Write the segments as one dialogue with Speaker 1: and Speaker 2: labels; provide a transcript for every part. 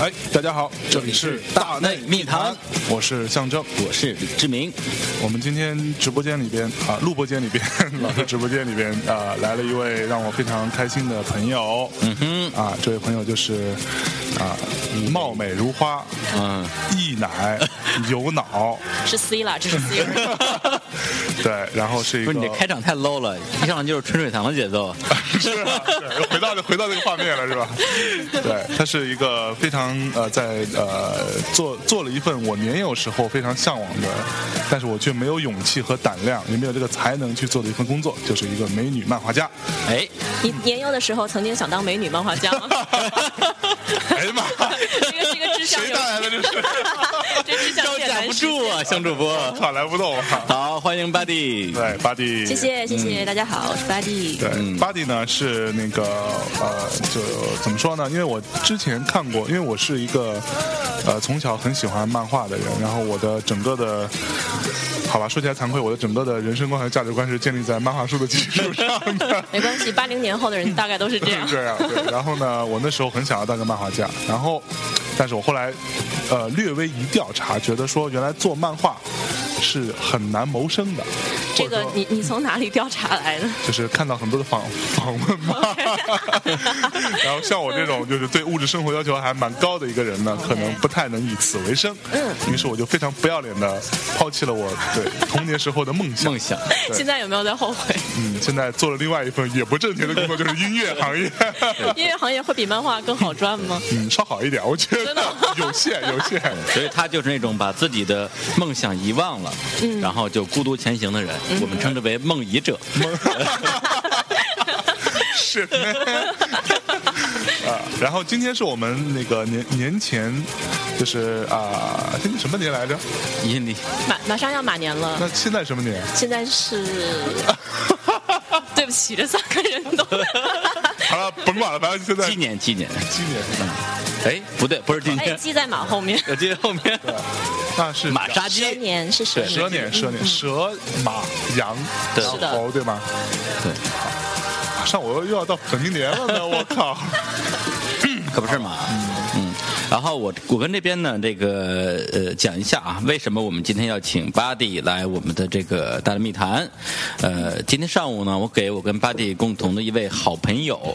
Speaker 1: 哎，大家好，这里是大内密谈，我是向正。
Speaker 2: 我是李志明，
Speaker 1: 我们今天直播间里边啊，录播间里边， 老师直播间里边啊，来了一位让我非常开心的朋友。嗯哼，啊，这位朋友就是啊，貌美如花，
Speaker 2: 嗯，
Speaker 1: 一 奶有脑，
Speaker 3: 是 C 啦，这是 C
Speaker 1: 对，然后是一
Speaker 2: 不
Speaker 1: 个
Speaker 2: 是你这开场太 low 了，一上来就是春水堂的节奏，
Speaker 1: 是啊，对，回到回到这个画面了是吧？对，他是一个非常呃，在呃做做了一份我年幼时候非常向往的，但是我却没有勇气和胆量，也没有这个才能去做的一份工作，就是一个美女漫画家。
Speaker 2: 哎，
Speaker 3: 你年幼的时候曾经想当美女漫画家 吗？
Speaker 1: 哎呀妈，
Speaker 3: 这个是一个志向
Speaker 1: 谁
Speaker 3: 有
Speaker 1: 带，来的这是？
Speaker 3: 这志向有
Speaker 2: 招
Speaker 3: 点
Speaker 2: 架
Speaker 3: 难
Speaker 2: 不
Speaker 3: 实
Speaker 2: 住
Speaker 3: 现。
Speaker 2: 啊，向主播。
Speaker 1: 耍来不动啊！
Speaker 2: 好，欢迎 Buddy，
Speaker 1: 对，巴蒂，
Speaker 3: 谢谢谢谢，大家好，我是巴蒂。
Speaker 1: 对，巴蒂呢是那个呃，就怎么说呢？因为我之前看过，因为我是一个呃从小很喜欢漫画的人，然后我的整个的，好吧，说起来惭愧，我的整个的人生观和价值观是建立在漫画书的基础上 的。
Speaker 3: 没关系，八零年后的人大概都是 这样。
Speaker 1: 这样，对。然后呢，我那时候很想要当个漫画家，然后，但是我后来，呃，略微一调查，觉得说原来做漫画是很难谋生的。
Speaker 3: 这
Speaker 1: 或者
Speaker 3: 个
Speaker 1: 说
Speaker 3: 你你从哪里调查来的？
Speaker 1: 就是看到很多的访访问嘛， 然后像我这种就是对物质生活要求还蛮高的一个人呢，可能不太能以此为生。
Speaker 3: 嗯，
Speaker 1: 于是我就非常不要脸的抛弃了我对童年时候的梦想。
Speaker 2: 梦想，
Speaker 1: 对
Speaker 3: 现在有没有在后悔？
Speaker 1: 嗯，现在做了另外一份也不挣钱的工作，就是音乐行 业。
Speaker 3: 音乐行业会比漫画更好赚吗？
Speaker 1: 嗯，稍好一点，我觉
Speaker 3: 真
Speaker 1: 得
Speaker 3: 的吗
Speaker 1: 有限有限。
Speaker 2: 所以他就是那种把自己的梦想遗忘了，然后就孤独前行的人，我们称之为梦遗者。
Speaker 1: 是啊，然后今天是我们那个年年前，就是啊，今天什么年来着？
Speaker 2: 引力，
Speaker 3: 马马上要马年了，
Speaker 1: 那现在什么年？
Speaker 3: 现在是。对不起，这三个人都
Speaker 1: 好了，甭管了，反正现在
Speaker 2: 纪念纪念，
Speaker 1: 今年
Speaker 2: 哎，不对，不是纪
Speaker 3: 哎
Speaker 2: 念，
Speaker 3: 记在马后面。
Speaker 2: 我记得后面
Speaker 1: 那啊是
Speaker 2: 马杀
Speaker 3: 蛇
Speaker 2: 鸡，
Speaker 3: 年是蛇
Speaker 1: 蛇
Speaker 3: 年，
Speaker 1: 年，蛇年，蛇马羊，
Speaker 2: 对
Speaker 1: 然
Speaker 3: 是的
Speaker 1: 后猴，对吗？
Speaker 2: 对，
Speaker 1: 马上我又又要到本命年了呢，我靠！
Speaker 2: 可不是嘛。嗯，然后我我跟这边呢，这个呃讲一下啊，为什么我们今天要请巴蒂来我们的这个大内密谈？呃，今天上午呢，我给我跟巴蒂共同的一位好朋友，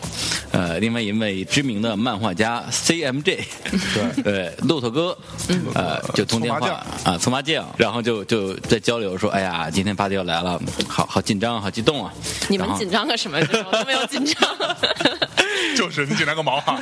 Speaker 2: 呃，另外一位知名的漫画家 CMJ，
Speaker 1: 对
Speaker 2: 对，骆驼哥，呃，就通电
Speaker 1: 嗯搓麻
Speaker 2: 话
Speaker 1: 将
Speaker 2: 啊，搓麻将，然后就就在交流说，哎呀，今天巴蒂要来了，好好紧张，好激动啊！
Speaker 3: 你们
Speaker 2: 然后
Speaker 3: 紧张个什么？我都没有紧张。
Speaker 1: 就是你紧张个毛啊！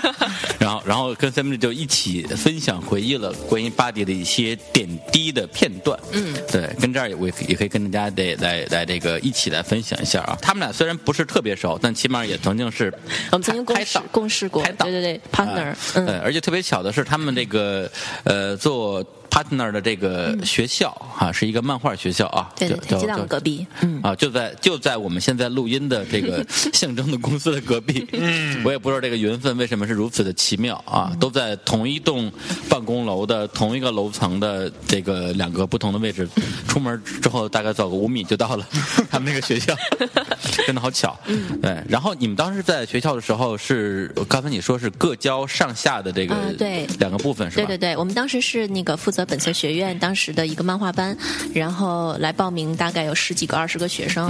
Speaker 2: 然后，然后跟 Sam 就一起分享回忆了关于巴迪的一些点滴的片段。嗯，对，跟这儿也我也可以也可以跟大家得来来这个一起来分享一下啊。他们俩虽然不是特别熟，但起码也曾经是
Speaker 3: 我们曾经共
Speaker 2: 拍
Speaker 3: 事
Speaker 2: 档
Speaker 3: 共事过，
Speaker 2: 拍
Speaker 3: 对
Speaker 2: 档
Speaker 3: 对对
Speaker 2: 啊
Speaker 3: ，partner，嗯，
Speaker 2: 呃，而且特别巧的是，他们这个呃做 partner 的这个学校啊，是一个漫画学校啊，
Speaker 3: 对对
Speaker 2: 叫
Speaker 3: 对，就在我们
Speaker 2: 叫
Speaker 3: 隔壁。
Speaker 2: 啊，就在就在我们现在录音的这 个象征的公司的隔壁。嗯，我也不知道这个缘分为什么是如此的奇妙
Speaker 3: 嗯
Speaker 2: 啊，都在同一栋办公楼的同一个楼层的这个两个不同的位置，出门之后大概走个五米就 到了他们那个学校，真的好巧。嗯，对。然后你们当时在学校的时候是，刚才你说是各教上下的这个
Speaker 3: 啊对
Speaker 2: 两个部分是吧？
Speaker 3: 对对对，我们当时是那个负责本色学院当时的一个漫画班，然后来报名大概有十几个、二十个学生，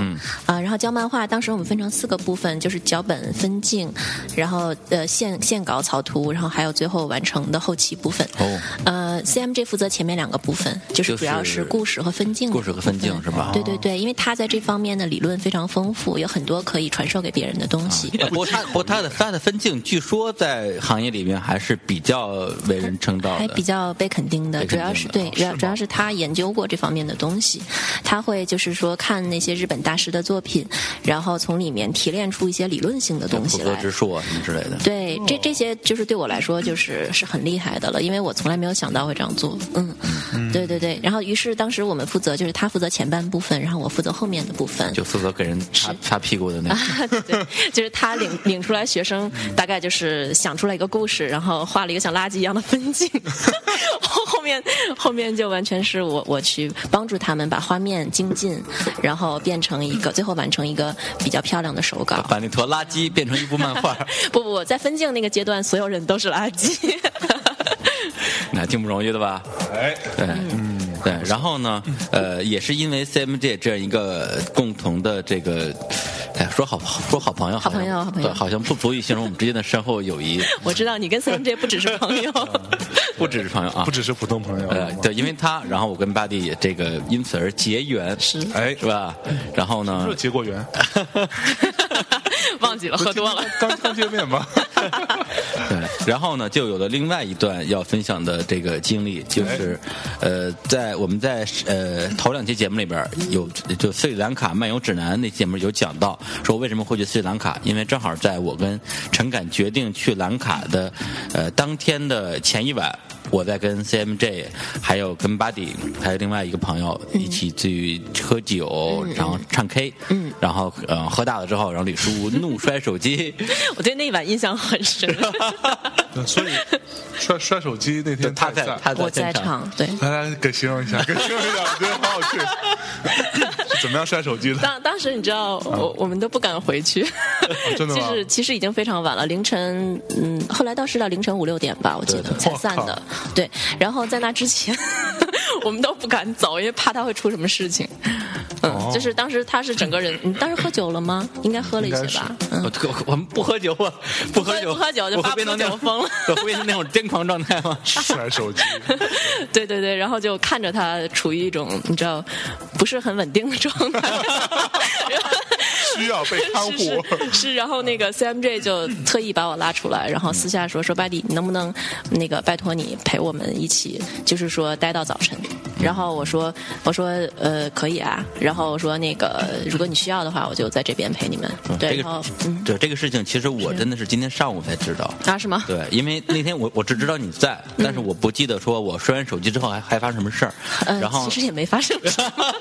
Speaker 3: 啊、
Speaker 2: 嗯
Speaker 3: 然后教漫画，当时我们分成四个部分，就是脚本、分镜，然后呃线线稿、草图，然后还有最后完成的后期部分。
Speaker 2: 哦
Speaker 3: 呃，CMJ 负责前面两个部分，就是
Speaker 2: 就是
Speaker 3: 主要是故事和分镜的
Speaker 2: 故
Speaker 3: 部分。
Speaker 2: 事和分镜是吧？
Speaker 3: 对对对，因为他在这方面的理论非常丰富，有很多可以传授给别人的东西。
Speaker 2: 呃不过他不过他的他的分镜，据说在行业里面还是比较为人称道
Speaker 3: 还
Speaker 2: 的
Speaker 3: 比。较被肯定的，
Speaker 2: 被
Speaker 3: 主
Speaker 2: 肯定的
Speaker 3: 要是对，
Speaker 2: 哦
Speaker 3: 主要
Speaker 2: 是
Speaker 3: 主要
Speaker 2: 吗
Speaker 3: 是他研究过这方面的东西，他会就是说看那些日本大师的作品，然后从里面提炼出一些理论性的东
Speaker 2: 普
Speaker 3: 西
Speaker 2: 罗
Speaker 3: 来
Speaker 2: 之。术啊什么之类的。
Speaker 3: 对，这这些就是对我来说就是是很厉害的了，因为我从来没有想到会这样做。嗯，对对对。然后于是当时我们负责就是他负责前半部分，然后我负责后面的部分。
Speaker 2: 就负责给人擦擦屁股 的那个，
Speaker 3: 啊对，就是他领领出来学生，大概就是想出来一个故事，然后画了一个像垃圾一样的分镜， 后后面后面就完全是我我去帮助他们把画面精进，然后变成一个最后完成一个比较漂亮的手稿。
Speaker 2: 把那坨垃圾变成一部漫画。
Speaker 3: 不不，不在分镜那个阶段，所有人都是垃圾。
Speaker 2: 那挺不容易的吧？
Speaker 1: 哎，
Speaker 2: 对，嗯，对。然后呢，呃，也是因为 CMJ 这样一个共同的这个，哎，说好说好朋友好像，
Speaker 3: 好朋友好朋友
Speaker 2: 对，好像不足以形容我们之间的深厚友谊，
Speaker 3: 我知道你跟 CMJ 不只是朋友，
Speaker 2: 不只是朋友啊，
Speaker 1: 不只是普通朋友，
Speaker 2: 呃，对，因为他，然后我跟巴蒂也这个因此而结缘，是
Speaker 1: 哎
Speaker 2: 是吧？然后呢
Speaker 1: 热，结果缘，
Speaker 3: 忘记了喝多了。
Speaker 1: 刚刚见面吧，
Speaker 2: 对，然后呢，就有了另外一段要分享的这个经历，就是，呃，在我们在呃头两期节目里边儿有就斯里兰卡漫游指南那节目有讲到，说为什么会去斯里兰卡，因为正好在我跟陈敢决定去兰卡的呃当天的前一晚。我在跟 CMJ，还有跟巴迪，还有另外一个朋友一起去喝酒，然后唱 K，嗯，然后呃喝大了之后，然后李叔怒摔手 机，
Speaker 3: 我对那一晚印象很深，
Speaker 1: 对所以摔摔手机那天
Speaker 2: 他
Speaker 1: 在
Speaker 2: 在他
Speaker 3: 我
Speaker 2: 在
Speaker 3: 在
Speaker 2: 场。
Speaker 3: 场，对。
Speaker 1: 来来给形容一下，给形容一下，我觉得好好去，是怎么样摔手机的？
Speaker 3: 当当时你知道，我我们都不敢回去，
Speaker 1: 啊哦真的
Speaker 3: 其
Speaker 1: 吗
Speaker 3: 实其实已经非常晚了，凌晨嗯，后来到是到凌晨五六点吧，我记
Speaker 2: 对
Speaker 3: 得
Speaker 2: 对
Speaker 3: 才
Speaker 1: 我
Speaker 3: 散
Speaker 1: 靠
Speaker 3: 的。对，然后在那之前， 我们都不敢走，因为怕他会出什么事情。嗯，
Speaker 1: 哦
Speaker 3: 就是当时他是整 个人，你当时喝酒了吗？应该喝了一
Speaker 1: 应
Speaker 3: 些
Speaker 1: 该是
Speaker 3: 吧。
Speaker 2: 我我我们不喝酒啊，不喝酒，
Speaker 3: 嗯不喝酒就
Speaker 2: 我会
Speaker 3: 发
Speaker 2: 变成那种
Speaker 3: 酒疯了，
Speaker 2: 我会变成那种癫狂状态吗？
Speaker 1: 摔手机，
Speaker 3: 对对对，然后就看着他处于一种你知道不是很稳定的状态。
Speaker 1: 需要被看
Speaker 3: 是
Speaker 1: 护。
Speaker 3: 是是，然后那个 CMJ 就特意把我拉出来，然后私下说说巴迪，你能不能那个拜托你陪我们一起，就是说待到早晨。然后我说我说呃可以啊，然后我说那个如果你需要的话，我就在这边陪你们。 对，
Speaker 2: 这
Speaker 3: 然
Speaker 2: 个
Speaker 3: 后嗯
Speaker 2: 对这个事情，其实我真的是今天上午才知道。
Speaker 3: 啊嗯是吗？
Speaker 2: 对，因为那天我我只知道你在，但是我不记得说我摔完手机之后还还发生什么事儿。
Speaker 3: 呃，
Speaker 2: 然后
Speaker 3: 其实也没发生什么。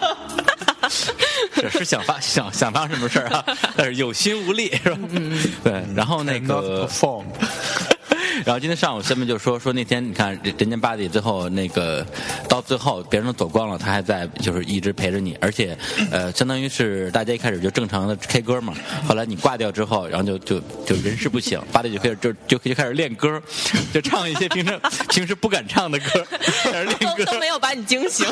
Speaker 2: 是是想发想想发生什么事儿啊， 但是有心无力是吧？
Speaker 3: 嗯
Speaker 2: 对，然后那
Speaker 1: Not
Speaker 2: 个
Speaker 1: perform，
Speaker 2: 然后今天上午下面就说说那天你看人人家巴迪最后那个到最后别人都走光了，他还在就是一直陪着你，而且呃相当于是大家一开始就正常的 K 歌嘛，后来你挂掉之后，然后就就就人事不省，巴迪就开始就就就开始练歌，就唱一些平时平时不敢唱的歌，开始练
Speaker 3: 都
Speaker 2: 歌
Speaker 3: 都，没有把你 惊醒，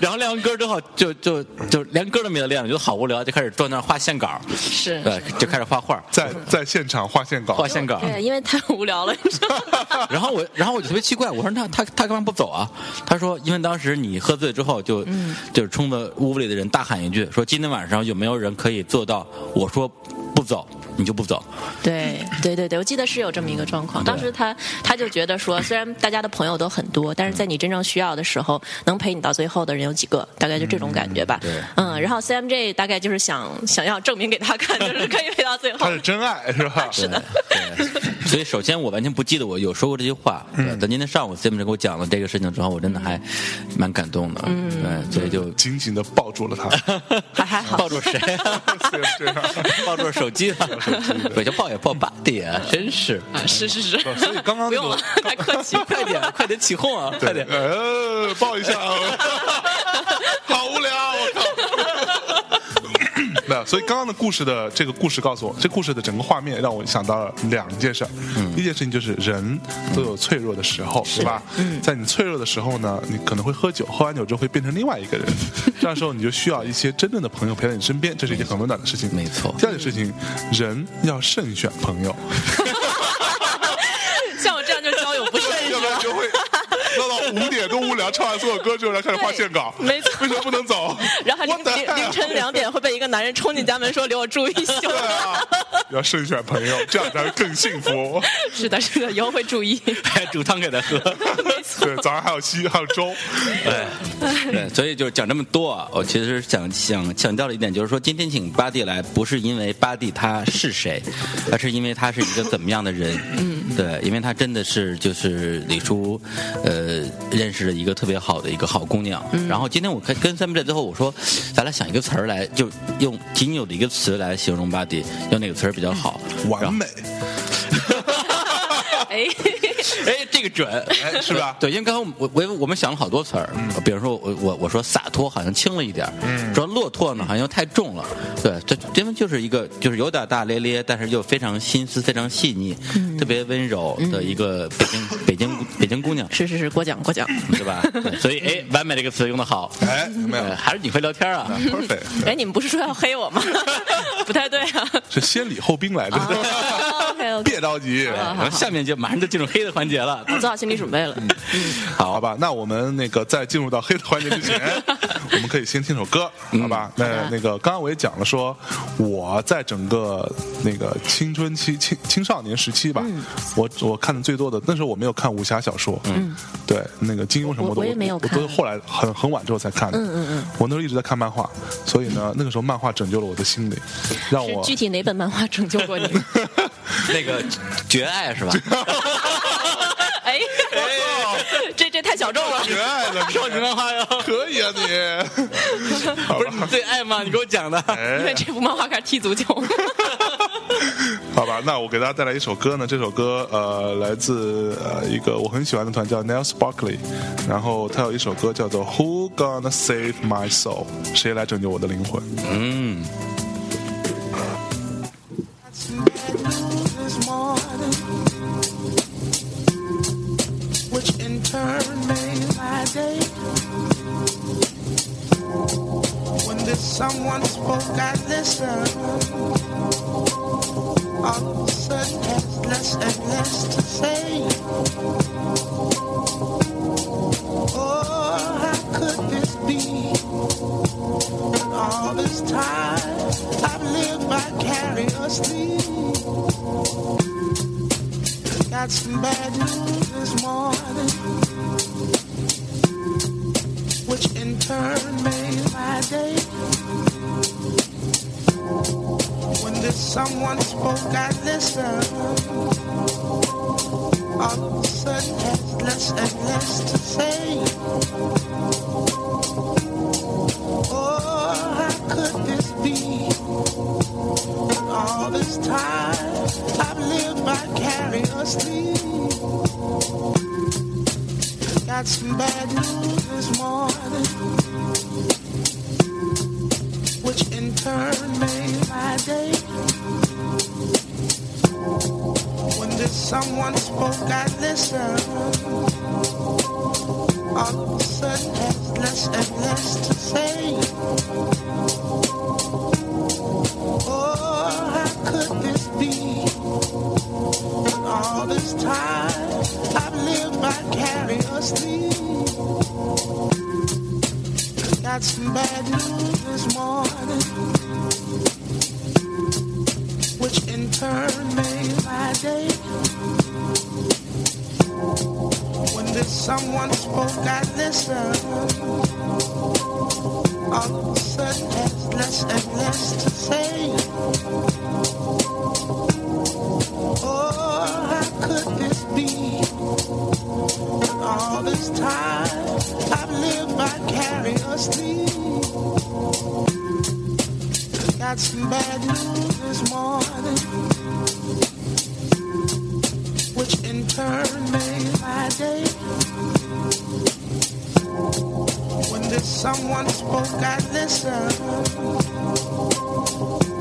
Speaker 2: 然后练完歌之后就就就连歌都没得练了，觉得好无聊，就开始坐那儿画线稿，
Speaker 3: 是
Speaker 2: 对，就开始画画。
Speaker 1: 在在现场画线稿
Speaker 2: 画，线稿，
Speaker 3: 对，因为太无聊了，你知道吗？
Speaker 2: 然后我，然后我就特别奇怪，我说那他他干嘛不走啊？他说，因为当时你喝醉之后就，就是冲着屋里的人大喊一句，说今天晚上有没有人可以做到？我说不走，你就不走。
Speaker 3: 对对对对，我记得是有这么一个状况。当时他他就觉得说，虽然大家的朋友都很多，但是在你真正需要的时候，能陪你到最后的人有几个？大概就这种感觉吧。
Speaker 2: 嗯对
Speaker 3: 嗯，然后 CMJ 大概就是想想要证明给他看，就是可以陪到最后
Speaker 1: 他。是真爱是吧？是的，
Speaker 2: 对，所以首先我完全不记得我有说过这句话。对，但今天上午 Sim 给我讲了这个事情之后，我真的还蛮感动的。嗯，对，所以就
Speaker 1: 紧紧的抱住 了他。
Speaker 3: 还还好，
Speaker 2: 抱住谁啊？
Speaker 1: 对这样
Speaker 2: 抱住手机了，我就抱也抱吧的啊，真 是。
Speaker 3: 啊 是是是，
Speaker 1: 所以刚刚
Speaker 3: 不
Speaker 1: 那
Speaker 3: 用了
Speaker 1: 个，
Speaker 3: 太客气。
Speaker 2: 快点，快点起哄啊！快点，
Speaker 1: 呃，抱一下， 好无聊，我靠。没有，所以刚刚的故事的这个故事告诉我，这故事的整个画面让我想到了两件事儿。
Speaker 2: 嗯
Speaker 1: 一件事情就是人都有脆弱的时候，对吧？
Speaker 2: 嗯
Speaker 1: 在你脆弱的时候呢，你可能会喝酒，喝完酒之后会变成另外一 个人，这样时候你就需要一些真正的朋友陪在你身边，这是一件很温暖的事情。
Speaker 2: 没错
Speaker 1: 第二件事情，人要慎选朋友，
Speaker 3: 像我这样就交友不慎
Speaker 1: 要
Speaker 3: 是
Speaker 1: 不
Speaker 3: 吧
Speaker 1: 然？就会闹到五点多无聊，唱完所有歌之后，然后开始画线稿。
Speaker 3: 对没错
Speaker 1: 为什么不能走？
Speaker 3: 然后凌
Speaker 1: What the
Speaker 3: 凌凌
Speaker 1: hell？
Speaker 3: 晨两点会被一个男人冲进家门说：“留我住一宿。
Speaker 1: 对啊，要慎选朋友，这样才会更幸 福。”
Speaker 3: 是的，是的，以后会注意。
Speaker 2: 还煮汤给他喝。
Speaker 3: 没错，
Speaker 1: 对，早上还有稀，还有粥。
Speaker 2: 对，所以就是讲这么多啊，我其实想想强调的一点就是说，今天请巴蒂来，不是因为巴蒂他是谁，而是因为他是一个怎么样的人。嗯，对，因为他真的是就是李叔，呃，认识了一个特别好的一个好姑娘。然后今天我跟跟三妹在最后我说，咱俩想一个词儿来，就用仅有的一个词来形容巴蒂，用哪个词儿比较好？然后
Speaker 1: 完美，
Speaker 3: 哎，
Speaker 2: 哎，这个个准，
Speaker 1: 哎是吧？
Speaker 2: 对，因为刚刚我我我们想了好多词儿，
Speaker 1: 嗯
Speaker 2: 呃比如说我我我说洒脱好像轻了一点儿，说落拓呢好像又太重了，对，这因为就是一个就是有点大咧咧，但是又非常心思非常细腻，
Speaker 3: 嗯
Speaker 2: 特别温柔的一个北京、北京北京姑娘，
Speaker 3: 是是是，过奖过奖。
Speaker 2: 对吧？对所以哎，完美这个词用的好，
Speaker 1: 哎，有没 有嗯
Speaker 2: 呃还是你会聊天啊？
Speaker 1: ？Perfect，
Speaker 3: 哎，你们不是说要黑我 吗？不太对啊。
Speaker 1: 是先礼后兵来着，
Speaker 3: OK OK，
Speaker 1: 别着急。
Speaker 3: 好
Speaker 2: 然后下面就马上就进入黑的环节了，
Speaker 3: 我做好心理准备了。
Speaker 1: 好吧，那我们那个在进入到黑的环节之前，我们可以先听首歌，好吧？那那个刚刚我也讲了说，我在整个那个青春期、青青少年时期吧，我我看的最多的那时候我没有看武侠小说，嗯，对，那个金庸什么的
Speaker 3: 我我也没有
Speaker 1: 我
Speaker 3: 看
Speaker 1: 都是后来很很晚之后才看的，嗯嗯嗯，我那时候一直在看漫画，所以呢，那个时候漫画拯救了我的心灵，让
Speaker 3: 嗯是
Speaker 1: 我
Speaker 3: 具体哪本漫画拯救过你？
Speaker 2: 那个绝爱是吧？
Speaker 3: 哎，这这太小众了。
Speaker 1: 绝爱了，
Speaker 2: 哎 少女漫画哟，
Speaker 1: 可以啊你，
Speaker 2: 不是你最爱吗？你给我讲的。
Speaker 3: 因为这部漫画开始踢足球，
Speaker 1: 好吧，那我给大家带来一首歌呢，这首歌呃来自呃一个我很喜欢的团叫 Neil Sparkley，然后他有一首歌叫做 Who Gonna Save My Soul，谁来拯救我的灵魂？
Speaker 2: 嗯，
Speaker 4: this morning, which in turn made my day. When this someone spoke, uh, I listened. All of a sudden, has less and less to say. Oh, how could this be? All this time I've lived vicariously. Got some bad news this morning, which in turn made my day. When this someone spoke, I listened. All of a sudden, has less and less to say. Oh, how could this be? All this time I've lived vicariously. Got some bad news this morning, which in turn made my day. When this someone spoke, I listened. All of a sudden, has less and less to say. Oh, how could this be? All this time I've lived vicariously. Got some bad news this morning, which in turn made my day. When this someone spoke, I listened. All of a sudden, has less and less to say. Oh, how could this be? All this time I've lived vicariously. Got some bad news this morning, which in turn made my day. When this someone spoke, I listened.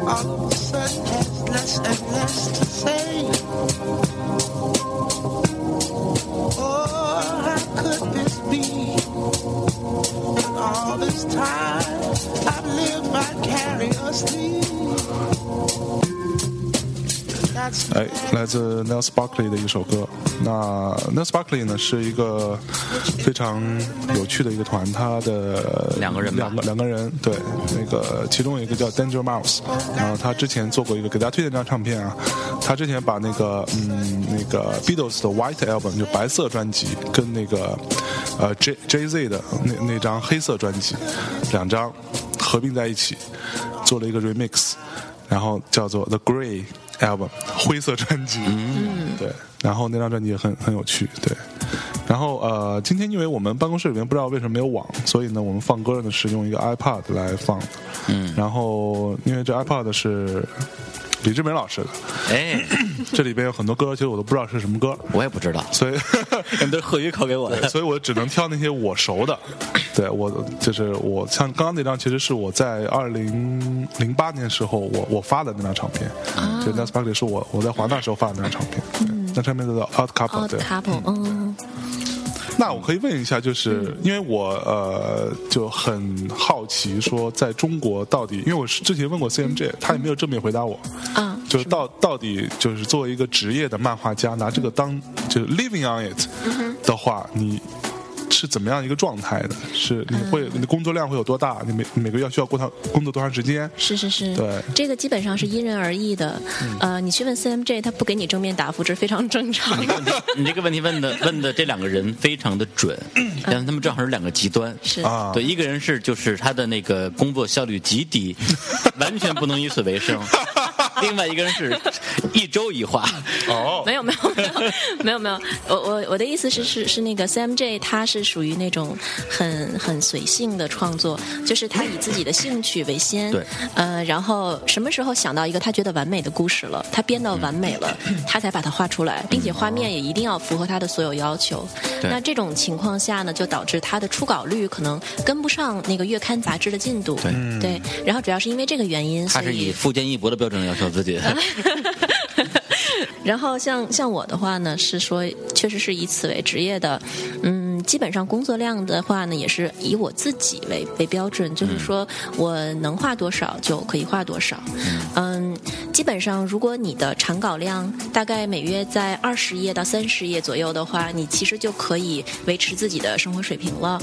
Speaker 4: All of a sudden, has less and less to say. Oh, how could this be? All this time I've lived vicariously. That's
Speaker 1: 哎，来自 Neil Sparkley 的一首歌。那 Neil Sparkley 呢是一个非常有趣的一个团，他的
Speaker 2: 两个人吧
Speaker 1: 两个两个人，对，那个其中有一个叫 Danger Mouse，然后他之前做过一个，给大家推荐这张唱片啊，他之前把那个嗯那个 Beatles 的 White Album 就白色专辑跟那个呃 J J Z 的那那张黑色专辑两张合并在一起，做了一个 remix，然后叫做 The Grey Album 灰色专辑，
Speaker 2: 嗯
Speaker 1: 对，然后那张专辑也很很有趣，对。然后呃，今天因为我们办公室里面不知道为什么没有网，所以呢，我们放歌呢是用一个 iPad 来放的，嗯，然后因为这 iPad 是李志梅老师的，
Speaker 2: 哎，
Speaker 1: 这里边有很多歌，其实我都不知道是什么歌，
Speaker 2: 我也不知道，
Speaker 1: 所以
Speaker 2: 都是贺宇考给我
Speaker 1: 对，所以我只能挑那些我熟的。对我就是我，像刚刚那张，其实是我在二零零八年时候我我发的那张唱片，就 n e s p a r k 是我我在华纳时候发的那张唱片，对那唱片叫做 Out Couple，
Speaker 3: 哦
Speaker 1: 对。
Speaker 3: ，couple，嗯，
Speaker 1: 那我可以问一下，就是因为我呃就很好奇，说在中国到底，因为我是之前问过 CMJ，他也没有正面回答我。
Speaker 3: 嗯啊
Speaker 1: 就是到到底就是作为一个职业的漫画家，拿这个当就是 living on it
Speaker 3: 嗯
Speaker 1: 的话，你是怎么样一个状态的？是你会你的工作量会有多大？你每你每个月需要过长工作多长时间？
Speaker 3: 是是是，
Speaker 1: 对嗯
Speaker 3: 这个基本上是因人而异的。呃，你去问 CMJ，他不给你正面答复，这是非常正常的。
Speaker 2: 你这个问题问的问的这两个人非常的准，但他们正好是两个极端。
Speaker 3: 嗯是
Speaker 1: 啊
Speaker 2: 对，一个人是就是他的那个工作效率极低，完全不能以此为 生；另外一个人是一周一画，
Speaker 1: 哦
Speaker 3: 没有没有没有没有没有，我我我的意思是是是那个 CMJ，他是属于那种很很随性的创作，就是他以自己的兴趣为先，
Speaker 2: 对，
Speaker 3: 呃，然后什么时候想到一个他觉得完美的故事了，
Speaker 2: 嗯
Speaker 3: 他编到完美了，他才把它画出来，并且画面也一定要符合他的所有要求。
Speaker 2: 嗯对
Speaker 3: 那这种情况下呢，就导致他的初稿率可能跟不上那个月刊杂志的进度，
Speaker 2: 对
Speaker 3: 对，然后主要是因为这个原因，
Speaker 2: 他
Speaker 3: 所
Speaker 2: 是以
Speaker 3: 以嗯
Speaker 2: 富坚义博的标准要求自己。
Speaker 3: 然后像像我的话呢，是说确实是以此为职业的，嗯，基本上工作量的话呢，也是以我自己为为标准，就是说我能画多少就可以画多少，嗯，基本上如果你的产稿量大概每月在二十页到三十页左右的话，你其实就可以维持自己的生活水平了。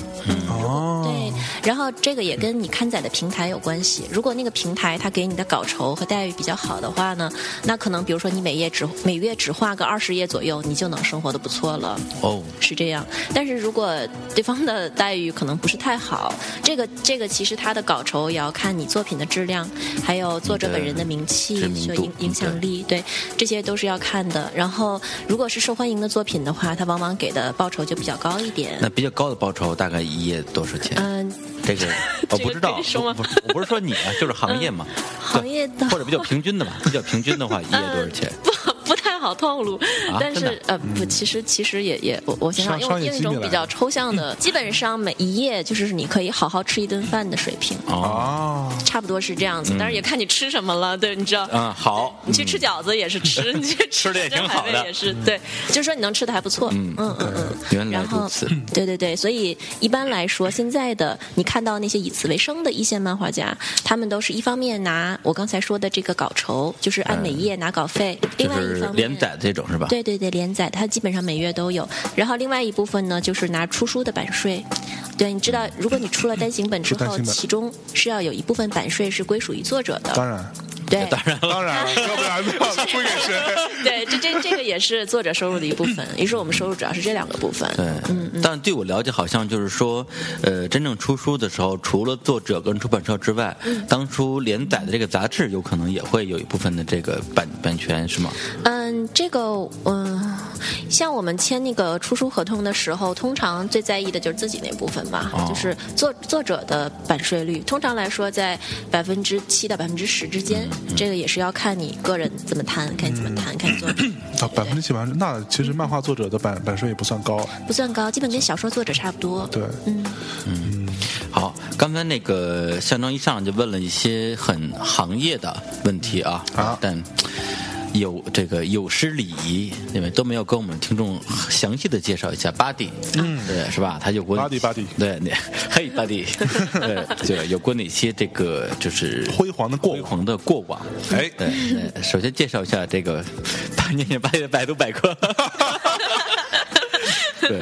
Speaker 1: 哦，
Speaker 3: 对，然后这个也跟你刊载的平台有关系。如果那个平台它给你的稿酬和待遇比较好的话呢，那可能比如说你每页只每月只画个二十页左右，你就能生活的不错了，
Speaker 2: 哦，
Speaker 3: 是这样。但是如果对方的待遇可能不是太好，这个这个其实它的稿酬也要看你作品的质量，还有作者
Speaker 2: 你的
Speaker 3: 本人的名气
Speaker 2: 知、名
Speaker 3: 所
Speaker 2: 度
Speaker 3: 影影响力，对，这些都是要看的。然后如果是受欢迎的作品的话，它往往给的报酬就比较高一点。
Speaker 2: 那比较高的报酬大概一页多少钱？
Speaker 3: 嗯，
Speaker 2: 这个我不知道
Speaker 3: 可以，说
Speaker 2: 我
Speaker 3: 吗嗯
Speaker 2: 不我不是说你啊，就是行业嘛，对
Speaker 3: 行业的
Speaker 2: 或者比较平均的吧，比较平均的话，一页多少钱？
Speaker 3: 不呃不 太好透露，
Speaker 2: 啊
Speaker 3: 但
Speaker 2: 真的
Speaker 3: 是呃不，其实其实也也我我想想
Speaker 1: 嗯商商
Speaker 3: 用
Speaker 1: 业
Speaker 3: 用一
Speaker 1: 机密
Speaker 3: 种
Speaker 1: 来
Speaker 3: 比
Speaker 1: 了嗯
Speaker 3: 较抽象的，基本上每一页就是你可以好好吃一顿饭的水平，
Speaker 2: 哦，
Speaker 1: 啊，
Speaker 3: 差不多是这样
Speaker 1: 嗯
Speaker 3: 子。但是也看你吃什么了，对，你知道。
Speaker 2: 嗯，好，
Speaker 3: 你去吃饺子也是 吃，你去
Speaker 2: 吃得也挺好的嗯
Speaker 3: 海味也是对，就是说你能吃的还不错，嗯嗯嗯嗯。
Speaker 2: 原来
Speaker 3: 然
Speaker 2: 如
Speaker 3: 后
Speaker 2: 此。，
Speaker 3: 对对对，所以一般来说，现在的你看到那些以此为生的一线漫画家，他们都是一方面拿我刚才说的这个稿酬，就是按每页拿稿费，另
Speaker 2: 嗯就
Speaker 3: 外一
Speaker 2: 是
Speaker 3: 方面
Speaker 2: 连载这种是吧？
Speaker 3: 对对对，连载它基本上每月都有。然后另外一部分呢，就是拿出书的版税。对，你知道，如果你出了单行本之
Speaker 1: 出单
Speaker 3: 后，
Speaker 1: 行本
Speaker 3: 其中是要有一部分版税是归属于作者的。
Speaker 1: 当然
Speaker 3: 对，
Speaker 2: 当然了，
Speaker 1: 当 然了，要不然的话归给谁？
Speaker 3: 对，这这这个也是作者收入的一部分。于是我们收入主要是这两个部分。
Speaker 2: 对，但据我了解，好像就是说，呃，真正出书的时候，除了作者跟出版社之外，当初连载的这个杂志有可能也会有一部分的这个版版权，是吗？
Speaker 3: 嗯，这个嗯、像我们签那个出书合同的时候，通常最在意的就是自己那部分嘛，
Speaker 2: 哦
Speaker 3: 就是作作者的版税率。通常来说在百分之七到百分之十之间，
Speaker 2: 嗯
Speaker 3: 这个也是要看你个人怎么谈，看你怎么谈，看你作
Speaker 2: 嗯
Speaker 3: 品
Speaker 1: 啊，百分之七百分之那其实漫画作者的版版税也不算高，
Speaker 3: 不算高，基本跟小说作者差不多。嗯
Speaker 1: 对，
Speaker 2: 好，刚才那个象征一上来就问了一些很行业的问题啊，
Speaker 1: 好
Speaker 2: 但有这个有失礼仪，因为都没有跟我们听众详细的介绍一下 body，嗯，对，是吧？他有过
Speaker 1: Buddy, Buddy
Speaker 2: 对，你嘿 body，对，就有过哪些这个就是
Speaker 1: 辉煌的过
Speaker 2: 辉
Speaker 1: 往
Speaker 2: 煌的过往？
Speaker 1: 哎
Speaker 2: 对，对首先介绍一下这个念念 body 的百度百 科。对，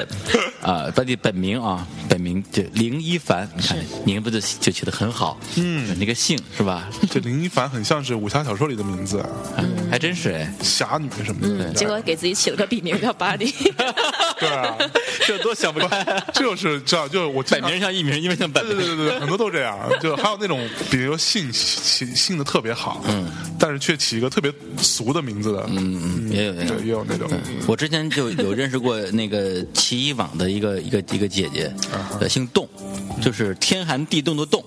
Speaker 2: 啊、他的本名啊，本名就林一凡，你看名字就就起得很好，嗯，那个姓是吧？
Speaker 1: 这林一凡很像是武侠小说里的名字，
Speaker 2: 还真是哎，
Speaker 1: 侠女什么
Speaker 2: 嗯
Speaker 1: 的，
Speaker 3: 结果给自己起了个笔名叫巴黎，
Speaker 1: 对啊，
Speaker 2: 这多想不开，
Speaker 1: 这就是这样，就是我经
Speaker 2: 本
Speaker 1: 常
Speaker 2: 名像艺名，艺名像本
Speaker 1: 对对
Speaker 2: 名，
Speaker 1: 对对，对，很多都这样。就还有那种，比如说姓起姓的特别好，嗯，但是却起一个特别俗的名字的，
Speaker 2: 嗯嗯，嗯也有也有
Speaker 1: 对，。也有那种。
Speaker 2: 我之前就有认识过那个奇异网的一个一个一个姐姐，呃，姓冻，就是天寒地冻的冻，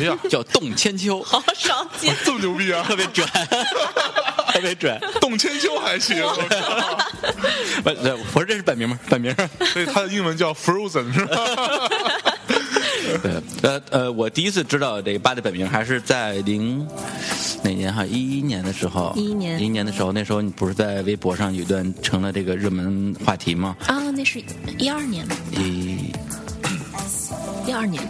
Speaker 1: 哎呀，
Speaker 2: 叫冻千秋，
Speaker 3: 好少见。
Speaker 1: 这么牛逼啊！
Speaker 2: 特别卷。 特别拽。
Speaker 1: 董千秋还行，我靠
Speaker 2: 不，对我说这是本名吗？ 本名。
Speaker 1: 所以他的英文叫 Frozen 是吧？
Speaker 2: 对，呃呃，我第一次知道这个巴的本名还是在零哪年哈？一一年的时候，
Speaker 3: 11年
Speaker 2: 一一年的时候，那时候你不是在微博上有一段成了这个热门话题吗？
Speaker 3: 啊，那是一二年，
Speaker 2: 一
Speaker 3: 一二年，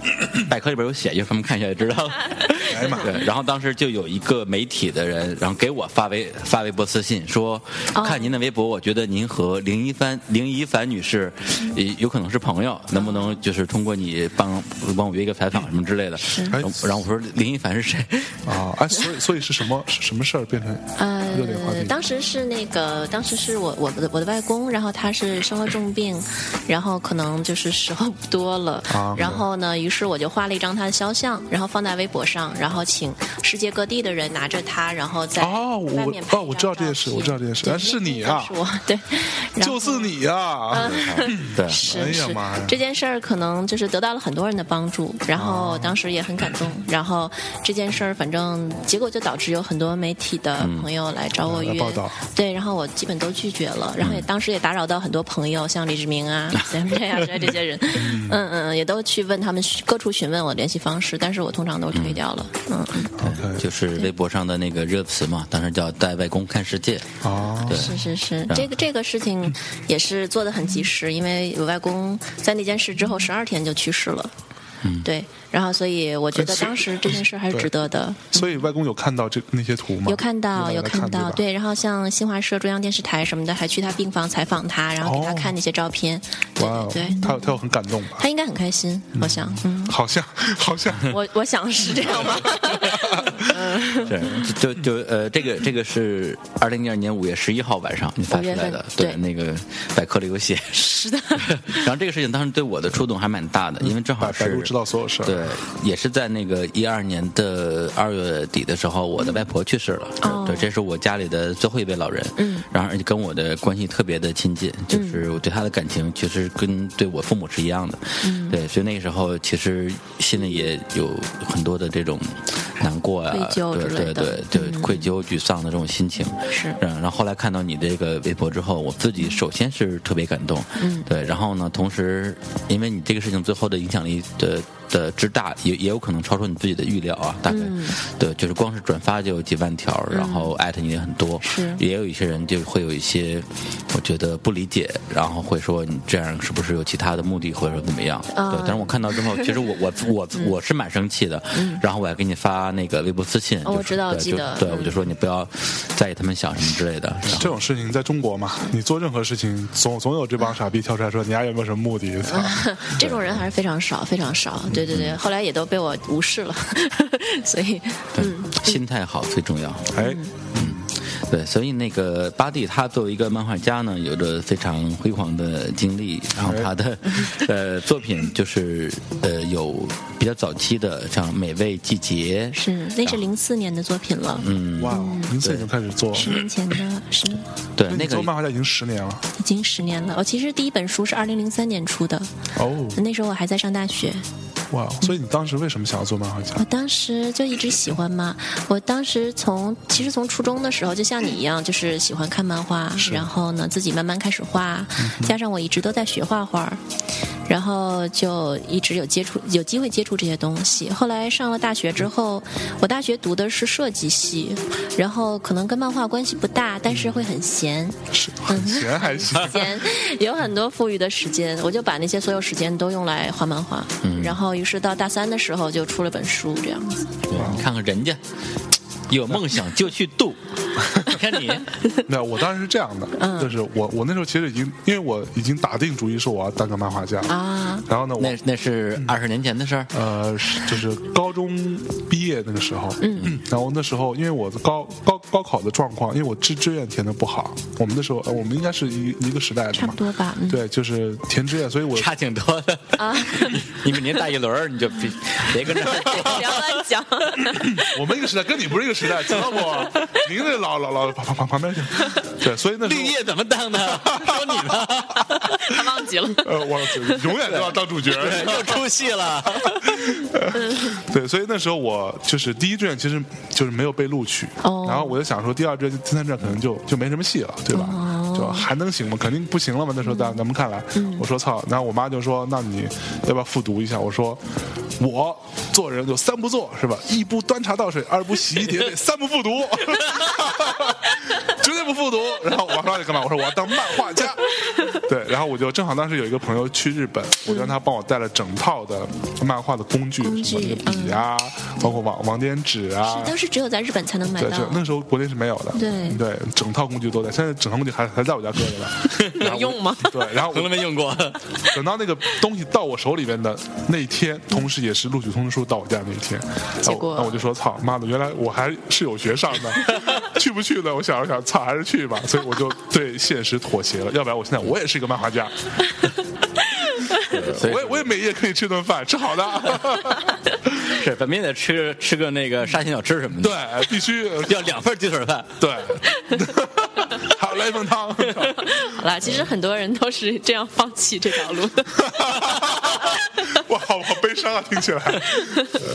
Speaker 2: 百科里边有写，一会儿他们看一下就知道了。
Speaker 1: 哎呀妈，
Speaker 2: 对，然后当时就有一个媒体的人，然后给我发微发微博私信说，
Speaker 3: 哦
Speaker 2: 看您的微博，我觉得您和林一帆林一凡女士，呃有可能是朋友，能不能就是通过你帮帮我约一个采访什么之类的？然后然后我说林一凡是谁？
Speaker 1: 啊，哎，所以所以是什么是什么事儿变成热点话
Speaker 3: 呃
Speaker 1: 题，？
Speaker 3: 当时是那个，当时是我我的我的外公，然后他是生了重病，然后可能就是时候不多了，
Speaker 1: 啊
Speaker 3: 然后呢，于是我就画了一张他的肖像，然后放在微博上，然后请世界各地的人拿着它，然后在
Speaker 1: 哦我
Speaker 3: 外面拍一张照片、
Speaker 1: 哦我知道这件事我知道这件事
Speaker 3: 对
Speaker 1: 哎是你啊
Speaker 3: 那个是我，对，然
Speaker 1: 就
Speaker 3: 后
Speaker 1: 是你啊呀、
Speaker 3: 嗯
Speaker 2: 对，
Speaker 1: 哎呀
Speaker 3: 是是
Speaker 1: 妈呀，
Speaker 3: 这件事儿可能就是得到了很多人的帮助，然后
Speaker 1: 哦
Speaker 3: 当时也很感动，然后这件事儿反正结果就导致有很多媒体的朋友来找我
Speaker 1: 来
Speaker 3: 约、
Speaker 1: 报道
Speaker 3: 对，然后我基本都拒绝了，然后也当时也打扰到很多朋友，像李志明啊、咱们这样这这些人，嗯嗯嗯，也都去问他们各处询问我联系方式，但是我通常都推掉了，嗯，
Speaker 1: OK
Speaker 2: 就是微博上的那个热词嘛，当时叫带外公看世界。
Speaker 1: 啊，
Speaker 2: 对，
Speaker 3: 是是是，这个这个事情也是做的很及时，因为我外公在那件事之后十二天就去世了。嗯，对，然后所以我觉得当时这件事还是值得的。
Speaker 1: 所以外公有看到这那些图吗？
Speaker 3: 有看到，有
Speaker 1: 有大家看
Speaker 3: 看到，
Speaker 1: 吧，
Speaker 3: 对。然后像新华社、中央电视台什么的，还去他病房采访他，然后给他
Speaker 1: 哦
Speaker 3: 看那些照片。对
Speaker 1: 哇哦
Speaker 3: 对对，，
Speaker 1: 他有他有很感动吧？
Speaker 3: 他应该很开心，我想，嗯，
Speaker 1: 好像好 像
Speaker 3: 我我想是这样吧。
Speaker 2: 是就就就呃，这个这个是二零零二年五月十一号晚上你发出来
Speaker 3: 5月
Speaker 2: 的
Speaker 3: 份，对
Speaker 2: 那个百科里有 写。是
Speaker 3: 的。嗯
Speaker 2: 然后这个事情当时对我的触动还蛮大的，因为正好
Speaker 1: 百
Speaker 2: 是
Speaker 1: 百度知道所有事儿。
Speaker 2: 对，也是在那个一二年的二月底的时候，我的外婆去世了。
Speaker 3: 哦
Speaker 2: 对，这是我家里的最后一位老人。嗯，然后而且跟我的关系特别的亲近，就是我
Speaker 3: 嗯
Speaker 2: 对他的感情其实跟对我父母是一样的。嗯，对，所以那个时候其实心里也有很多的这种难过啊，
Speaker 3: 愧疚
Speaker 2: 对
Speaker 3: 之类
Speaker 2: 对
Speaker 3: 的嗯
Speaker 2: 对对，愧疚、沮丧的这种心情。
Speaker 3: 是
Speaker 2: 嗯，然后后来看到你这个微博之后，我自己首先是特别感动，嗯，对，然后呢，同时因为你这个事情最后的影响力的的之大，也也有可能超出你自己的预料啊，大概，
Speaker 3: 嗯
Speaker 2: 对，就是光是转发就有几万条，然后艾特你也很多，
Speaker 3: 是
Speaker 2: 也有一些人就会有一些我觉得不理解，然后会说你这样是不是有其他的目的或者说怎么样？
Speaker 3: 啊
Speaker 2: 对，但是我看到 之后，其实我我我
Speaker 3: 嗯
Speaker 2: 我是蛮生气的，然后我还给你发那个微博私信，
Speaker 3: 哦我
Speaker 2: 就是
Speaker 3: 知道
Speaker 2: 对
Speaker 3: 记
Speaker 2: 就
Speaker 3: 得
Speaker 2: 对
Speaker 3: 嗯
Speaker 2: 我就说你不要在意他们想什么之类的，然后
Speaker 1: 这种事情在中国嘛，你做任何事情，总总有这帮傻逼跳出来说你丫有没有什么目 的？操
Speaker 3: 这种人还是非常少，非常少。对
Speaker 1: 嗯
Speaker 3: 对对，后来也都被我无视了， 所以
Speaker 2: 对
Speaker 3: 嗯
Speaker 2: 心态好最重要。
Speaker 1: 哎，
Speaker 2: 对，所以那个巴蒂他作为一个漫画家呢，有着非常辉煌的经历。然后他的
Speaker 3: 嗯
Speaker 2: 呃作品就是呃有比较早期的像《美味季节》
Speaker 3: 是那是零四年的作品了，嗯，
Speaker 1: 哇哦，您自己就开始做，
Speaker 3: 十年前的十
Speaker 2: 对
Speaker 1: 那
Speaker 3: 嗯
Speaker 2: 那
Speaker 1: 你
Speaker 2: 个
Speaker 1: 做漫画家已经十年了
Speaker 3: 已经十年了。我哦其实第一本书是二零零三年出的，
Speaker 1: 哦，
Speaker 3: 那时候我还在上大学。
Speaker 1: 哇哦，所以你当时为什么想要做漫画家
Speaker 3: 我？当时就一直喜欢嘛，我当时从其实从初中的时候，就像你一样，就是喜欢看漫画，然后呢自己慢慢开始画，加上我一直都在学画画，然后就一直有接触，有机会接触这些东西。后来上了大学之后，我大学读的是设计系，然后可能跟漫画关系不大，但是会很闲，
Speaker 1: 是
Speaker 3: 嗯
Speaker 1: 很闲还行，
Speaker 3: 间 有很多富裕的时间，我就把那些所有时间都用来画漫画。然后于是到大三的时候就出了本书，这样 子。
Speaker 2: 对你看看人家有梦想就去度， 你看 你
Speaker 1: 那我当时是这样的，
Speaker 3: 嗯
Speaker 1: 就是我我那时候其实已经，因为我已经打定主意说我要当个漫画家
Speaker 3: 啊，
Speaker 1: 然后呢，我
Speaker 2: 那那是二十年前的事儿。
Speaker 1: 呃，是就是高中毕业那个时候，嗯， 然后那时候因为我的高高高考的状况，因为我志志愿填的不好，我们那时候、呃我们应该是一一个时代的
Speaker 3: 差
Speaker 1: 嘛
Speaker 3: 不，多吧。嗯，
Speaker 1: 对，就是填志愿，所以我
Speaker 2: 差挺多的啊！你 你们年大一轮儿，你就别别跟着
Speaker 3: 不要乱讲。
Speaker 1: 我们一个时代跟你不是一个时代，知道不？您这老老老旁旁旁边去，对，所以那时候
Speaker 2: 绿叶怎么当的？说你呢？
Speaker 3: 他忘集了。
Speaker 1: 呃，我永远都要当主角。
Speaker 2: 又出戏了，
Speaker 1: 对，所以那时候我就是第一志愿其实就是没有被录取，
Speaker 3: 哦
Speaker 1: 然后我就想说第二志愿、第三志愿可能就就没什么戏了，对吧？就还能行吗？肯定不行了嘛。那时候在咱们看来，我说操，然后我妈就说，那你要不要复读一下？我说我做人有三不做是吧？一不端茶倒水，二不洗衣叠被，三不复读， 绝对不复读。然后我妈说你干嘛？我说我要当漫画家。对，然后我就正好当时有一个朋友去日本，我让他帮我带了整套的漫画的工具，
Speaker 3: 工
Speaker 1: 什么那
Speaker 3: 具嗯
Speaker 1: 个笔啊，包括网网点纸啊。
Speaker 3: 当时只有在日本才能买
Speaker 1: 对，
Speaker 3: 到
Speaker 1: 这，那时候国内是没有的。
Speaker 3: 对
Speaker 1: 对，整套工具都在，现在整套工具还还在我家搁着 呢。然后
Speaker 3: 能
Speaker 1: 我
Speaker 3: 用吗？
Speaker 1: 对，然后
Speaker 2: 从来
Speaker 1: 我
Speaker 2: 没用过。
Speaker 1: 等到那个东西到我手里边的那一天，同时也是录取通知书到我家那一天，
Speaker 3: 结果
Speaker 1: 那我就说操妈的，原来我还是有学上 的，去不去呢？我想了想，操，还是去吧。所以我就对现实妥协了，要不然我现在我也是一个漫 画家，
Speaker 2: 所以
Speaker 1: 我也我也每夜可以吃顿饭，吃好的。
Speaker 2: 是咱们也得吃吃个那个沙县小吃什么的，
Speaker 1: 对，必须
Speaker 2: 要两份鸡腿饭。
Speaker 1: 对， 还有来一份汤。
Speaker 3: 好啦，其实很多人都是这样放弃这条路的。
Speaker 1: 哇，好好悲伤啊！听起来，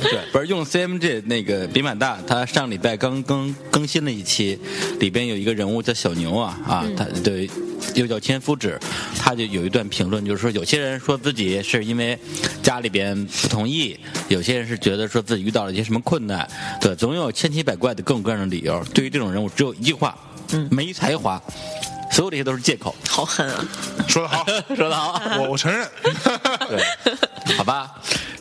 Speaker 2: 对，不是用 CMG 那个比满大，他上礼拜刚更更新了一期，里边有一个人物叫小牛啊啊，他对又叫千夫指，他就有一段评论，就是说有些人说自己是因为家里边不同意，有些人是觉得说自己遇到了一些什么困难，对，总有千奇百怪的各种各样的理由。对于这种人，我只有一句话，嗯，没才华，所有这些都是借口。
Speaker 3: 好狠啊！
Speaker 1: 说得好，
Speaker 2: 说得 好。
Speaker 1: 我我承认。
Speaker 2: 对，好吧，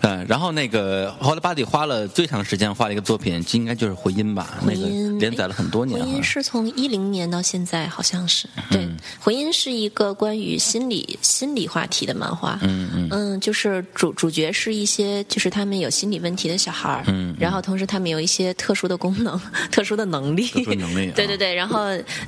Speaker 2: 嗯，然后那个后来巴蒂花了最长时间画了一个作品，应该就是《回音》吧，那个连载了很多年
Speaker 3: 回
Speaker 2: 哈嗯
Speaker 3: 音。是从一零年到现在，好像是对。回音是一个关于心理心理话题的漫画，嗯嗯就是主主角是一些就是他们有心理问题的小孩儿，
Speaker 2: 嗯嗯
Speaker 3: 然后同时他们有一些特殊的功能、 特殊的能力，
Speaker 2: 殊能力啊
Speaker 3: 对对对。然后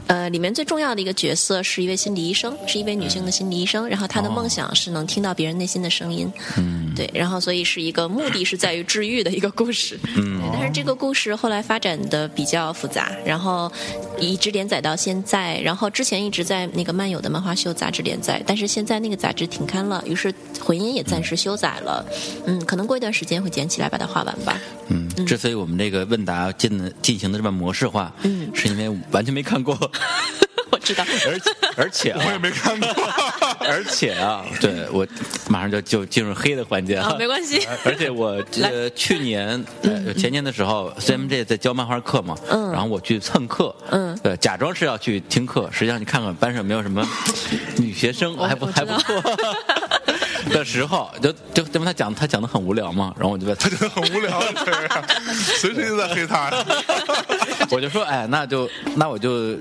Speaker 3: 呃，里面最重要的一个角色是一位心理医生，是一位女性的心理医生，然后她的
Speaker 2: 哦
Speaker 3: 梦想是能听到别人内心的声音，嗯，对。然后所以是一个目的是在于治愈的一个故事，嗯。但是这个故事后来发展的比较复杂，然后一直连载到现在，然后之前一直在那个漫友的漫画秀杂志连载，但是现在那个杂志停刊了，于是混音也暂时休载了。嗯，可能过一段时间会捡起来把它画完吧。
Speaker 2: 嗯，之所以我们这个问答进的进行的这么模式化，嗯，是因为完全没看过，
Speaker 3: 我知道，
Speaker 2: 而且而且
Speaker 1: 我
Speaker 2: 啊
Speaker 1: 也没看过。
Speaker 2: 而且啊，对我马上就就进入黑的环节
Speaker 3: 啊
Speaker 2: 了，，
Speaker 3: 没关系。
Speaker 2: 而且我呃去年呃前年的时候，CMJ 在教漫画课嘛，
Speaker 3: 嗯
Speaker 2: 然后我去蹭课，
Speaker 3: 嗯
Speaker 2: 呃，假装是要去听课，实际上你看看班上有没有什么女学生，还不
Speaker 3: 我知
Speaker 2: 还不
Speaker 3: 道
Speaker 2: 错 的时候，就就因为他讲他讲的很无聊嘛，然后我就在
Speaker 1: 他觉得很无聊，对啊随时就在黑他。
Speaker 2: 我就说，哎，那就那我就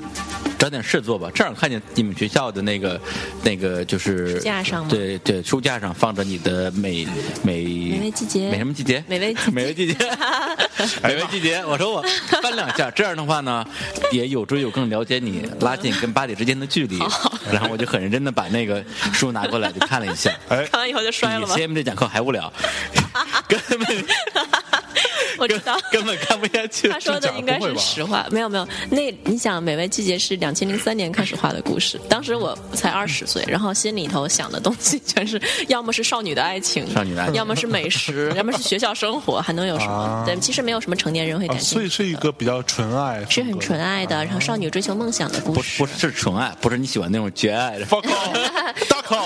Speaker 2: 找点事做吧。正好看见你们学校的那个那个就是
Speaker 3: 书架上吗
Speaker 2: 对对，书架上放着你的美美美
Speaker 3: 味季节
Speaker 2: 美什么季节？
Speaker 3: 美味季节
Speaker 2: 美味 季节，美味季节。我说我翻两下，这样的话呢，也有助于我更了解你，拉近跟巴里之间的距离。然后我就很认真的把那个书拿过来就看了一下，
Speaker 1: 哎，
Speaker 3: 看完以后就 摔
Speaker 2: 比
Speaker 3: 了吧
Speaker 2: C。M 这讲课还无聊， 根本
Speaker 3: 我知道。
Speaker 2: 根本看不下去。
Speaker 3: 他说的应该是实话，没有没有。那你想，《美味季节》是两千零三年开始画的故事，当时我才二十岁，然后心里头想的东西全是，要么是少女的爱情，
Speaker 2: 少女的爱情
Speaker 3: 要么是美食，要么是学校生活，还能有什么？对，其实没有什么成年人会感
Speaker 1: 啊
Speaker 3: 兴
Speaker 1: 所
Speaker 3: 趣
Speaker 1: 以，是一个比较纯爱，
Speaker 3: 是很纯爱的，然后少女追求梦想的故
Speaker 2: 不
Speaker 3: 事。
Speaker 2: 不是纯爱，不是你喜欢那种绝爱的。
Speaker 1: 风格。Fuck off，大口。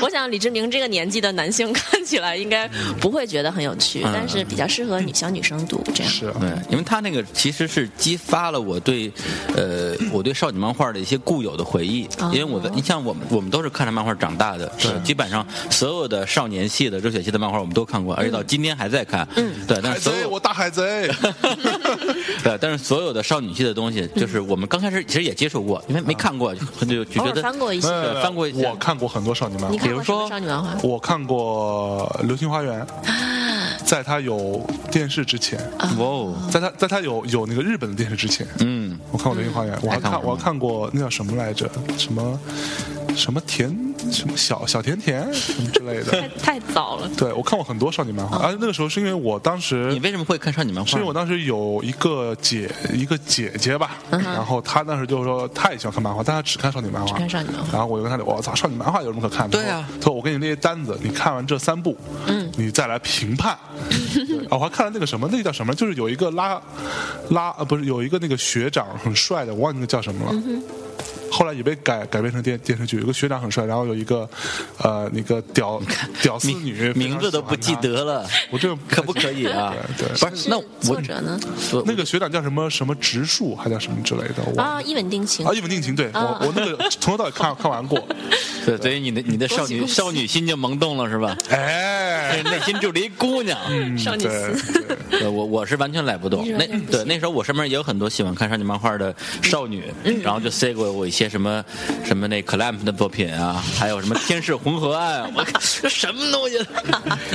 Speaker 3: 我想李志明这个年纪的男性看起来应该不会觉得很有趣，但是比较适合女小女生读这样。
Speaker 1: 是啊，
Speaker 2: 对，因为他那个其实是激发了我对，呃，我对少女漫画的一些固有的回忆。
Speaker 3: 哦
Speaker 2: 因为我的，你像我们，我们都是看着漫画长大的，是基本上所有的少年系的、热血系的漫画我们都
Speaker 3: 嗯
Speaker 2: 看过，而且到今天还在看。嗯，对，但
Speaker 1: 海
Speaker 2: 是所
Speaker 1: 贼，我
Speaker 2: 有
Speaker 1: 大海贼。
Speaker 2: 对，但是所有的少女系的东西，
Speaker 3: 嗯
Speaker 2: 就是我们刚开始其实也接触过，因为没看过，就就就
Speaker 3: 偶
Speaker 2: 觉
Speaker 3: 尔
Speaker 2: 得
Speaker 3: 翻过一些，
Speaker 1: 没有
Speaker 2: 翻过一下
Speaker 1: 我看过很多少女漫
Speaker 3: 你
Speaker 1: 画，
Speaker 2: 比
Speaker 3: 看过
Speaker 2: 如
Speaker 3: 什
Speaker 2: 说
Speaker 3: 么少女漫画？
Speaker 1: 我看过《流星花园》，在它有电视之前，
Speaker 2: 哇哦，
Speaker 1: 在它在它有有那个日本的电视之前，
Speaker 2: 嗯，
Speaker 1: 我看过《流星花园》，我还
Speaker 2: 还看
Speaker 1: 看
Speaker 2: 过
Speaker 1: 我还看过那叫什么来着？什么什么田什么小小甜甜什么之类的。
Speaker 3: 太早了。
Speaker 1: 对我看过很多少女漫画，而且那个时候是因为我当时
Speaker 2: 你为什么会看少女漫画？
Speaker 1: 是因为我当时有一个姐一个姐姐吧，
Speaker 2: 嗯
Speaker 1: 然后她当时就说她也喜欢看漫画，但她只看少女漫画，
Speaker 3: 只看少女漫画
Speaker 1: 然后我就跟她聊，我操，少女漫画有什么可看的？
Speaker 2: 对啊
Speaker 1: 她说我给你列单子，你看完这三部，嗯，你再来评判。 对哦，我还看了那个什么，那个叫什么？就是有一个拉拉呃，不是有一个那个学长很帅的，我忘记那个叫什么
Speaker 2: 嗯
Speaker 1: 了。后来也被改改编成电电视剧，有个学长很帅，然后有一个，呃，那个屌屌丝
Speaker 2: 名
Speaker 1: 女，
Speaker 2: 名字都不记
Speaker 1: 非常喜欢她。
Speaker 2: 得了，
Speaker 1: 我这
Speaker 2: 可不可以啊？
Speaker 1: 对对
Speaker 2: 不是，那我呃
Speaker 3: 作者呢？
Speaker 2: 我
Speaker 1: 那个学长叫什么什么植树，还叫什么之类的，我忘
Speaker 3: 啊，一吻定情
Speaker 1: 呃啊，。一吻定情，对我我那个从头到尾看看完 过，
Speaker 2: 对，所以你的你的少女
Speaker 3: 恭喜
Speaker 2: 少
Speaker 3: 恭喜
Speaker 2: 女心就萌动了是吧？
Speaker 1: 哎，
Speaker 2: 内心住着一姑娘，
Speaker 1: 嗯
Speaker 3: 少女
Speaker 1: 对
Speaker 3: 司，
Speaker 1: 对
Speaker 2: 呃我我是完全来不动。那对那时候我身边也有很多喜欢看少女漫画的少女，
Speaker 3: 嗯
Speaker 2: 然后就塞给我一些什么什么那 clamp 的作品啊，还有什么天使红河岸 啊，我看这什么东西，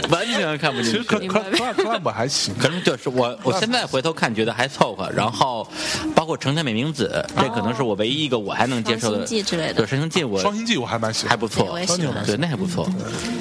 Speaker 2: 完全看不
Speaker 1: 其
Speaker 2: 进去
Speaker 1: 实可。可可可兰还行，
Speaker 2: 可能就是我，我现在回头看觉得还凑合，然后包括城下美明子，这可能是我唯一一个我还能接受的。
Speaker 3: 双星记之类的
Speaker 2: 对，双星记我
Speaker 1: 双星记我还蛮喜欢，
Speaker 2: 还不错，
Speaker 3: 我也喜欢嗯
Speaker 2: 对，那还不错。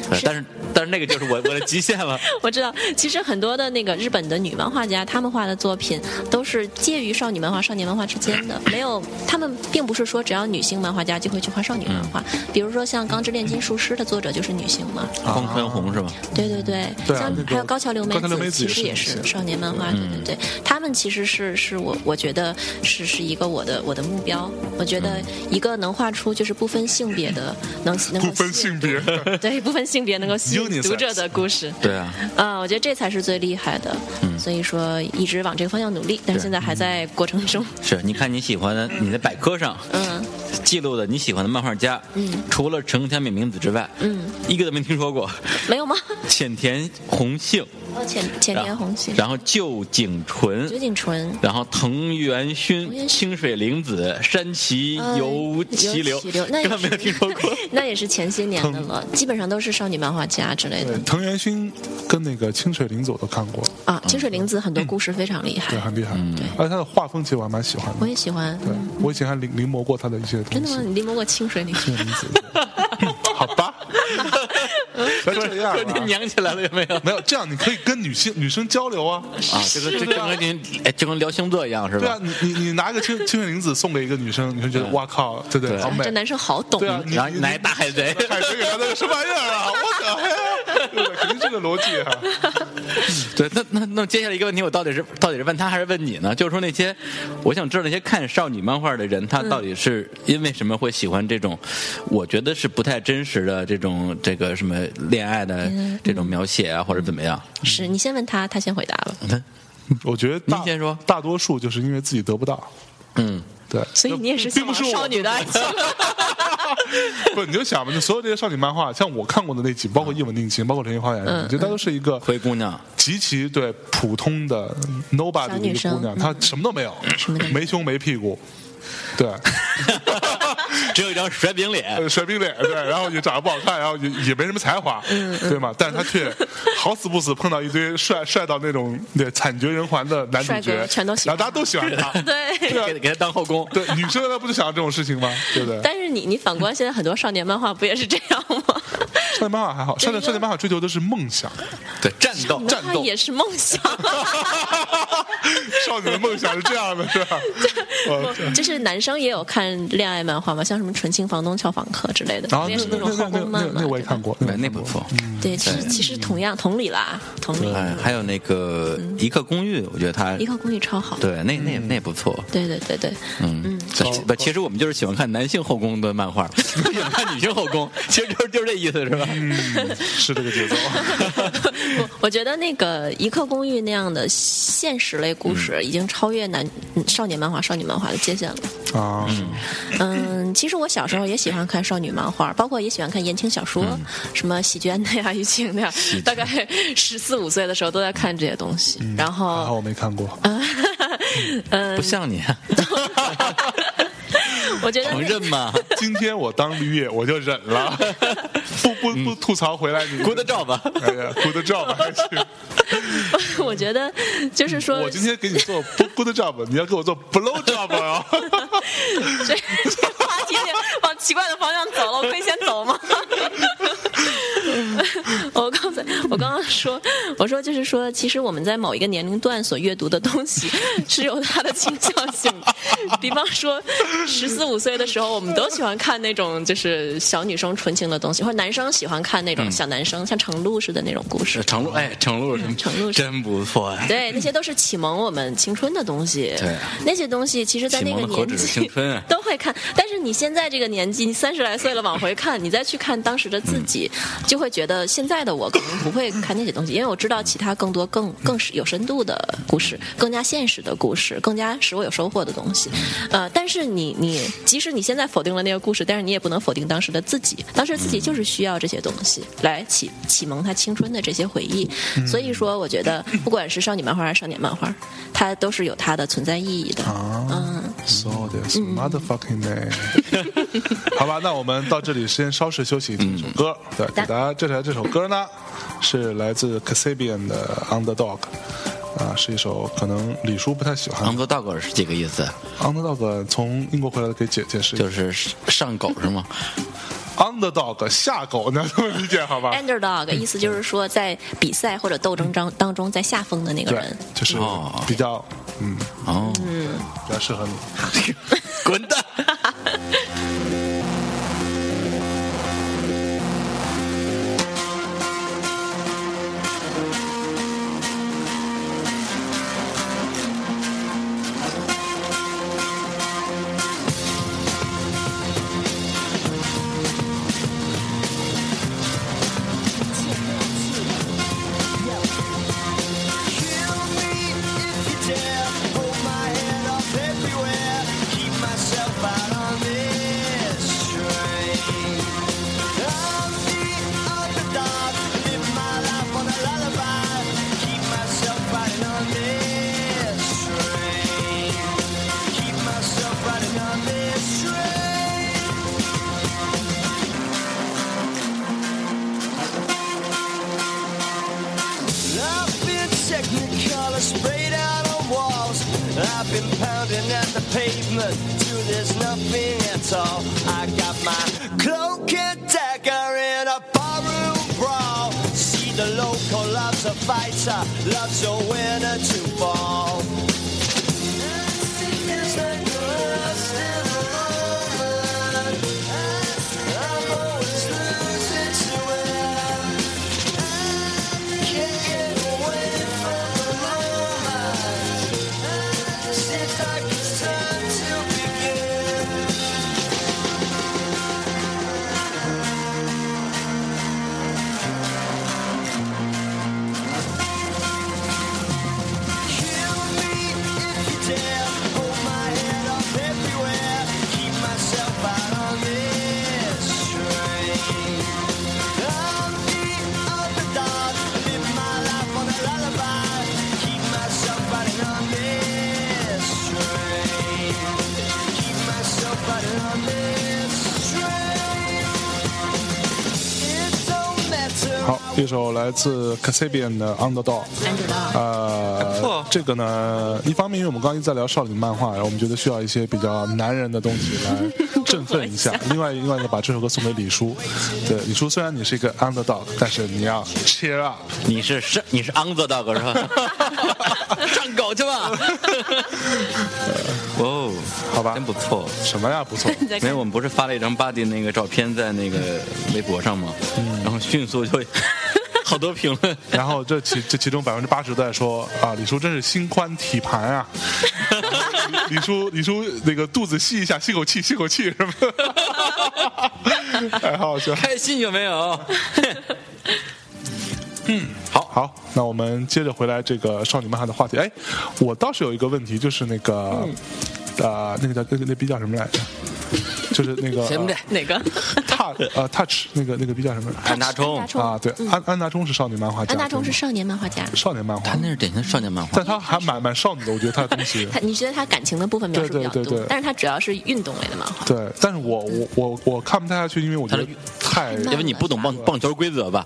Speaker 2: 对但是但是那个就是我我的极限 了。
Speaker 3: 我知道，其实很多的那个日本的女漫画家，她们画的作品都是介于少女漫画、少年漫画之间
Speaker 1: 嗯
Speaker 3: 的，没有，她们并不是说只要女性漫画家就会去画少女漫画。
Speaker 1: 嗯
Speaker 3: 比如说像《钢之炼金术师》的作者就是女性嘛，
Speaker 2: 风川红是吧？
Speaker 3: 对对对，
Speaker 1: 对啊
Speaker 3: 像
Speaker 1: 那个
Speaker 3: 还有高桥留美
Speaker 1: 高桥留美子
Speaker 3: 其实
Speaker 1: 也
Speaker 3: 也
Speaker 1: 是
Speaker 3: 是
Speaker 1: 女性嗯
Speaker 3: 少年漫画，对对对，他们其实是是我我觉得是是一个我的我的目标，我觉
Speaker 1: 嗯
Speaker 3: 得一个能画出就是不分性别的，能能够
Speaker 1: 不分
Speaker 3: 吸引
Speaker 1: 性别，
Speaker 3: 对不分性别能够吸引
Speaker 1: Unisex 嗯
Speaker 3: 读者的故事，
Speaker 2: 对啊，
Speaker 3: 啊、我觉得这才是最厉害的。所以说一直往这个方向努力，但是
Speaker 2: 对
Speaker 3: 现在
Speaker 1: 嗯
Speaker 3: 还在过程中。
Speaker 2: 是你看你喜欢的，你的百科上
Speaker 3: 嗯，
Speaker 2: 记录的你喜欢的漫画家，嗯，除了城田美明子之外，嗯，一个都没听说过。
Speaker 3: 没有吗？
Speaker 2: 浅田红杏，
Speaker 3: 哦，浅浅田红杏、
Speaker 2: 然后旧井纯，
Speaker 3: 酒井 纯、
Speaker 2: 然后藤原
Speaker 3: 藤
Speaker 2: 勋、
Speaker 3: 原勋
Speaker 2: 清水玲子、山崎
Speaker 3: 呃
Speaker 2: 由其流，
Speaker 3: 由其流那也
Speaker 2: 根本没有
Speaker 3: 是
Speaker 2: 听说 过。
Speaker 3: 那也是前些年的了，基本上都是少女漫画家之类
Speaker 1: 嗯
Speaker 3: 的
Speaker 1: 对，藤原勋跟那个清水玲子我都看过，
Speaker 3: 啊。清水玲子很多故事非常厉害
Speaker 1: 嗯对，，很厉害，而且他的画风其嗯实我还蛮喜欢
Speaker 3: 我
Speaker 1: 的，
Speaker 3: 也喜欢。
Speaker 1: 对嗯我以前还临临摹过他的一些东
Speaker 3: 真的吗？
Speaker 1: 西，
Speaker 3: 你临摹过清水玲？
Speaker 1: 清水玲子，对好 吧，不要这样
Speaker 2: 哥， 你
Speaker 1: 了。
Speaker 2: 娘起来了有没有？
Speaker 1: 没有这样，你可以跟女性女生交流啊！
Speaker 2: 啊，这个这就跟您哎，就跟聊星座一样是
Speaker 1: 对
Speaker 2: 吧
Speaker 1: 啊？，你你你拿一个清清水玲子送给一个女生，女生觉得哇靠，对对，
Speaker 2: 对
Speaker 1: 好美
Speaker 3: 这，男生好
Speaker 1: 嗯
Speaker 3: 懂
Speaker 1: 对啊，你
Speaker 2: 然后
Speaker 1: 你
Speaker 2: 你拿一大海贼，
Speaker 1: 海贼给他那个什么玩意儿啊？我的嘿，对肯定这个逻辑哈、
Speaker 2: 对，那那那接下来一个问题，我到底是到底是问他还是问你呢？就是说那些，我想知道那些看少女漫画的人，他到底是因为什么会喜欢这种，我觉得是不太真实的这种这个什么恋爱的这种描写啊，或者怎么样？
Speaker 3: 是你先问他，他先回答吧。
Speaker 1: 我觉得大
Speaker 2: 您先说
Speaker 1: 大多数就是因为自己得不到，
Speaker 2: 嗯，
Speaker 1: 对，
Speaker 3: 所以你也是
Speaker 1: 并
Speaker 3: 向
Speaker 1: 不
Speaker 3: 往
Speaker 1: 是我
Speaker 3: 少女的 爱情。
Speaker 1: 不，你就想吧，就所有这些少女漫画，像我看过的那几，包
Speaker 2: 嗯
Speaker 1: 括《一吻定情》，包括《流星花园》，我觉得它都是一个
Speaker 2: 灰姑娘，
Speaker 1: 极其对普通的 nobody
Speaker 3: 小
Speaker 1: 的一
Speaker 3: 女
Speaker 1: 个
Speaker 3: 生
Speaker 1: 姑娘，她嗯什么都没有，没胸没屁股，对，
Speaker 2: 只有一张甩饼脸，
Speaker 1: 呃甩冰脸，对，然后也长得不好看，然后也也没什么才华，
Speaker 3: 嗯
Speaker 1: 对吗？但是她却好死不死碰到一堆帅帅到那种对惨绝人寰的男主
Speaker 3: 帅
Speaker 1: 角，
Speaker 3: 哥全都喜
Speaker 1: 然后大家
Speaker 3: 欢
Speaker 1: 都喜欢她，
Speaker 3: 对。
Speaker 1: 对啊
Speaker 2: 给给他当后宫。
Speaker 1: 对，女生她不就想要这种事情吗？对不对？
Speaker 3: 但是你你反观现在很多少年漫画不也是这样 吗？
Speaker 1: 少年漫画还好，少年少年漫画追求的是梦想，
Speaker 2: 对，战斗
Speaker 3: 漫画也是梦想，
Speaker 1: 少女的梦想是这样的， 是吧？哦
Speaker 3: 就是男生也有看恋爱漫画嘛，像什么《纯情房东俏访客》之类的，
Speaker 1: 然后
Speaker 3: 不也
Speaker 1: 那
Speaker 3: 是
Speaker 1: 啊那
Speaker 3: 种后
Speaker 1: 那那
Speaker 3: 宫
Speaker 1: 那
Speaker 3: 漫
Speaker 1: 那
Speaker 3: 嘛
Speaker 1: 那我也
Speaker 3: 对吧
Speaker 1: 看过，
Speaker 2: 哎对，那不错。
Speaker 3: 对，其实其实同样同理啦，同理。
Speaker 2: 哎，还有那个一刻公寓，我觉得他
Speaker 3: 嗯一个公寓超好。
Speaker 2: 对，那那那也不错。
Speaker 3: 对对对 对，
Speaker 2: 嗯，不，其实我们就是喜欢看男性后宫的漫画，不 喜欢看女性后宫，其实就是就是这意思，是吧？
Speaker 1: 是这个 节奏。
Speaker 3: 我我觉得那个《一刻公寓》那样的现实类故事，已经超越男嗯少年漫画、少女漫画的界限了。
Speaker 1: 啊，
Speaker 3: 嗯，其实我小时候也喜欢看少女漫画，包括也喜欢看言情小
Speaker 1: 嗯
Speaker 3: 说，什么《喜剧安奈》 啊、《玉清》那样，大概十四五岁的时候都在看这些东西。
Speaker 1: 嗯
Speaker 3: 然
Speaker 1: 还好
Speaker 3: 后，嗯
Speaker 1: 我没看过。
Speaker 2: 不像你，啊
Speaker 3: 我觉得
Speaker 2: 承认嘛
Speaker 1: 今天我当绿叶，我就忍了，不不不吐槽回来你。
Speaker 2: ，good
Speaker 3: 嗯
Speaker 2: job，
Speaker 1: 哎呀，good job！还是
Speaker 3: 我觉得就是说，
Speaker 1: 我今天给你做不 good job，你要给我做 blow job 啊！
Speaker 3: 这这话题有点往奇怪的方向走了，我可以先走吗？ 样说，我说就是说，其实我们在某一个年龄段所阅读的东西是有它的倾向性。比方说，十四五岁的时候，我们都喜欢看那种就是小女生纯情的东西，或者男生喜欢看那种
Speaker 2: 嗯
Speaker 3: 小男生，像程璐似的那种故事。
Speaker 2: 程璐，哎，程璐是，
Speaker 3: 程璐是
Speaker 2: 真不错哎。
Speaker 3: 对，那些都是启蒙我们青春的东西。
Speaker 2: 对
Speaker 3: 那些东西其实，在那
Speaker 2: 启
Speaker 3: 个
Speaker 2: 蒙的何
Speaker 3: 年
Speaker 2: 止是
Speaker 3: 纪
Speaker 2: 青春啊
Speaker 3: 都会看，但是你现在这个年纪，你三十来岁了，往回看，你再去看当时的自己，就会觉得现在的我可能不会看那些东西，因为我知道其他更多更更是有深度的故事，更加现实的故事，更加使我有收获的东西。呃，但是你你即使你现在否定了那个故事，但是你也不能否定当时的自己，当时自己就是需要这些东西来启启蒙他青春的这些回忆。所以说，我觉得不管是少女漫画还是少年漫画，它都是有它的存在意义的。
Speaker 1: 啊
Speaker 3: 嗯，
Speaker 1: ，so this motherfucking name。好吧，那我们到这里先稍事休息，听一首歌。对，给大家介绍这首歌呢，是来自 Casabian 的《Underdog》，啊，是一首可能李叔不太喜欢。
Speaker 2: 昂头大狗是几个意思？
Speaker 1: 嗯 Underdog 啊从英国回来的，给解解释一下。
Speaker 2: 就是上狗是吗？
Speaker 1: Underdog 下狗，你要这么理解好吧？
Speaker 2: 啊
Speaker 3: 哎 Underdog
Speaker 2: 嗯
Speaker 3: 意思就是说，在比赛或者斗争当当中在下风的那个
Speaker 1: 对
Speaker 3: 人。，
Speaker 1: 就是
Speaker 2: 哦
Speaker 1: 比较嗯
Speaker 2: 哦，
Speaker 1: 比较适合你。
Speaker 2: 滚蛋！
Speaker 5: I've been technicolor sprayed out on walls. I've been pounding at the pavement till there's nothing at all. I got my cloak and dagger in a barroom brawl. See, the local loves a fighter, loves a winner to fall. I'm always losing to it. Thank you I'm the underdog, live my life on a lullaby, keep myself riding on this train, keep myself riding on this train. It don't matter.
Speaker 1: 好，一首来自 Casabian 的《Underdog》。
Speaker 3: Underdog
Speaker 1: 呃，这个呢，一方面因为我们刚刚一直在聊少女漫画，然后我们觉得需要一些比较男人的东西来振奋一下。另外，另外呢，把这首歌送给李叔。对，李叔，虽然你是一个 underdog，但是你要 cheer up。
Speaker 2: 你是是你是昂头大狗是吧？ 上狗去吧！ 哇哦，
Speaker 1: 好吧
Speaker 2: 真不错。
Speaker 1: 什么呀？不错，
Speaker 3: 你在
Speaker 2: 没
Speaker 3: 看
Speaker 2: 有，我们不是发了一张巴蒂那个照片在那个微博上吗？
Speaker 3: 嗯
Speaker 2: 然后迅速就 好多评论，
Speaker 1: 然后这其这其中百分之八十都在说啊，李叔真是心宽体盘啊。 李叔，李叔那个肚子吸一下，吸口气，吸口气，什么？哎，好好笑。
Speaker 2: 开心有没有？
Speaker 1: 好，那我们接着回来这个少女漫画的话题。哎，我倒是有一个问题，就是那个，呃，那个叫那个那逼叫什么来着？就是那 个
Speaker 2: 前面
Speaker 3: 哪个？
Speaker 1: touch 呃 touch 那个那个逼叫什么来
Speaker 2: 安达充
Speaker 3: 安达，
Speaker 1: 着？
Speaker 3: 充
Speaker 1: 啊，对，安安达充是少女漫画家，
Speaker 3: 安大冲
Speaker 1: 对
Speaker 3: 是
Speaker 1: 吗
Speaker 3: 少年漫画家，
Speaker 1: 少年漫画
Speaker 2: 他，那是典型的少年漫画。
Speaker 1: 但他还蛮蛮少女的，我觉得他的东西
Speaker 3: 。他你觉得他感情的部分描述比较
Speaker 1: 对对对
Speaker 3: 多
Speaker 1: 对，
Speaker 3: 但是他主要是运动类的漫画。
Speaker 1: 对，但是我我我我看不太下去，因为我觉得
Speaker 2: 他的
Speaker 1: 太
Speaker 3: 慢
Speaker 2: 要不你不懂棒棒球规则吧？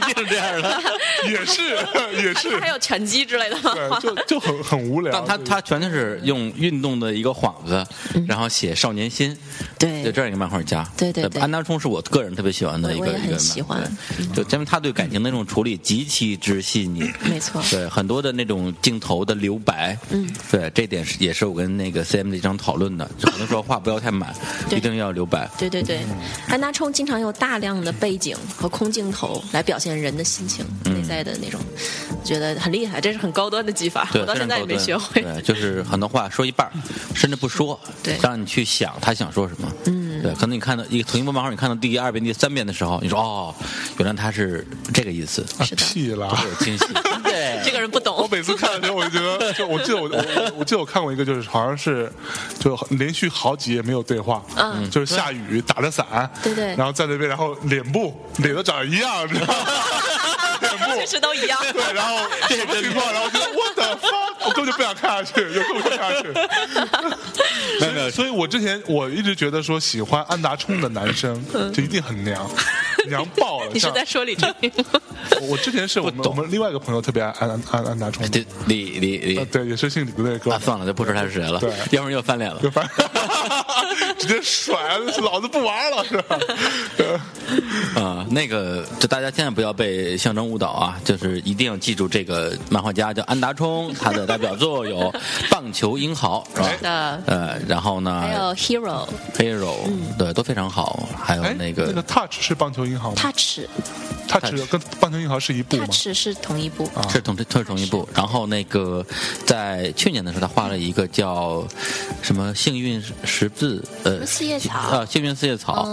Speaker 2: 一定成这样 了。
Speaker 1: 也是 也是，
Speaker 3: 还有拳击之类的漫
Speaker 1: 对，
Speaker 3: 画。
Speaker 1: 就就很很无聊。
Speaker 2: 但他
Speaker 1: 对
Speaker 2: 他全都是用运动的一个幌子，然后写少年心，
Speaker 3: 嗯对
Speaker 2: 就这样一个漫画家。
Speaker 3: 对对对
Speaker 2: 安达充是我个人特别喜欢的一
Speaker 3: 我
Speaker 2: 个
Speaker 3: 我
Speaker 2: 一
Speaker 3: 也
Speaker 2: 个
Speaker 3: 很
Speaker 2: 漫
Speaker 3: 喜欢
Speaker 2: 对就证明他对感情的那种处理极其之细腻。
Speaker 3: 没错
Speaker 2: 对很多的那种镜头的留白，嗯，对，这点是也是我跟那个 CM 的一场讨论的，就很多时候话不要太满，
Speaker 3: 对
Speaker 2: 一定要留白。
Speaker 3: 对对
Speaker 2: 嗯
Speaker 3: 对，安达充经常用大量的背景和空镜头来表现人的心情、
Speaker 2: 嗯
Speaker 3: 内在的那种，我觉得很厉害，这是很高端的技法，
Speaker 2: 对，
Speaker 3: 我到
Speaker 2: 非常
Speaker 3: 现在也
Speaker 2: 高
Speaker 3: 没
Speaker 2: 端
Speaker 3: 学会。
Speaker 2: 对，就是很多话说一半儿，甚至不说，
Speaker 3: 对
Speaker 2: 让你去想他想说什么。嗯，对，可能你看到一个同一部漫画，你看到第一、二遍、第三遍的时候，你说哦，原来他是这个意 思，
Speaker 1: 啊
Speaker 3: 是的
Speaker 1: 屁啦！
Speaker 2: 会有清晰。对
Speaker 3: 这个人不懂
Speaker 1: 我，每次看的时候，我就觉得，就我记得我我我记得我看过一个，就是好像是就连续好几页没有对话，
Speaker 3: 嗯
Speaker 1: 就是下雨打着伞，
Speaker 3: 对对
Speaker 1: 然后在那边，然后脸部脸都长得一样，你知道吗？脸
Speaker 3: 确
Speaker 1: 部
Speaker 3: 实都 一样。
Speaker 1: 对，然后 什么情况？然后我觉得 what the fuck，我根本就不想看下去，就根本就看下去。
Speaker 2: 没有没有
Speaker 1: 所以我之前我一直觉得说喜欢安达充的男生就一定很 娘，娘爆了。
Speaker 3: 嗯你是
Speaker 1: 像
Speaker 3: 在说李志明吗？
Speaker 1: 我我之前是我们我
Speaker 2: 懂
Speaker 1: 们另外一个朋友特别爱安安安达充的，
Speaker 2: 对李李李
Speaker 1: 啊对，也是姓李的那个哥
Speaker 2: 啊，
Speaker 1: 们儿，
Speaker 2: 算了，就不说他是谁了
Speaker 1: 对，
Speaker 2: 要不然又翻脸了
Speaker 1: 就。反正 直接甩，老子不玩了，是吧？呃
Speaker 2: 啊、那个，就大家千万不要被象征误导啊！就是一定要记住这个漫画家叫安达充，他的代表作有 《棒球英豪》，是吧？
Speaker 3: 的
Speaker 2: 呃，然后呢，
Speaker 3: 还有嗯 Hero
Speaker 2: Hero，、对，都非常好。还有
Speaker 1: 哎，
Speaker 2: 那
Speaker 1: 那个
Speaker 2: 个
Speaker 1: Touch 是棒球银行吗
Speaker 3: Touch
Speaker 1: ？Touch 跟棒球银行是一部吗？
Speaker 3: Touch 是同一部，
Speaker 2: 是同特同一部，然后那个在去年的时候，他画了一个叫什么“幸运十字”呃
Speaker 3: 四叶草嗯
Speaker 2: 啊，“幸运四叶草”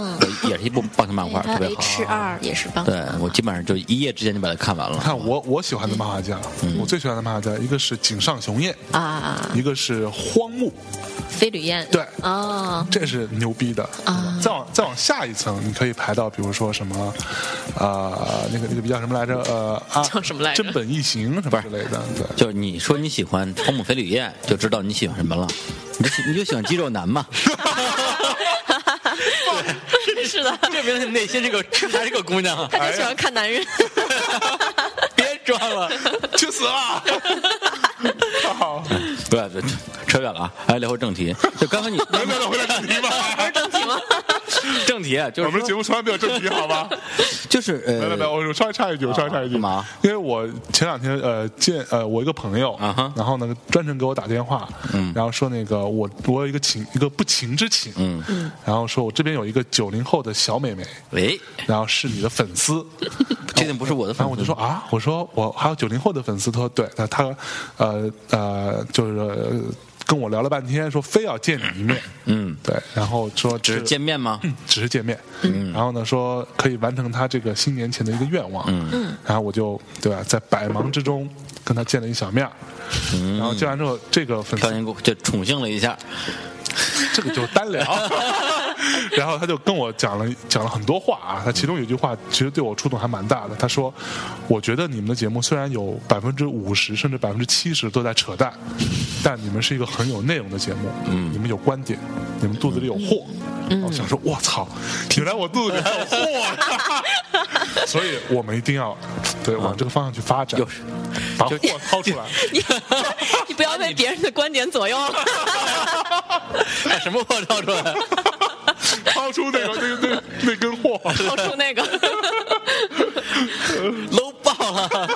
Speaker 2: 也是一部棒球漫画，
Speaker 3: 对
Speaker 2: 特
Speaker 3: 还
Speaker 2: 别
Speaker 3: 有
Speaker 2: 好。
Speaker 3: H 二也是帮
Speaker 2: 对我基本上就一夜之间就把它看完
Speaker 1: 你
Speaker 2: 了。
Speaker 1: 看我我喜欢的漫画家，我最喜欢的漫画家，一个是井上雄彦，
Speaker 3: 啊，
Speaker 1: 一个是荒木，
Speaker 3: 飞吕燕
Speaker 1: 对
Speaker 3: 哦，
Speaker 1: 这是牛逼的
Speaker 3: 啊
Speaker 1: 再往再往下一层，你可以排到比如说什么，呃，那个那个比较什么来着？呃，啊，
Speaker 3: 叫什么来着
Speaker 1: 真本异形什么之类的，对。
Speaker 2: 就是你说你喜欢《红母飞吕燕》，就知道你喜欢什么了。你就喜你就喜欢肌肉 男嘛？
Speaker 3: 是 的，
Speaker 2: 证明你内心是个还是个姑 娘，
Speaker 3: 他就喜欢看男人。
Speaker 2: 哎别装了。
Speaker 1: 去死啊！ 好，
Speaker 2: 不要这扯远了啊！来聊回正题，就刚 才你
Speaker 1: 能聊聊回来正题吗？
Speaker 2: 正题啊就是
Speaker 1: 我们节
Speaker 2: 说
Speaker 1: 目从来没有正题，好吧？
Speaker 2: 就是
Speaker 1: 没有没有，
Speaker 2: 呃，
Speaker 1: 我稍微插一句，我稍微插一句，
Speaker 2: 啊干嘛？
Speaker 1: 因为我前两天呃见呃我一个朋友
Speaker 2: 啊哈，嗯
Speaker 1: 然后呢专程给我打电话，然后说那个我我有一个情一个不情之请，嗯，然后说我这边有一个九零后的小妹妹，
Speaker 2: 喂，
Speaker 1: 然后是你的粉 丝，
Speaker 2: 这定不哎是我的
Speaker 1: 然
Speaker 2: 粉
Speaker 1: 后
Speaker 2: 丝，
Speaker 1: 我就说啊，我说我还有九零后的粉丝，他说对，那他呃呃就是呃跟我聊了半天，说非要见你一面，嗯，对，然后说
Speaker 2: 只是见面吗？
Speaker 1: 嗯只是见面，嗯，然后呢说可以完成他这个新年前的一个愿望，嗯，然后我就对吧，在百忙之中跟他见了一小面儿，然后见完之后，这个粉
Speaker 2: 少
Speaker 1: 丝
Speaker 2: 年宫就宠幸了一下，
Speaker 1: 这个就单聊。 然后他就跟我讲了讲了很多话啊，他其中有一句话其实对我触动还蛮大的。他说：“我觉得你们的节目虽然有百分之五十甚至百分之七十都在扯淡，但你们是一个很有内容的节目，嗯，你们有观点，你们肚子里有货。
Speaker 2: 嗯
Speaker 1: 我想说，我操，原来我肚子里还有货呀、 所以我们一定要对往这个方向去发展
Speaker 2: 又是，
Speaker 1: 把货掏出来。
Speaker 3: 你你不要被别人的观点左右了。
Speaker 2: 把哎什么货掏出来？
Speaker 1: 掏出那个那那那根 货，
Speaker 3: 掏出那个，
Speaker 2: 搂爆 了！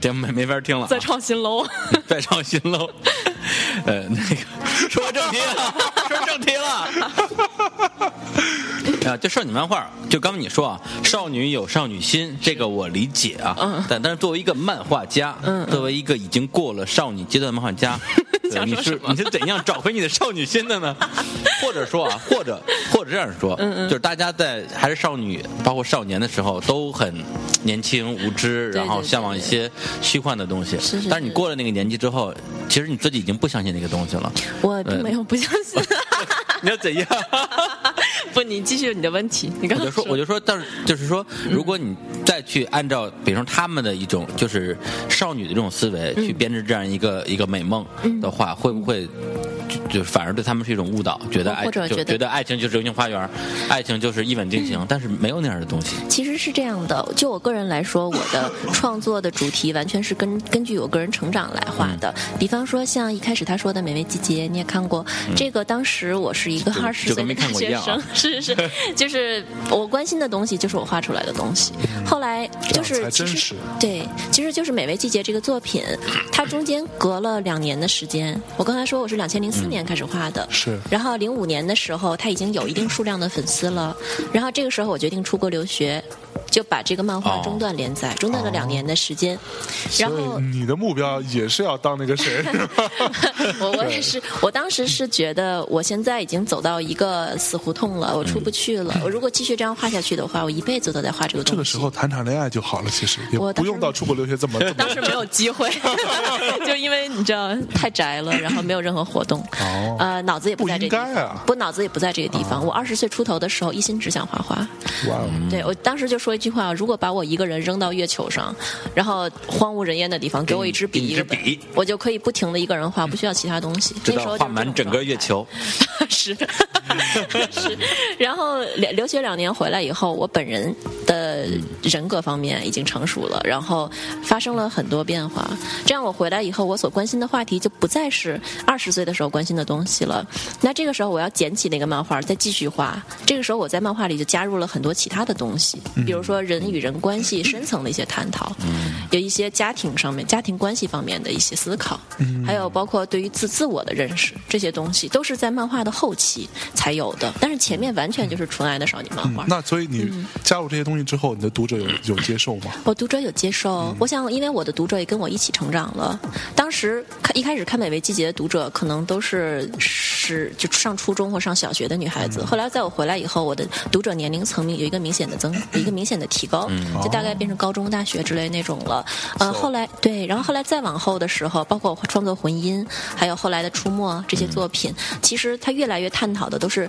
Speaker 2: 真没没法听了啊，
Speaker 3: 再创新喽！
Speaker 2: 再创新喽。呃，那个说正题了，说正题了。 啊，就少女漫画，就刚刚你说啊，少女有少女心，这个我理解啊。嗯。但但是作为一个漫画家，嗯，作为一个已经过了少女阶段的漫画家，对
Speaker 3: 想
Speaker 2: 你
Speaker 3: 说
Speaker 2: 是你是怎样找回你的少女心的呢？或者说啊，或者或者这样说，嗯嗯，就是大家在还是少女，包括少年的时候，都很年轻无知，然后
Speaker 3: 对对
Speaker 2: 向往一些虚幻的东西。
Speaker 3: 是是
Speaker 2: 但是你过了那个年纪之后，其实你自己已经不相信那个东西了。呃
Speaker 3: 我并没有不相 信。
Speaker 2: 你要怎 样？
Speaker 3: 不，你继续你的问题。你刚
Speaker 2: 我
Speaker 3: 刚
Speaker 2: 就说，我就说，但是就是说，
Speaker 3: 嗯
Speaker 2: 如果你再去按照，比如说他们的一种
Speaker 3: 嗯
Speaker 2: 就是少女的这种思维去编织这样一个一个美梦的话，会不会就就反而对他们是一种误导，觉得爱
Speaker 3: 或者
Speaker 2: 就
Speaker 3: 觉得嗯
Speaker 2: 觉得爱情就是流星花园，爱情就是一吻定情，但是没有那样的东西。
Speaker 3: 其实是这样的，就我个人来说，我的创作的主题完全是根 根据我个人成长来画的。
Speaker 2: 嗯
Speaker 3: 比方说，像一开始他说的《美味季节》，你也看过，这个当时我是一个
Speaker 2: 就
Speaker 3: 二十
Speaker 2: 就
Speaker 3: 岁
Speaker 2: 跟没
Speaker 3: 的大
Speaker 2: 看过一
Speaker 3: 学
Speaker 2: 样啊
Speaker 3: 生， 是是是，就是我关心的东西就是我画出来的东西。
Speaker 2: 嗯
Speaker 3: 后来就
Speaker 1: 这样才
Speaker 3: 是其
Speaker 1: 真
Speaker 3: 实
Speaker 1: 实
Speaker 3: 对，其实就是《美味季节》这个作品，它中间隔了两年的时间。我刚才说我是两千零四年开始画的，
Speaker 1: 嗯是
Speaker 3: 然后零五年的时候，他已经有一定数量的粉丝了。然后这个时候，我决定出国留学，就把这个漫画
Speaker 2: 哦
Speaker 3: 中断连载，中断了两年的时间。然后
Speaker 1: 所以 你的目标也是要当那个谁，是吧
Speaker 3: 我我也是，我当时是觉得我现在已经走到一个死胡同了，我出不去了。我如果继续这样画下去的话，我一辈子都在画这个东
Speaker 1: 嗯
Speaker 3: 西。
Speaker 1: 这个时候谈谈恋爱就好了，其实也
Speaker 3: 我当
Speaker 1: 不
Speaker 3: 时
Speaker 1: 用到出国留学这么。这么
Speaker 3: 当时没有机 会，就因为你知道太宅了，然后没有任何活动，
Speaker 1: 哦
Speaker 3: 呃，脑子也不在这个地
Speaker 1: 不
Speaker 3: 方，
Speaker 1: 应该啊
Speaker 3: 不脑子也不在这个地
Speaker 2: 哦
Speaker 3: 方。我二十岁出头的时候，一心只想画画。
Speaker 2: 嗯
Speaker 1: 哇哦，
Speaker 3: 对我当时就说一句话：如果把我一个人扔到月球上，然后荒无人烟的地方，给我一支笔，
Speaker 2: 给你一支笔
Speaker 3: 我就可以不停的一个人画，不需要其他东西。
Speaker 2: 直
Speaker 3: 那时
Speaker 2: 到
Speaker 3: 候
Speaker 2: 画
Speaker 3: 就是
Speaker 2: 满
Speaker 3: 这种
Speaker 2: 整个月
Speaker 3: 状态
Speaker 2: 球，
Speaker 3: 是是，然后留留学两年回来以后，我本人的人格方面已经成熟了，然后发生了很多变化。这样我回来以后，我所关心的话题就不再是二十岁的时候关心的东西了。那这个时候我要捡起那个漫画，再继续画。这个时候我在漫画里就加入了很多其他的东西，比如说人与人关系深层的一些探讨，有一些家庭上面、家庭关系方面的一些思考，还有包括对于自自我的认识，这些东西都是在漫画的后期才有的，但是前面完全就是纯爱的少女漫画。
Speaker 1: 嗯那所以
Speaker 3: 嗯
Speaker 1: 你加入这些东西之后，你的读者有有接受吗？
Speaker 3: 我读者有接受，我想，因为我的读者也跟我一起成长了。当时看一开始看《美味季节》的读者，可能都是是就上初中或上小学的女孩子。后来在我回来以后，我的读者年龄层面有一个明显的增，有一个明显的提高，就大概变成高中、大学之类那种了。呃，后来对，然后后来再往后的时候，包括我创作《魂音》，还有后来的《出没》这些作品，其实它越来越探讨的都是。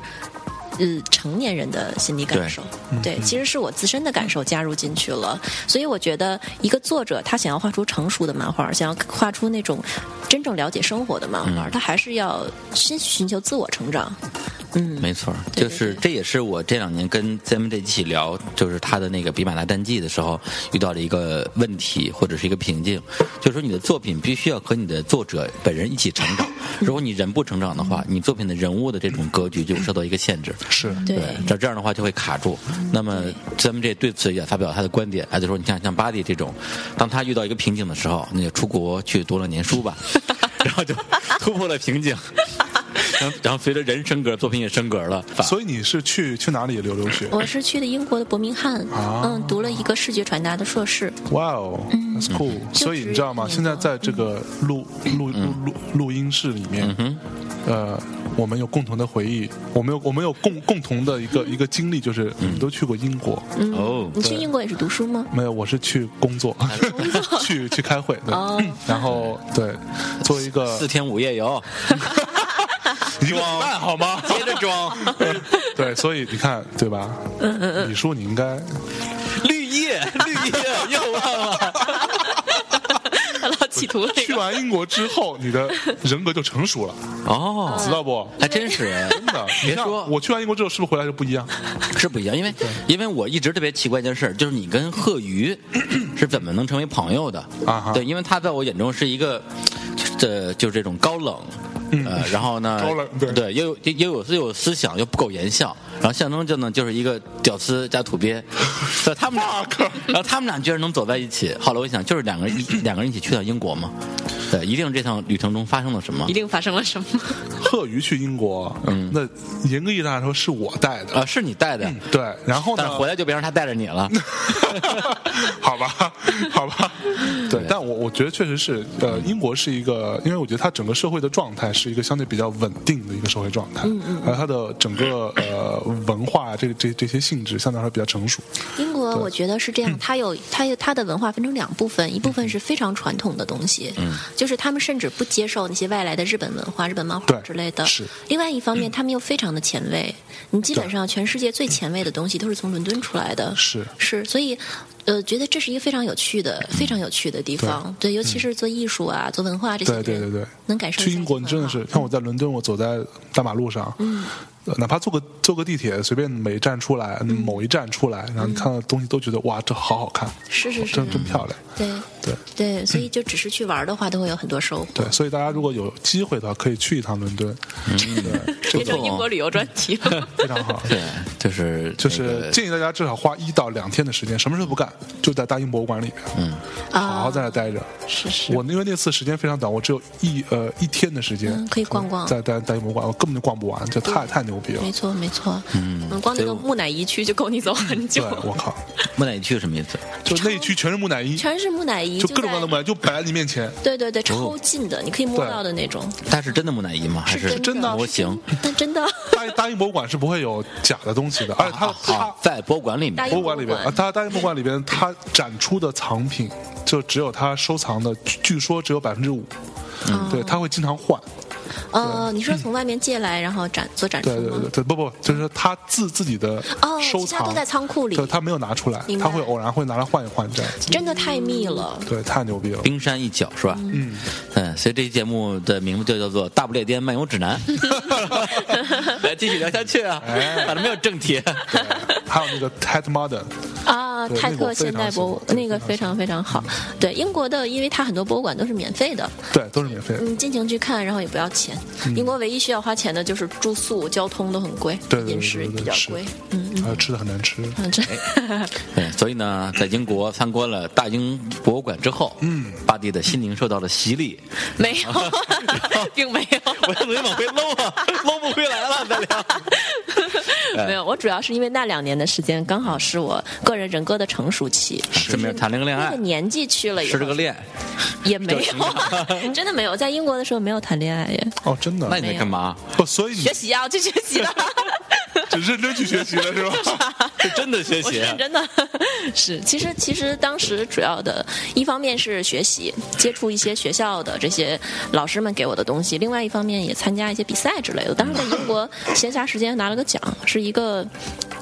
Speaker 3: 呃，成年人的心理感受，对，其实是我自身的感受加入进去了，所以我觉得一个作者他想要画出成熟的漫画，想要画出那种真正了解生活的漫画，他还是要先寻求自我成长。嗯，
Speaker 2: 没错儿，
Speaker 3: 对
Speaker 2: 就
Speaker 3: 对
Speaker 2: 是
Speaker 3: 对
Speaker 2: 这也是我这两年跟 ZMJ 一起聊，就是他的那个《比马拉战记》的时候遇到的一个问题或者是一个瓶颈，就是说你的作品必须要和你的作者本人一起成长，如果你人不成长的话，你作品的人物的这种格局就受到一个限制。
Speaker 1: 是，
Speaker 3: 对，
Speaker 2: 这这样的话就会卡住。那么 ZMJ 对此也发表他的观点，他就说：“你看，像巴蒂这种，当他遇到一个瓶颈的时候，那就出国去读两年书 吧，然后就突破了瓶颈。 然后，然后随着人升格，作品也升格了。
Speaker 1: 所以你是去去哪里留留学？
Speaker 3: 我是去的英国的伯明翰，
Speaker 1: 啊
Speaker 3: 嗯，读了一个视觉传达的硕士，
Speaker 1: 哇哦，that's cool！
Speaker 3: 嗯就
Speaker 1: 所以
Speaker 3: 是
Speaker 1: 你知道吗？
Speaker 3: 那
Speaker 1: 现在
Speaker 3: 个
Speaker 1: 在这个录录录录录音室里面，呃，我们有共同的回忆，我们有我们有共共同的一个
Speaker 3: 嗯
Speaker 1: 一个经历，就是我们都去过英国。
Speaker 2: 哦，
Speaker 3: 你去英国也是读书吗？
Speaker 1: 没有，我是去工作，去去开会。对嗯
Speaker 3: 哦，
Speaker 1: 然后对，作为一个
Speaker 2: 四天五夜游，
Speaker 1: 一个办好吗？
Speaker 2: 接着装 嗯
Speaker 1: 对，所以你看，对吧？李叔，你应该
Speaker 2: 绿叶，绿叶又忘了。
Speaker 3: 老企图 那
Speaker 1: 去完英国之后，你的人格就成熟了，
Speaker 2: 哦，
Speaker 1: 知道不？
Speaker 2: 还真是哎。
Speaker 1: 真的，你
Speaker 2: 别
Speaker 1: 看
Speaker 2: 说
Speaker 1: 我去完英国之后，是不是回来就不一样？
Speaker 2: 是不一样，因为因为我一直特别奇怪一件事儿，就是你跟贺鱼 是怎么能成为朋友的？
Speaker 1: 啊哈
Speaker 2: 对，因为他在我眼中是一个，这就是这种高冷。呃，然后呢，
Speaker 1: 嗯高冷对
Speaker 2: 又有又有又有思想，又不苟言笑，然后象征就呢就是一个屌丝加土 鳖，所以他们俩，然后他们俩居然能走在一起。后来我一想，就是两个人一两个人一起去到英国嘛，对，一定这趟旅程中发生了什么
Speaker 3: 一定发生了什么？
Speaker 1: 贺鱼去英国，嗯，那严格意义上来说是我带的，
Speaker 2: 啊？是你带的，
Speaker 1: 对，然后
Speaker 2: 但是
Speaker 1: 呢？
Speaker 2: 回来就别让他带着你了。
Speaker 1: 嗯 好吧，好吧，对，但我我觉得确实是，呃，英国是一个，因为我觉得它整个社会的状态是一个相对比较稳定的一个社会状态，嗯嗯，而它的整个呃文化这这这些性质相对来说比较成熟，
Speaker 3: 英国我觉得是这样，它有它有它的文化分成两部分，一部
Speaker 1: 嗯
Speaker 3: 分是非常传统的东西，就是他们甚至不接受那些外来的日本文化、日本漫画
Speaker 1: 对
Speaker 3: 之类的。
Speaker 1: 是嗯
Speaker 3: 另外一方面，他们又非常的前卫，你基本上全世界最前卫的东西都是从伦敦出来的。
Speaker 1: 嗯是嗯
Speaker 3: 是，所以呃，觉得这是一个非常有趣的、非常有趣的地方。对，尤其是做艺术啊、做文化这些
Speaker 1: 对
Speaker 3: 人，
Speaker 1: 对对对，
Speaker 3: 能感受一下
Speaker 1: 去英国，
Speaker 3: 就
Speaker 1: 你
Speaker 3: 很
Speaker 1: 真的
Speaker 3: 好
Speaker 1: 是，像我在伦敦，我走在大马路上，呃哪怕坐个坐个地铁，随便每一站出来，某一站出来，然后你看到东西都觉得哇，这好好看，
Speaker 3: 是是是
Speaker 1: 真，真漂亮。
Speaker 3: 对
Speaker 1: 对
Speaker 3: 对，所以就只是去玩的话，都会有很多收获。
Speaker 1: 对，所以大家如果有机会的话，可以去一趟伦敦，
Speaker 3: 变成英国旅游专题了。
Speaker 1: 非常好。
Speaker 2: 对，就是
Speaker 1: 就是建议大家至少花一到两天的时间，什么事都不干，就在大英博物馆里面，
Speaker 2: 嗯
Speaker 3: 啊
Speaker 1: 好好在那待着。
Speaker 3: 是是
Speaker 1: 我因为那次时间非常短，我只有一呃一天的时间，
Speaker 3: 嗯可以逛逛
Speaker 1: 在在大英博物馆，我根本就逛不完，这太太牛逼了
Speaker 3: 没。错没错，嗯，光那个木乃伊区就够你走很
Speaker 1: 对
Speaker 3: 久，，
Speaker 1: 我靠，
Speaker 2: 木乃伊去什么意思？
Speaker 1: 就那一区全是木乃伊，
Speaker 3: 全是木乃伊，
Speaker 1: 就各种各样
Speaker 3: 在
Speaker 1: 的木哦乃伊就摆在你面前。
Speaker 3: 对对对，超近的，你可以摸到的那种，
Speaker 2: 它是真的木乃伊吗？还
Speaker 3: 是
Speaker 1: 真的
Speaker 2: 模型？
Speaker 3: 但 真的
Speaker 1: 大大英博物馆是不会有假的东西的，而且它它
Speaker 2: 啊，在博物馆里
Speaker 3: 大
Speaker 2: 面
Speaker 3: 英
Speaker 1: 博物馆里边
Speaker 3: 博物
Speaker 1: 啊，
Speaker 3: 馆
Speaker 1: 它大英博物馆里边它展出的藏品，就只有它收藏的，据据说只有百分之五。
Speaker 3: 哦
Speaker 1: 对，它会经常换。
Speaker 3: 呃，你说从外面借来然后展做展出
Speaker 1: 对对
Speaker 3: 吗
Speaker 1: 对？对，不不，就是他自自己的
Speaker 3: 哦
Speaker 1: 收
Speaker 3: 其
Speaker 1: 藏，
Speaker 3: 他都在仓库里
Speaker 1: 对他没有拿出来
Speaker 3: 明，白
Speaker 1: 他会偶然会拿来换一换这样子。
Speaker 3: 真的太密了，
Speaker 1: 对，太牛逼了！
Speaker 2: 冰山一角是吧？嗯嗯，所以这期节目的名字就叫做《大不列颠漫游指 南》。来继续聊下去啊，
Speaker 1: 哎
Speaker 2: 反正没有正题。
Speaker 3: 嗯
Speaker 1: 还有那个 Ted Modern，
Speaker 3: 啊，
Speaker 1: 对
Speaker 3: 泰
Speaker 1: 那个我
Speaker 3: 特
Speaker 1: 非
Speaker 3: 现
Speaker 1: 常
Speaker 3: 代博物
Speaker 1: 喜欢
Speaker 3: 那个非常非常好。
Speaker 1: 嗯
Speaker 3: 对，英国的，因为它很多博物馆都是免费的，
Speaker 1: 对，都是免费的。
Speaker 3: 你尽情去看，然后也不要钱。
Speaker 1: 嗯
Speaker 3: 英国唯一需要花钱的就是住宿、交通都很贵
Speaker 1: 对，对
Speaker 3: 饮
Speaker 1: 对
Speaker 3: 食
Speaker 1: 对
Speaker 3: 比
Speaker 1: 对，
Speaker 3: 较
Speaker 1: 是哎
Speaker 3: 贵。，
Speaker 1: 还有呃吃的很难吃。
Speaker 3: 嗯，这
Speaker 2: 对，所以呢，在英国参观了大英博物馆之后，嗯，巴蒂的心灵受到了洗 礼。
Speaker 3: 没有，并没有。
Speaker 2: 我怎么往回搂啊？ 搂不回来了，再聊。啊
Speaker 3: 没有，我主要是因为那两年的时间，刚好是我个人人格的成熟期，
Speaker 2: 顺便谈了个恋
Speaker 3: 那个
Speaker 2: 爱，
Speaker 3: 年纪去了以
Speaker 2: 失
Speaker 3: 后
Speaker 2: 哎了个恋，
Speaker 3: 也没有， 真的没有。在英国的时候没有谈恋爱耶，
Speaker 1: 哦，真的
Speaker 2: 那，你在干嘛？
Speaker 1: 哦，所以你
Speaker 3: 学习啊，我去学习了，
Speaker 1: 只认真去学习了是吧？
Speaker 2: 是真的学
Speaker 3: 我是
Speaker 2: 习啊
Speaker 3: 认真的。 是，其实其实当时主要的一方面是学习，接触一些学校的这些老师们给我的东西；，另外一方面也参加一些比赛之类的。当时在英国闲暇时间拿了个奖，是一个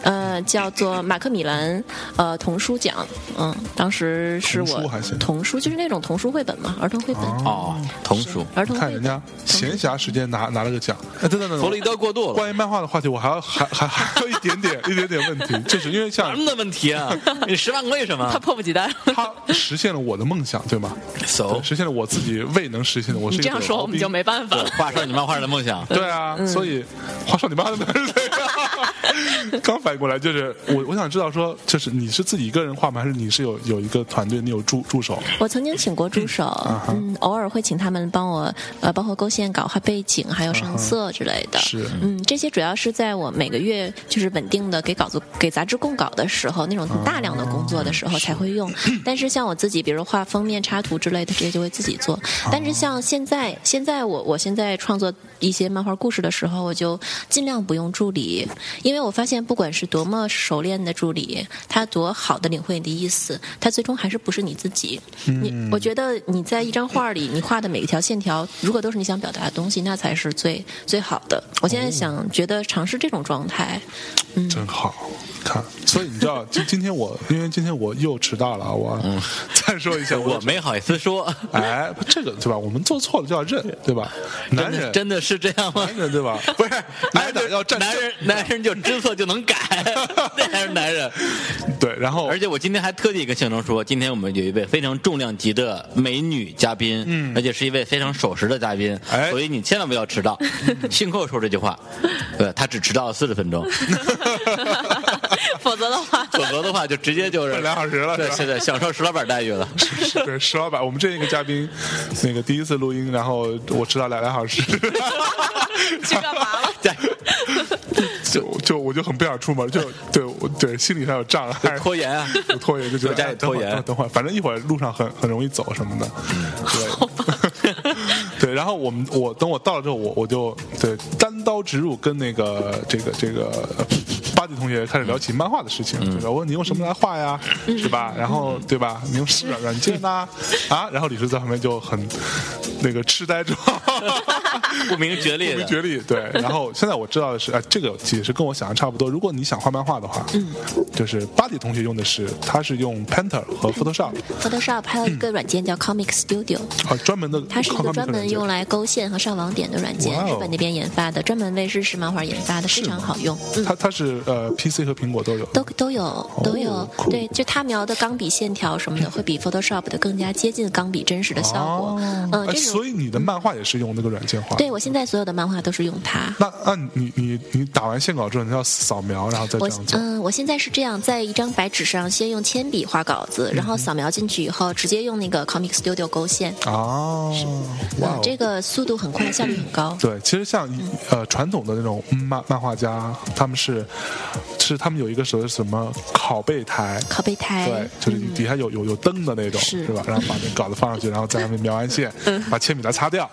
Speaker 3: 呃叫做马克米兰呃童书奖，嗯，当时是
Speaker 1: 童书
Speaker 3: 我
Speaker 1: 还行
Speaker 3: 童书就是那种童书绘本嘛，儿童绘本。
Speaker 2: 哦，童书。
Speaker 3: 儿童
Speaker 1: 看
Speaker 3: 绘
Speaker 1: 人
Speaker 3: 本。
Speaker 1: 家闲暇时间拿拿了个奖，哎，等等等
Speaker 2: 弗洛伊
Speaker 1: 等。
Speaker 2: 德过度了，
Speaker 1: 关于漫画的话题，我还要还还还有一点点一点点问题，就是因为像
Speaker 3: 嗯
Speaker 2: 什么的问题 啊？你十万个为什么
Speaker 3: 他迫不及待了，
Speaker 1: 他实现了我的梦想，对吗？
Speaker 2: ？So，
Speaker 1: 实现了我自己未能实现的。我是一
Speaker 3: 哦你
Speaker 1: 个
Speaker 3: 这样
Speaker 1: 有
Speaker 3: 说
Speaker 1: 毛
Speaker 3: 我们
Speaker 1: 病
Speaker 3: 就没办法了。
Speaker 2: 画上你漫画的梦 想。
Speaker 1: 对啊，
Speaker 2: 嗯
Speaker 1: 所以话说你妈的哪是这 样？刚反应过来，就是我我想知道说，就是你是自己一个人画吗？还是你是有有一个团队，你有助助手？
Speaker 3: 我曾经请过助手，嗯，偶尔会请他们帮我，呃，包括勾线稿、画背景，还有上色之类的。
Speaker 1: 是
Speaker 3: 嗯，这些主要是在我每个月就是稳定的给稿子、给杂志供稿的时候，那种很大量的工作的时候才会用。但是像我自己，比如画封面、插图之类的，这些就会自己做。但是像现在，现在我我现在创作一些漫画故事的时候，我就尽量不用助理，因为我发现不管是多么熟练的助理，他多好的领会你的意思，他最终还是不是你自己。你我觉得你在一张画里，你画的每一条线条，如果都是你想表达的东西，那才是最最好的。我现在想觉得尝试这种状 态，
Speaker 1: 真好看。所以你知道，今今天我因为今天我又迟到了啊，我
Speaker 2: 嗯
Speaker 1: 再说一下，
Speaker 2: 我没好意思说，
Speaker 1: 哎，这个对吧？我们做错了就要认，对吧？ 男人
Speaker 2: 真的是这样吗
Speaker 1: 男？人对吧？
Speaker 2: 不是，
Speaker 1: 挨打要站正
Speaker 2: 男人男人就知错就能 改，这才是男人。
Speaker 1: 对，然后
Speaker 2: 而且我今天还特地跟庆成说，今天我们有一位非常重量级的美女嘉宾，嗯，而且是一位非常守时的嘉宾，
Speaker 1: 哎
Speaker 2: 所以你千万不要迟 到。幸扣说这句话，对，他只迟到了四十分钟，
Speaker 3: 否则的话，
Speaker 2: 否则的话就直接就是
Speaker 1: 奔两小时了
Speaker 2: 对，
Speaker 1: 是吧
Speaker 2: 现在享受石老板待遇 了。
Speaker 1: 对，石老板，我们这一个嘉宾，那个第一次录音，然后我迟到两两小时，
Speaker 3: 去干嘛了？
Speaker 2: 对
Speaker 1: 就就我就很不想出门，就对我对心理上有障碍，
Speaker 2: 拖延啊，
Speaker 1: 有拖延就觉
Speaker 2: 有
Speaker 1: 得
Speaker 2: 家
Speaker 1: 哎
Speaker 2: 里
Speaker 1: 等会
Speaker 2: 拖
Speaker 1: 儿
Speaker 2: 延嗯
Speaker 1: 等会儿，反正一会儿路上很很容易走什么的，对，对。然后我们我等我到了之后，我我就对单刀直入跟那个这个这个呃巴蒂同学开始聊起漫画的事情，就是我问你用什么来画呀，是吧？然后对吧？你用是软软件呐啊，然后李叔在旁边就很那个痴呆状。
Speaker 2: 不明觉厉
Speaker 1: 不明
Speaker 2: 的。
Speaker 1: 觉厉，对。然后现在我知道的是，哎，这个也是跟我想的差不多。如果你想画漫画的话，嗯，就是巴迪同学用的是，他是用 Painter 和 Photoshop，
Speaker 3: Photoshop 还有一个软件叫 Comic Studio，
Speaker 1: 啊，专门的，
Speaker 3: 它是一个专门用。来勾线和上网点的软件
Speaker 1: 哇，哦
Speaker 3: 日本那边研发的，专门为日式漫画研发的，非常好用。嗯，
Speaker 1: 它它是呃 PC 和苹果都有，
Speaker 3: 都都有
Speaker 1: 哦
Speaker 3: 都有，
Speaker 1: 酷
Speaker 3: 对，就它描的钢笔线条什么的，会比 Photoshop 的更加接近钢笔真实的效果。
Speaker 1: 哦
Speaker 3: 嗯，
Speaker 1: 哎
Speaker 3: 这种
Speaker 1: 所以你的漫画也是用那个软件画。
Speaker 3: 对我现在所有的漫画都是用它。
Speaker 1: 那那你你你打完线稿之后，你要扫描，然后再这
Speaker 3: 我
Speaker 1: 样做。
Speaker 3: 嗯，我现在是这样，在一张白纸上先用铅笔画稿子，
Speaker 1: 嗯
Speaker 3: 然后扫描进去以后，直接用那个 Comic Studio 勾线。
Speaker 1: 哦，哇
Speaker 3: 嗯
Speaker 1: 哦，，
Speaker 3: 这个速度很快，效率很高。
Speaker 1: 对，其实像一呃传统的那种漫漫画家，他们是是他们有一个所谓什么拷贝台。
Speaker 3: 拷贝台，
Speaker 1: 对，就是底下有有有灯的那种，
Speaker 3: 哎是嗯
Speaker 1: 是吧？然后把那稿子放上去，然后在上面描完线，把铅笔它擦掉，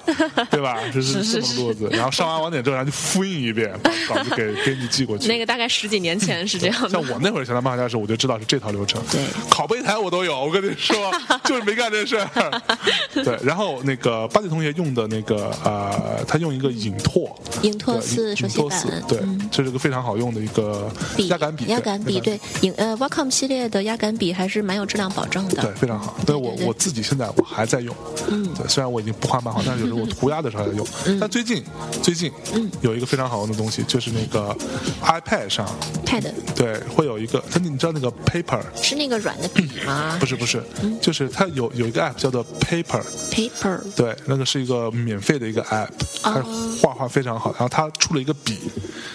Speaker 1: 对 吧？就是这么个路子。然后上完网点之后，然后就复印一遍， 把稿子给给你寄过去。
Speaker 3: 那个大概十几年前是这样
Speaker 1: 像
Speaker 3: 的。
Speaker 1: 我那会儿想当漫画家的时候，我就知道是这套流程。
Speaker 3: 对
Speaker 1: 拷贝台我都有，我跟你 说，就是没干这事儿。对，然后那个巴蒂同学用的那个呃，他用一个影拓，
Speaker 3: 影拓
Speaker 1: 对
Speaker 3: 四
Speaker 1: 影
Speaker 3: 手写
Speaker 1: 拓四
Speaker 3: 板
Speaker 1: 对，这是个非常好用的一个
Speaker 3: 笔
Speaker 1: 压杆笔，
Speaker 3: 压杆笔，对，影呃 Wacom 系列的压杆笔还是蛮有质量保证的。
Speaker 1: 对，非常好。
Speaker 3: 对
Speaker 1: 但我
Speaker 3: 对对
Speaker 1: 我自己现在我还在用，嗯，对，虽然我已经不画漫画，但是有时候我涂鸦的时候还在用。
Speaker 3: 嗯
Speaker 1: 但最近最近，嗯，有一个非常好用的东西，就是那个 iPad 上，
Speaker 3: ，Pad
Speaker 1: 对，会有一个，它你知道那个 Paper
Speaker 3: 是那个软的笔吗
Speaker 1: 不是不是，
Speaker 3: 嗯
Speaker 1: 就是它有有一个 app 叫做 Paper，
Speaker 3: ？Paper
Speaker 1: 对，那个是一个免费的一个 app，它
Speaker 3: 哦
Speaker 1: 画画非常好，然后它出了一个笔，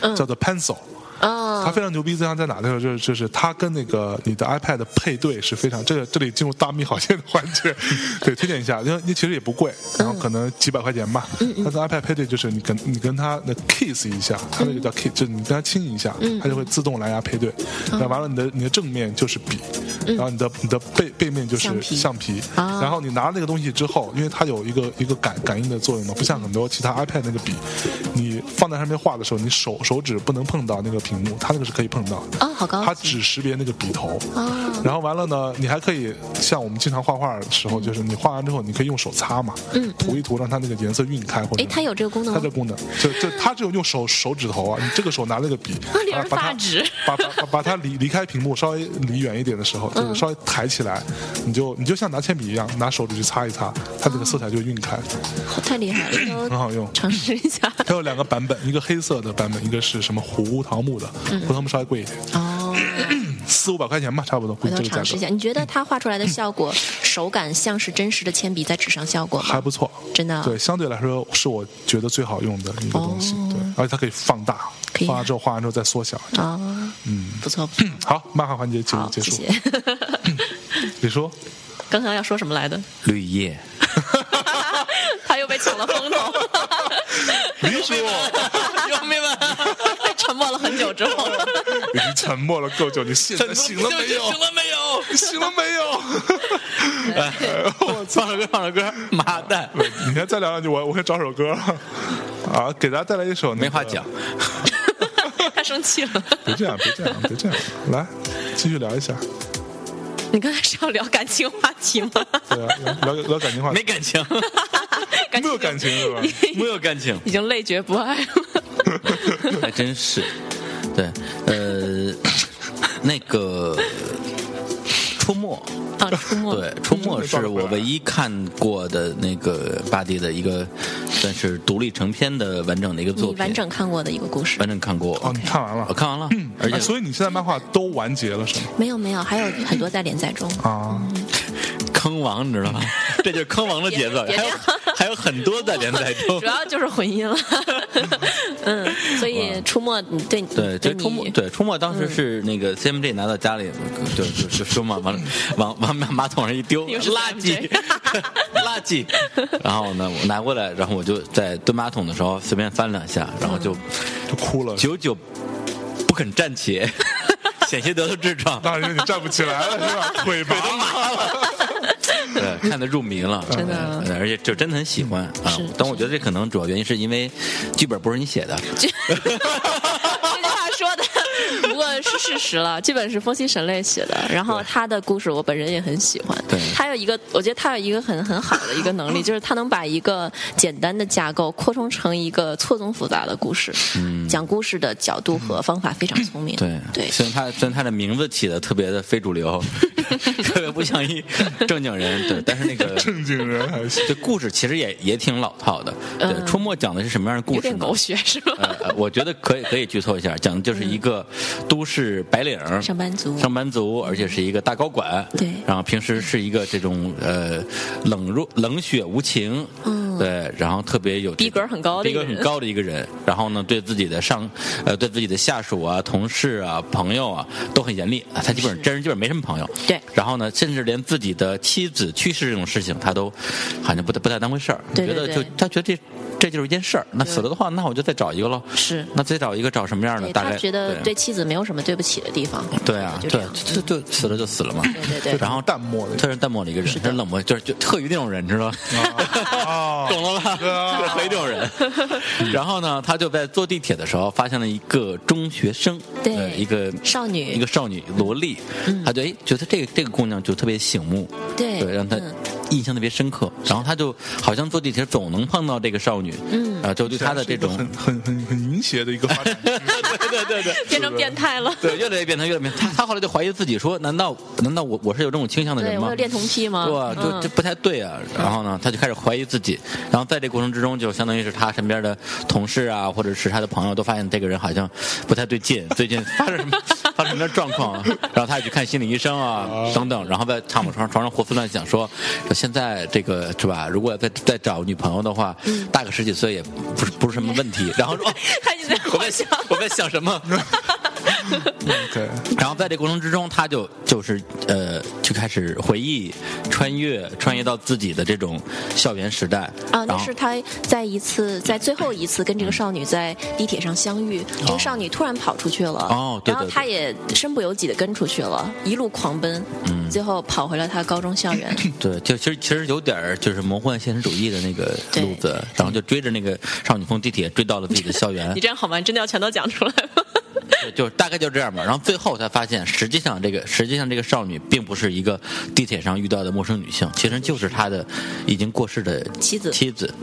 Speaker 3: 嗯
Speaker 1: 叫做 Pencil。它
Speaker 3: 啊，
Speaker 1: 非常牛逼，在在哪？就是就是就是它跟那个你的 iPad 的配对是非常这个这里进入大秘好线的环 节，对，推荐一下，因为因为其实也不贵，
Speaker 3: 嗯
Speaker 1: 然后可能几百块钱吧。它跟 iPad 配对就是你跟你跟它的 kiss 一下，它那个
Speaker 3: 嗯
Speaker 1: 叫 kiss，就是你跟它亲一下，它就会自动蓝牙配对。
Speaker 3: 嗯
Speaker 1: 然后完了，你的你的正面就是笔，然后你的你的背背面就是
Speaker 3: 橡皮
Speaker 1: 橡皮。
Speaker 3: 啊
Speaker 1: 然后你拿了那个东西之后，因为它有一个一个感感应的作用嘛，不像很多其他 iPad 那个笔，你放在上面画的时候，你手手指不能碰到那个屏幕，它那个是可以碰到的。
Speaker 3: 哦，好高
Speaker 1: 它
Speaker 3: 级
Speaker 1: 只识别那个笔头，
Speaker 3: 哦
Speaker 1: 然后完了呢，你还可以像我们经常画画的时候，就是你画完之后，你可以用手擦嘛，嗯，涂一涂，让它那个颜色晕开，或者
Speaker 3: 哎，它有这个功能
Speaker 1: 它
Speaker 3: 吗
Speaker 1: 这功能，就就它只有用手手指头啊，你这个手拿那个 笔，
Speaker 3: 令人
Speaker 1: 啊把它
Speaker 3: 发指
Speaker 1: 把把把把它离离开屏幕，稍微离远一点的时
Speaker 3: 嗯
Speaker 1: 候，就是稍微抬起来，你就你就像拿铅笔一样，拿手指去擦一擦，它这个色彩就晕开，
Speaker 3: 太厉害了，
Speaker 1: 很好用。
Speaker 3: 尝试一下。
Speaker 1: 它有两个版本，一个黑色的版本，一个是什么胡桃木的，
Speaker 3: 嗯
Speaker 1: 胡桃木稍微贵一点，
Speaker 3: 哦，
Speaker 1: 四五百块钱吧，差不多，估
Speaker 3: 回
Speaker 1: 计
Speaker 3: 头
Speaker 1: 这个价
Speaker 3: 尝试一
Speaker 1: 格
Speaker 3: 下。你觉得它画出来的效果， 手感像是真实的铅笔在纸上效果吗？
Speaker 1: 还不错，
Speaker 3: 真的啊
Speaker 1: 对，相对来说是我觉得最好用的一个东西，对，而且它可以放大
Speaker 3: 哦可，以啊
Speaker 1: 画完之后画完之后再缩小。
Speaker 3: 哦，嗯，不错，不错。
Speaker 1: 好，漫画环节就
Speaker 3: 好，
Speaker 1: 结
Speaker 3: 谢
Speaker 1: 束，
Speaker 3: 谢。
Speaker 1: 嗯你说。
Speaker 3: 刚刚要说什 么来的？
Speaker 2: 绿叶，
Speaker 3: 他又被抢了风头。
Speaker 1: 李 叔
Speaker 2: 救命啊！
Speaker 3: 沉默了很久之后，
Speaker 1: 已经沉默了够久，你现 在醒了没有
Speaker 2: 醒？了没有？
Speaker 1: 醒了没有？哎
Speaker 2: 放首歌，放首歌，妈蛋，
Speaker 1: 你先再聊两句，我我先找首歌 啊，给大家带来一首、那个。
Speaker 2: 没话讲。
Speaker 3: 他生气 了。
Speaker 1: 别这样，别这样，别这样，来继续聊一下，
Speaker 3: 你刚才是要聊感情话 题吗？
Speaker 1: 对啊，聊聊聊感情话
Speaker 2: 没
Speaker 1: 题，
Speaker 2: 感情，
Speaker 3: 感
Speaker 1: 没有感情是吧？
Speaker 2: 没有感情，
Speaker 3: 已经累觉不爱了。
Speaker 2: 还真是。对，呃，那个出没，
Speaker 3: 啊，出没了
Speaker 2: 对，《出没》是我唯一看过的那个巴蒂的一个，算是独立成片的完整的一个作
Speaker 3: 你
Speaker 2: 品。
Speaker 3: 嗯完整看过的一个故事
Speaker 2: 完？整看过。
Speaker 1: 哦，你看完
Speaker 2: 我
Speaker 1: 了，
Speaker 2: 看完了，而
Speaker 1: 哎
Speaker 2: 且
Speaker 1: 所以你现在漫画都完结了是吗？
Speaker 3: 没有没有，还有很多在连载中。
Speaker 1: 啊，
Speaker 2: 坑王，你知道吗？这就是坑王的节奏，
Speaker 3: 别
Speaker 2: 还有还有很多在连载中
Speaker 3: 主。要就是混音了，嗯，所以出没你对你
Speaker 2: 对，这
Speaker 3: 你嗯
Speaker 2: 出 没，对出没，当时是那个 CMJ 拿到家里，就就就说嘛，往往往马桶上一丢，
Speaker 3: 又是
Speaker 2: 垃圾
Speaker 3: CMJ，
Speaker 2: 垃圾。然后呢，我拿过来，然后我就在蹲马桶的时候随便翻两下，然后就
Speaker 3: 嗯
Speaker 1: 就哭了。
Speaker 2: 久久不肯站起， 险些得了痔疮，
Speaker 1: 那因为你站不起来了是 吧？腿麻了。
Speaker 2: 对，看得入迷了，
Speaker 3: 真的嗯
Speaker 2: 对，而且就真的很喜欢啊
Speaker 3: 是。
Speaker 2: 但我觉得这可能主要原因是因为剧本不是你写的，
Speaker 3: 这句话说的不过是事实了，剧本是风西神类写的，然后他的故事我本人也很喜欢。
Speaker 2: 对
Speaker 3: 他有一个，我觉得他有一个很很好的一个能力，就是他能把一个简单的架构扩充成一个错综复杂的故事，讲故事的角度和方法非常聪明。
Speaker 2: 嗯对
Speaker 3: 对，
Speaker 2: 虽然他虽然他的名字起的特别的非主流， 特别不像一正经人，对，但是那 个
Speaker 1: 正经人还行。
Speaker 2: 这故事其实也也挺老套的。对，
Speaker 3: 嗯
Speaker 2: 出没讲的是什么样的故
Speaker 3: 有
Speaker 2: 事
Speaker 3: 点
Speaker 2: 呢？
Speaker 3: 狗血是吧？
Speaker 2: 呃，呃我觉得可以可以剧透一下，讲的就是一个都市白领儿
Speaker 3: 嗯上班族
Speaker 2: 上班族，而且是一个大高管，
Speaker 3: 对
Speaker 2: 然后平时是一个这种呃冷若冷血无情，嗯，对，然后特别有这
Speaker 3: 逼格
Speaker 2: 种
Speaker 3: 很高的
Speaker 2: 逼
Speaker 3: 一
Speaker 2: 格
Speaker 3: 个
Speaker 2: 很
Speaker 3: 人
Speaker 2: 高的一个人，然后呢，对自己的上呃对自己的下属啊、同事啊、朋友啊都很严厉，啊他基本上真人基本上没什么朋友，
Speaker 3: 对
Speaker 2: 然后呢，甚至连自己的妻子去世这种事情，他都好像不太不太当回事儿，
Speaker 3: 对对
Speaker 2: 觉得
Speaker 3: 对
Speaker 2: 就他觉得这这就是一件事儿，那死了的话，那我就再找一个喽。
Speaker 3: 是
Speaker 2: 那再找一个找什么样的？
Speaker 3: 对
Speaker 2: 大
Speaker 3: 他
Speaker 2: 概
Speaker 3: 觉得对
Speaker 2: 对
Speaker 3: 妻子没有什么对不起的 地方。
Speaker 2: 对啊，
Speaker 3: 就这
Speaker 2: 对
Speaker 3: 样，
Speaker 2: 就就就死了就死了嘛。
Speaker 3: 对对对
Speaker 2: 然后
Speaker 1: 淡漠的
Speaker 2: 他是淡漠的一个人，他是冷漠，就是就特于那种人，你知道吗？
Speaker 1: 哦
Speaker 2: 懂了吧？就是特于这种人。然后呢，他就在坐地铁的时候发现了一个中学生，
Speaker 3: 对
Speaker 2: 呃一个
Speaker 3: 少女嗯
Speaker 2: 一个少女萝莉，他就哎觉得这个这个姑娘就特别醒目，
Speaker 3: 对
Speaker 2: 对，让他
Speaker 3: 嗯
Speaker 2: 印象特别深刻。然后他就好像坐地铁总能碰到这个少女，嗯，啊，就对她的这种
Speaker 1: 是一个很很很很淫邪的一个发展趋势，
Speaker 2: 对对对对。
Speaker 3: 变成变态了，
Speaker 2: 对，越来越变态，越来越变态。他他后来就怀疑自己说：“难道难道我我是有这种倾向的
Speaker 3: 对
Speaker 2: 人吗？
Speaker 3: 我有恋童癖吗？
Speaker 2: 对啊，就
Speaker 3: 嗯
Speaker 2: 这不太对啊。然后呢，他就开始怀疑自己。然后在这过程之中，就相当于是他身边的同事啊，或者是他的朋友，都发现这个人好像不太对劲，最近发生什么发生什么状况啊？然后他也去看心理医生啊，等等。然后在躺床上床上胡思乱想说，说现在这个是吧？如果再再找女朋友的话，大个十几岁也不是不是什么问题。然后说，哦
Speaker 3: 他已经在
Speaker 2: 我
Speaker 3: 幻
Speaker 2: 在想
Speaker 3: 想。
Speaker 2: 我在想什么？
Speaker 1: OK，
Speaker 2: 然后在这过程之中，他就就是呃，就开始回忆、穿越、穿越到自己的这种校园时代
Speaker 3: 啊，那
Speaker 2: 然后
Speaker 3: 是他在一次，在最后一次跟这个少女在地铁上相遇，这个少女突然跑出去了，
Speaker 2: 哦对对
Speaker 3: 然后他也身不由己的跟出去了，一路狂奔，
Speaker 2: 嗯
Speaker 3: 最后跑回了他高中校 园。
Speaker 2: 对，就其实其实有点儿就是魔幻现实主义的那个
Speaker 3: 对
Speaker 2: 路子，然后就追着那个少女从地铁追到了自己的校园
Speaker 3: 你，这样好吗？你真的要全都讲出来吗？
Speaker 2: 对就大概就这样吧。然后最后才发现，实际上这个实际上这个少女并不是一个地铁上遇到的陌生女性，其实就是他的已经过世的
Speaker 3: 妻子嗯
Speaker 2: 妻子，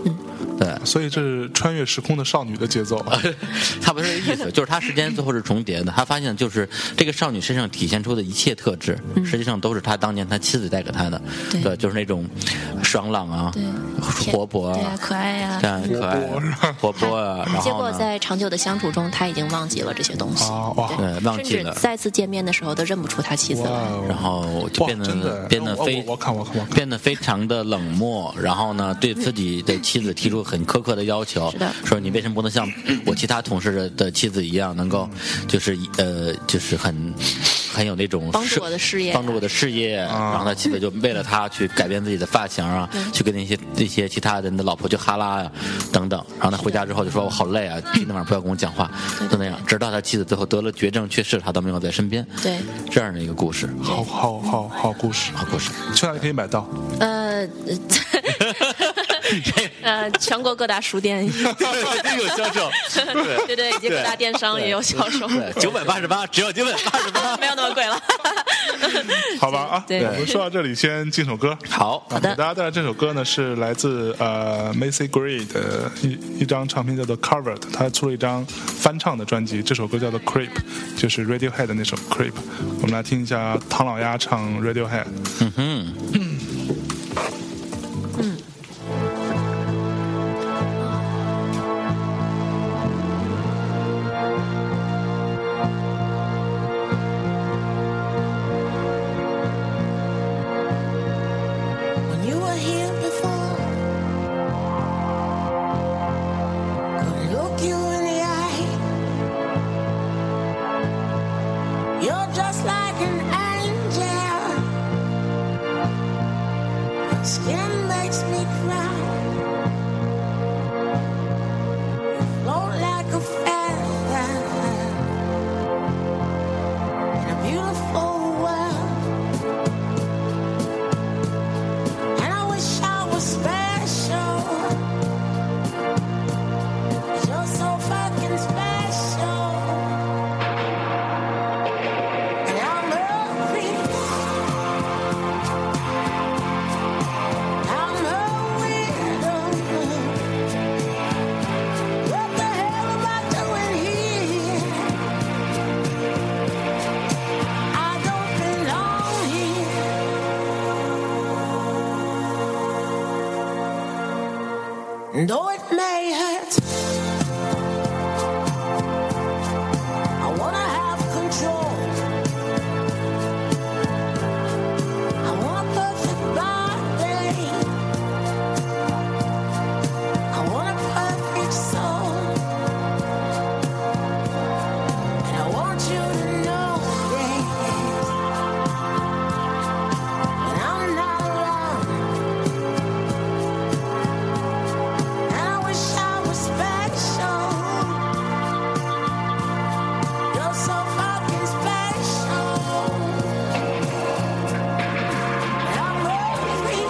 Speaker 2: 对。
Speaker 1: 所以这是穿越时空的少女的节奏。啊
Speaker 2: 他不是这 意思，就是他时间最后是重叠的。他发现就是这个少女身上体现出的一切特质，实际上都是他当年他妻子带给他的，
Speaker 3: 嗯对
Speaker 2: 就是那种爽朗啊
Speaker 3: 对，
Speaker 2: 活泼
Speaker 3: 对啊，
Speaker 2: 啊，
Speaker 3: 可爱啊
Speaker 2: 这。样可爱啊，活泼啊，然
Speaker 3: 结
Speaker 2: 后
Speaker 3: 果
Speaker 2: 呢，
Speaker 3: 在长久的相处中，他已经忘记了这些东西，
Speaker 1: 啊哇
Speaker 3: 对
Speaker 2: 对忘记
Speaker 3: 甚
Speaker 2: 了
Speaker 3: 至再次见面的时候都认不出他妻子
Speaker 1: 哇
Speaker 3: 了。
Speaker 1: 哦，
Speaker 2: 然后就
Speaker 1: 哇
Speaker 2: 变
Speaker 1: 真
Speaker 2: 得
Speaker 1: 的
Speaker 2: 变得
Speaker 1: 我
Speaker 2: 非
Speaker 1: 我我看我看我看
Speaker 2: 变得非常的冷漠，然后呢，对自己的妻子提出很苛刻的要求
Speaker 3: 是的，
Speaker 2: 说你为什么不能像我其他同事的的妻子一样，能够就是呃，就是很很有那种
Speaker 3: 帮助
Speaker 2: 社
Speaker 3: 我的事业
Speaker 2: 帮助我的事业。然后他妻子就为了他去改变自己的发型啊，
Speaker 3: 嗯
Speaker 2: 去跟那些那些其他人的老婆去哈拉呀、等等。然后他回家之后就说我好累啊，今天晚上不要跟我讲话，就那样，直到他妻子最后得了绝症去世，他都没有在身边。
Speaker 3: 对，
Speaker 2: 这样的一个故事，
Speaker 1: 好好好好故事，
Speaker 2: 好故事。
Speaker 1: 去哪里可以买到？
Speaker 3: 呃， 呃，全国各大书店，
Speaker 2: 对，有销售，
Speaker 3: 对对，以及各大电 商也有销售，
Speaker 2: 对，九百八十八，只要九百八十八。
Speaker 3: 没有那么贵了。
Speaker 1: 好吧啊，
Speaker 3: 对
Speaker 1: 我们说到这里，先进首歌。
Speaker 2: 好，
Speaker 1: 啊，给大家带来这首歌呢，是来自呃 Macy Gray 的一一张唱片，叫做《Covered》，他出了一张翻唱的专辑，这首歌叫做《Creep》，就是 Radiohead 的那首《Creep》。我们来听一下唐老鸭唱 Radiohead。
Speaker 6: When you were here before, couldn't look you in the eye. You're just like an angel. Your skin makes me cry. You float like a feather in a beautiful world. And I wish I was special. 'Cause You're so fucking special. Though it may hurt, I wanna have control. I want a perfect body. I want a perfect soul. And I want you to know that I'm not alone. And I wish I was special. You're so fucking special. I'm hungry.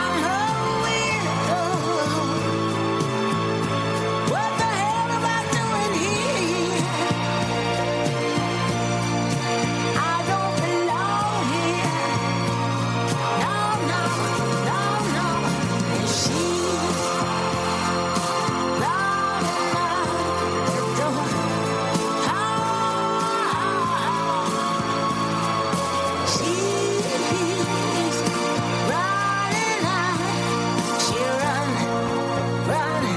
Speaker 6: I'm hungry. What the hell am I doing here? I don't belong here. No, no, no, no. And she's knocking on the door. Oh, she's running on. She run, run, run, run.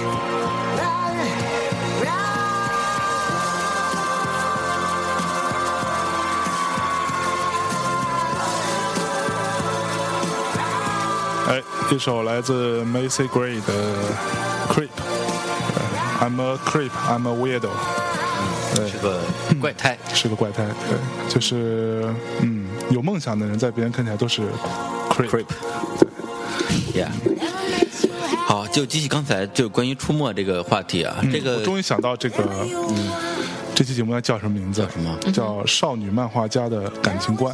Speaker 1: 哎，一首来自 Macy Gray 的 Creep。呃 I'm a creep, I'm a weirdo，
Speaker 2: 是个怪胎。
Speaker 1: 是个怪胎。对，就是嗯，有梦想的人在别人看起来都是 creep。
Speaker 2: Creep。Yeah，好，就继续刚才就关于出没这个话题啊，这
Speaker 1: 我
Speaker 2: 个嗯
Speaker 1: 终于想到这个，这期节目要叫什么名字？
Speaker 2: 叫什么？
Speaker 1: 叫少女漫画家的感 情观。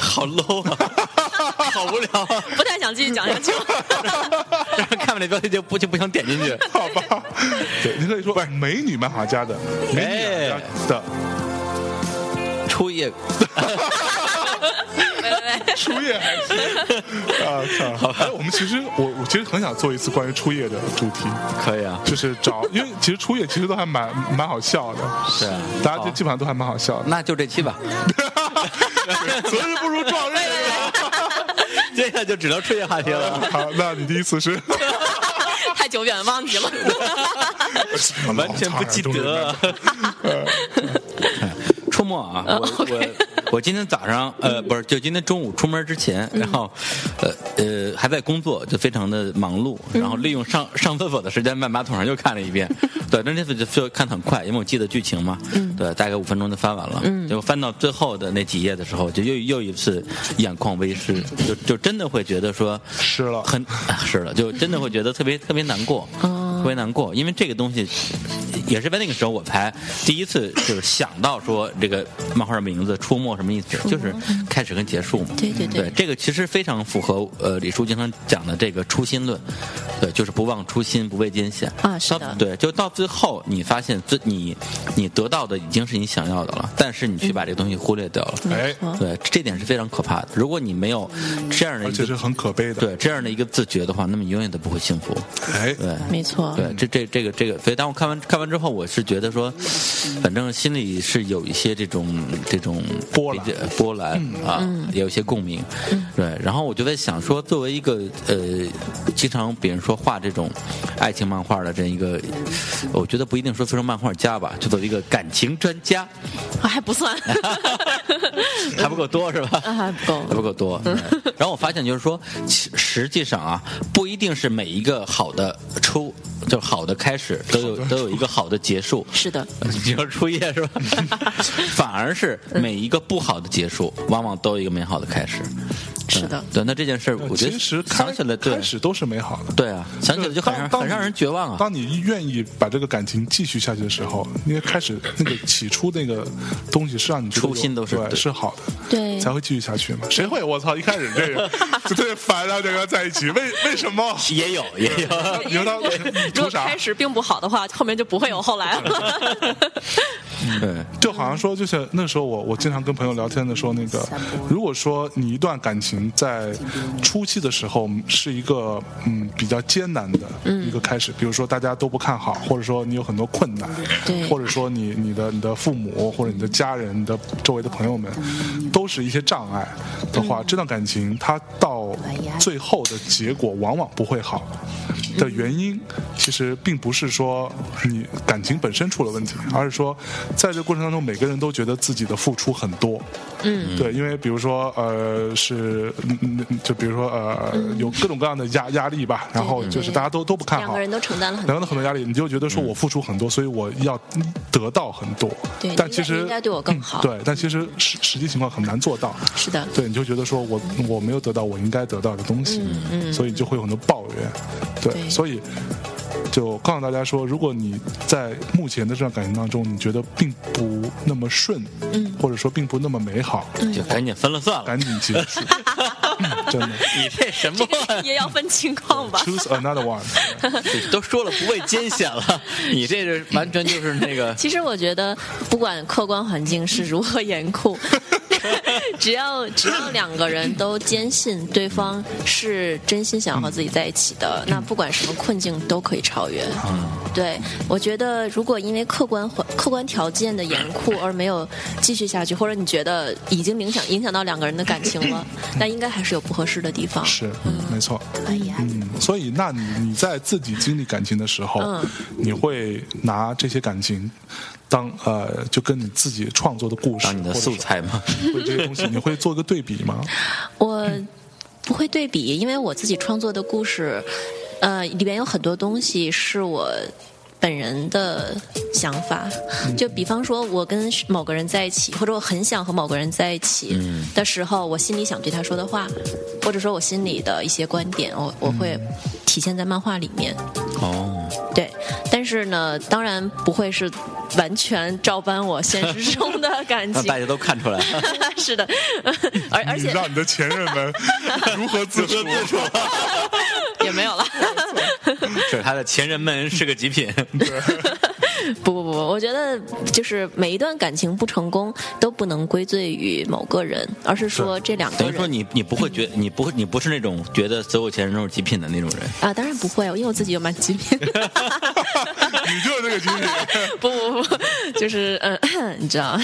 Speaker 2: 好 low 啊， 好无聊啊，
Speaker 3: 不太想继续讲下去了。
Speaker 2: 让人看完这标题就不就不想点进去。
Speaker 1: 好吧，对，你可以说美女漫画家的，
Speaker 2: 哎
Speaker 1: 美女漫画家的
Speaker 2: 初夜，
Speaker 1: 初夜还行啊，操！好吧，我们其实我我其实很想做一次关于初夜的主题，
Speaker 2: 可以啊，
Speaker 1: 就是找， 因为其实初夜其实都还蛮蛮好笑的，
Speaker 2: 是啊，
Speaker 1: 大家
Speaker 2: 好
Speaker 1: 就基本上都还蛮好笑的。
Speaker 2: 那就这期 吧，
Speaker 1: 择日不如撞 日啊！
Speaker 2: 接下来就只聊初夜话题了，
Speaker 1: 好，那你第一次是
Speaker 3: 太久远了，忘记了。
Speaker 2: 完全不记得。哎出没啊！
Speaker 1: 嗯
Speaker 2: 我我我今天早上呃不是，就今天中午出门之前，
Speaker 1: 嗯
Speaker 2: 然后呃呃还在工作，就非常的忙碌，
Speaker 1: 嗯
Speaker 2: 然后利用上上厕所的时间在马桶上又看了一 遍。对，但这次就就看得很快，因为我记得剧情嘛，
Speaker 1: 嗯
Speaker 2: 对，大概五分钟就翻完了。结果翻到最后的那几页的时候，就又又一次眼眶微湿，就就真的会觉得说
Speaker 1: 湿了
Speaker 2: 很啊是了，就真的会觉得特别特别难过。
Speaker 3: 哦
Speaker 2: 特别难过，因为这个东西也是在那个时候我才第一次就是想到说这个漫画的名字“出没”什么意思，就是开始跟结束嘛。
Speaker 3: 嗯对对对
Speaker 2: 对，这个其实非常符合呃李叔经常讲的这个初心论，对，就是不忘初心，不畏艰险
Speaker 3: 啊是的
Speaker 2: 到对，就到最后你发现自你你得到的已经是你想要的了，但是
Speaker 3: 嗯
Speaker 2: 你却把这个东西忽略掉了。
Speaker 1: 哎，
Speaker 2: 对，这点是非常可怕的。如果你没有这样的
Speaker 1: 而
Speaker 2: 一
Speaker 1: 且
Speaker 2: 个
Speaker 1: 是很可悲的。
Speaker 2: 对这样的一个自觉的话，那么你永远都不会幸福。
Speaker 1: 哎，
Speaker 2: 对，
Speaker 3: 没错，
Speaker 2: 对，这这这个这个，所以当我看完看完之后，我是觉得说，反正心里是有一些这种这种
Speaker 1: 波
Speaker 2: 理
Speaker 1: 澜嗯
Speaker 2: 解波澜啊，有一些共鸣，对。然后我就在想说，作为一个呃，经常别人说画这种爱情漫画的这样一个，我觉得不一定说非常漫画家吧，就作为一个感情专家，
Speaker 3: 啊还不 算，
Speaker 2: 还不够多是吧？
Speaker 3: 还不够
Speaker 2: 还。不够 多。然后我发现就是说，其实际上啊，不一定是每一个好的出，就是好的开始都有都有一个好的结束。
Speaker 3: 是的，
Speaker 2: 你说初夜是吧？ 反而是每一个不好的结束，往往都有一个美好的开始。
Speaker 3: 是的
Speaker 2: 嗯对，那这件事儿我觉得
Speaker 1: 呃其实开
Speaker 2: 想起来，对
Speaker 1: 开始都是美好的。
Speaker 2: 对啊，想起来就很让
Speaker 1: 当当
Speaker 2: 很让人绝望啊。
Speaker 1: 当你愿意把这个感情继续下去的时候，因为开始那个起初那个东西是让你觉得有
Speaker 2: 初心都是
Speaker 1: 对
Speaker 2: 对
Speaker 1: 是好的，
Speaker 3: 对
Speaker 1: 才会继续下去嘛。谁会我操一开始这个就特别烦啊，这个在一起为为什么？
Speaker 2: 也 有也有，
Speaker 1: 你说他
Speaker 3: 如
Speaker 1: 图
Speaker 3: 果
Speaker 1: 啥
Speaker 3: 开？始并不好的话，后面就不会有后来了。
Speaker 2: 对，
Speaker 1: 就好像说，就是那时候我我经常跟朋友聊天的说，那个如果说你一段感情在初期的时候是一个嗯比较艰难的一个开始，比如说大家都不看好，或者说你有很多困难
Speaker 3: 对，
Speaker 1: 或者说你你的你的父母或者你的家人、你的周围的朋友们都是一些障碍的话，这段感情它到
Speaker 3: 哎
Speaker 1: 最后的结果往往不会好。的原因，其实并不是说你感情本身出了问题，而是说在这过程当中，每个人都觉得自己的付出很多。嗯，对，因为比如说呃是，嗯嗯就比如说呃有各种各样的压压力吧，然后就是大家都都不看好，
Speaker 3: 嗯两个人嗯都承担了
Speaker 1: 然
Speaker 3: 很多。
Speaker 1: 后呢很多压力，你就觉得说我付出很多，所以我要得到很多。
Speaker 3: 对
Speaker 1: 但
Speaker 3: 你
Speaker 1: 其实嗯
Speaker 3: 应该对我更好
Speaker 1: 对，但其实实实际情况很难做到。
Speaker 3: 是的，
Speaker 1: 对，你就觉得说我我没有得到我应该得到的东西，所以就会有很多抱怨。对，
Speaker 3: 嗯对
Speaker 1: 所以就告诉大家说，如果你在目前的这段感情当中，你觉得并不那么顺，
Speaker 3: 嗯
Speaker 1: 或者说并不那么美好，
Speaker 2: 就赶紧分了算了。
Speaker 1: 赶紧结 束，嗯真的
Speaker 2: 你这什么
Speaker 3: 这？个 也要分情况吧。
Speaker 1: ，choose another one。
Speaker 2: 都说了不畏艰险了，你这是完全就是那 个
Speaker 3: 其实我觉得，不管客观环境是如何严酷，只要只要两个人都坚信对方是真心想要和自己在一起的，那不管什么困境都可以超越。对，我觉得如果因为客观环客观条件的严酷而没有继续下去，或者你觉得已经影响影响到两个人的感情了，那应该还是有不合适的地方。
Speaker 1: 是，没错。嗯，所以那你你在自己经历感情的时候，
Speaker 3: 嗯
Speaker 1: 你会拿这些感情当呃，就跟你自己创作的故事
Speaker 2: 啊当你的素，材吗？
Speaker 1: 或者说对这些东西，你会做一个对比吗？
Speaker 3: 我不会对比，因为我自己创作的故事，呃，里边有很多东西是我。本人的想法，就比方说，我跟某个人在一起，或者我很想和某个人在一起的时候，我心里想对他说的话，或者说我心里的一些观点，我我会体现在漫画里面。
Speaker 2: 哦，
Speaker 3: 对，但是呢，当然不会是完全照搬我现实中的感
Speaker 2: 让
Speaker 3: 情
Speaker 2: 大，家都看出来了。
Speaker 3: 是的，而而
Speaker 1: 你
Speaker 3: 且
Speaker 1: 啊让你的 前任们如何自处？
Speaker 3: 也没有了。
Speaker 2: 是他的前人们是个极品，
Speaker 3: 不不不，我觉得就是每一段感情不成功都不能归罪于某个人，而是说这两个
Speaker 2: 等于说
Speaker 3: 人。
Speaker 2: 你你不会觉你不会你不是那种觉得所有前人都是极品的那种人，
Speaker 3: 啊，当然不会，因为我自己有蛮极品。
Speaker 1: 你就是这个经历，
Speaker 3: 不不不，就是嗯，你知道，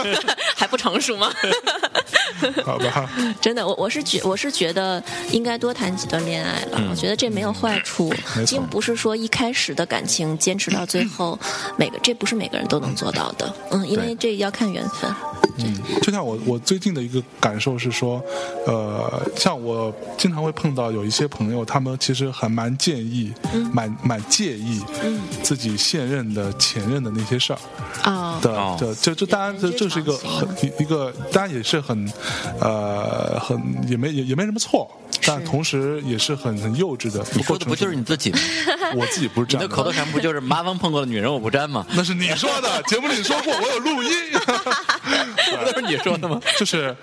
Speaker 3: 还不成熟吗？
Speaker 1: 好吧？
Speaker 3: 真的，我我是觉我是觉得应该多谈几段恋爱了，我觉得这没有坏处
Speaker 1: 没，错
Speaker 3: 并不是说一开始的感情坚持到最后，每个这不是每个人都能做到的，嗯，因为这要看缘分，
Speaker 1: 嗯就像我我最近的一个感受是说，呃，像我经常会碰到有一些朋友，他们其实还蛮建议，蛮蛮介意自己现任的前任的那些事儿。
Speaker 3: 哦，
Speaker 1: 的
Speaker 2: 哦
Speaker 1: 的，这这当然这这是一个很一一个，当然也是很呃很也没也也没什么错，但同时也是很很幼稚的。
Speaker 2: 你
Speaker 1: 不
Speaker 2: 说
Speaker 1: 够
Speaker 2: 的不就是
Speaker 1: 成
Speaker 2: 你自己吗？
Speaker 1: 熟我自己不是这
Speaker 2: 你
Speaker 1: 样
Speaker 2: 的口头禅不就是麻烦碰过的女人我不沾 吗？
Speaker 1: 那是你说的，节目里说过，我有录音。
Speaker 2: 不都是你说的吗？
Speaker 1: 就是，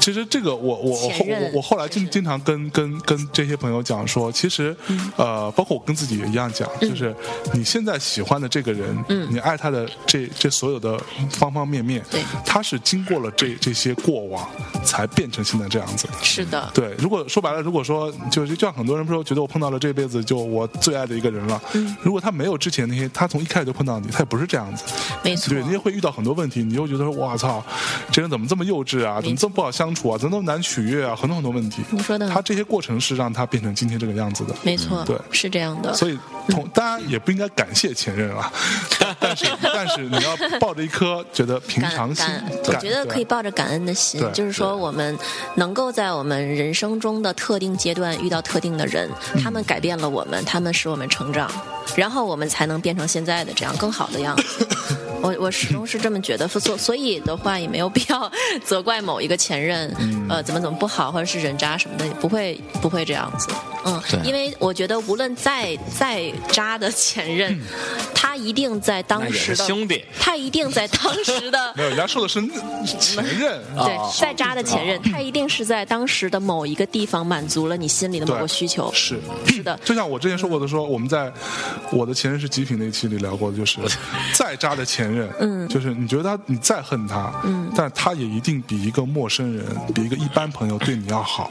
Speaker 1: 其实这个我我我后
Speaker 3: 前任
Speaker 1: 我我后来经经常跟跟跟这些朋友讲说，其实、
Speaker 3: 嗯
Speaker 1: 呃，包括我跟自己也一样讲，就是你现在喜欢的这个人，你爱他的这这所有的方方面面，
Speaker 3: 嗯对
Speaker 1: 他是经过了这这些过往，才变成现在这样子的。
Speaker 3: 是的，
Speaker 1: 对，如果说白了，如果说就是就像很多人说，觉得我碰到了这辈子就我最爱的一个人了。
Speaker 3: 嗯
Speaker 1: 如果他没有之前那些，他从一开始就碰到你，他也不是这样子。
Speaker 3: 没错
Speaker 1: 对，，你也会遇到很多问题，你又觉得说，哇操，这人怎么这么幼稚啊？怎么这么不好相处啊？怎么那么难取悦啊？很多很多问题。
Speaker 3: 你说得很
Speaker 1: 他这些过程是让他变成今天这个样子的。
Speaker 3: 没错，
Speaker 1: 嗯对
Speaker 3: 是这样的，
Speaker 1: 所以，同当然也不应该感谢前任 啊，但是但是你要抱着一颗觉得平常
Speaker 3: 感
Speaker 1: 心
Speaker 3: 感，，我
Speaker 1: 感
Speaker 3: 觉得
Speaker 1: 对
Speaker 3: 可以抱着感恩的心
Speaker 1: 对，
Speaker 3: 就是说我们能够在我们人生中的特定阶段遇到特定的人，
Speaker 1: 嗯
Speaker 3: 他们改变了我们，他们使我们成长，然后我们才能变成现在的这样更好的 样子。我我始终是这么觉得，所所以的话也没有必要 责怪某一个前任，
Speaker 1: 嗯
Speaker 3: 呃，怎么怎么不好，或者是人渣什么的，也不会不会这样子，嗯
Speaker 2: 对，
Speaker 3: 因为我觉得无论再再渣的前任，
Speaker 1: 嗯
Speaker 3: 他一定在
Speaker 2: 那
Speaker 3: 当
Speaker 2: 也
Speaker 3: 时
Speaker 2: 是
Speaker 3: 的
Speaker 2: 兄弟，
Speaker 3: 他一定在当时的哦
Speaker 1: 没有，人家说的是前任。
Speaker 3: 对再渣的前任，他一定是在当时的某一个地方满足了你心里的某个
Speaker 1: 对
Speaker 3: 需求。
Speaker 1: 哦是，
Speaker 3: 是的，
Speaker 1: 就像我之 前说过的说，我们在我的前任是极品那一期里聊过的，就是再渣的前任，嗯，就是你觉得他，你再恨他，嗯，但他也一定比一个陌生人，比一个一般朋友对你要好。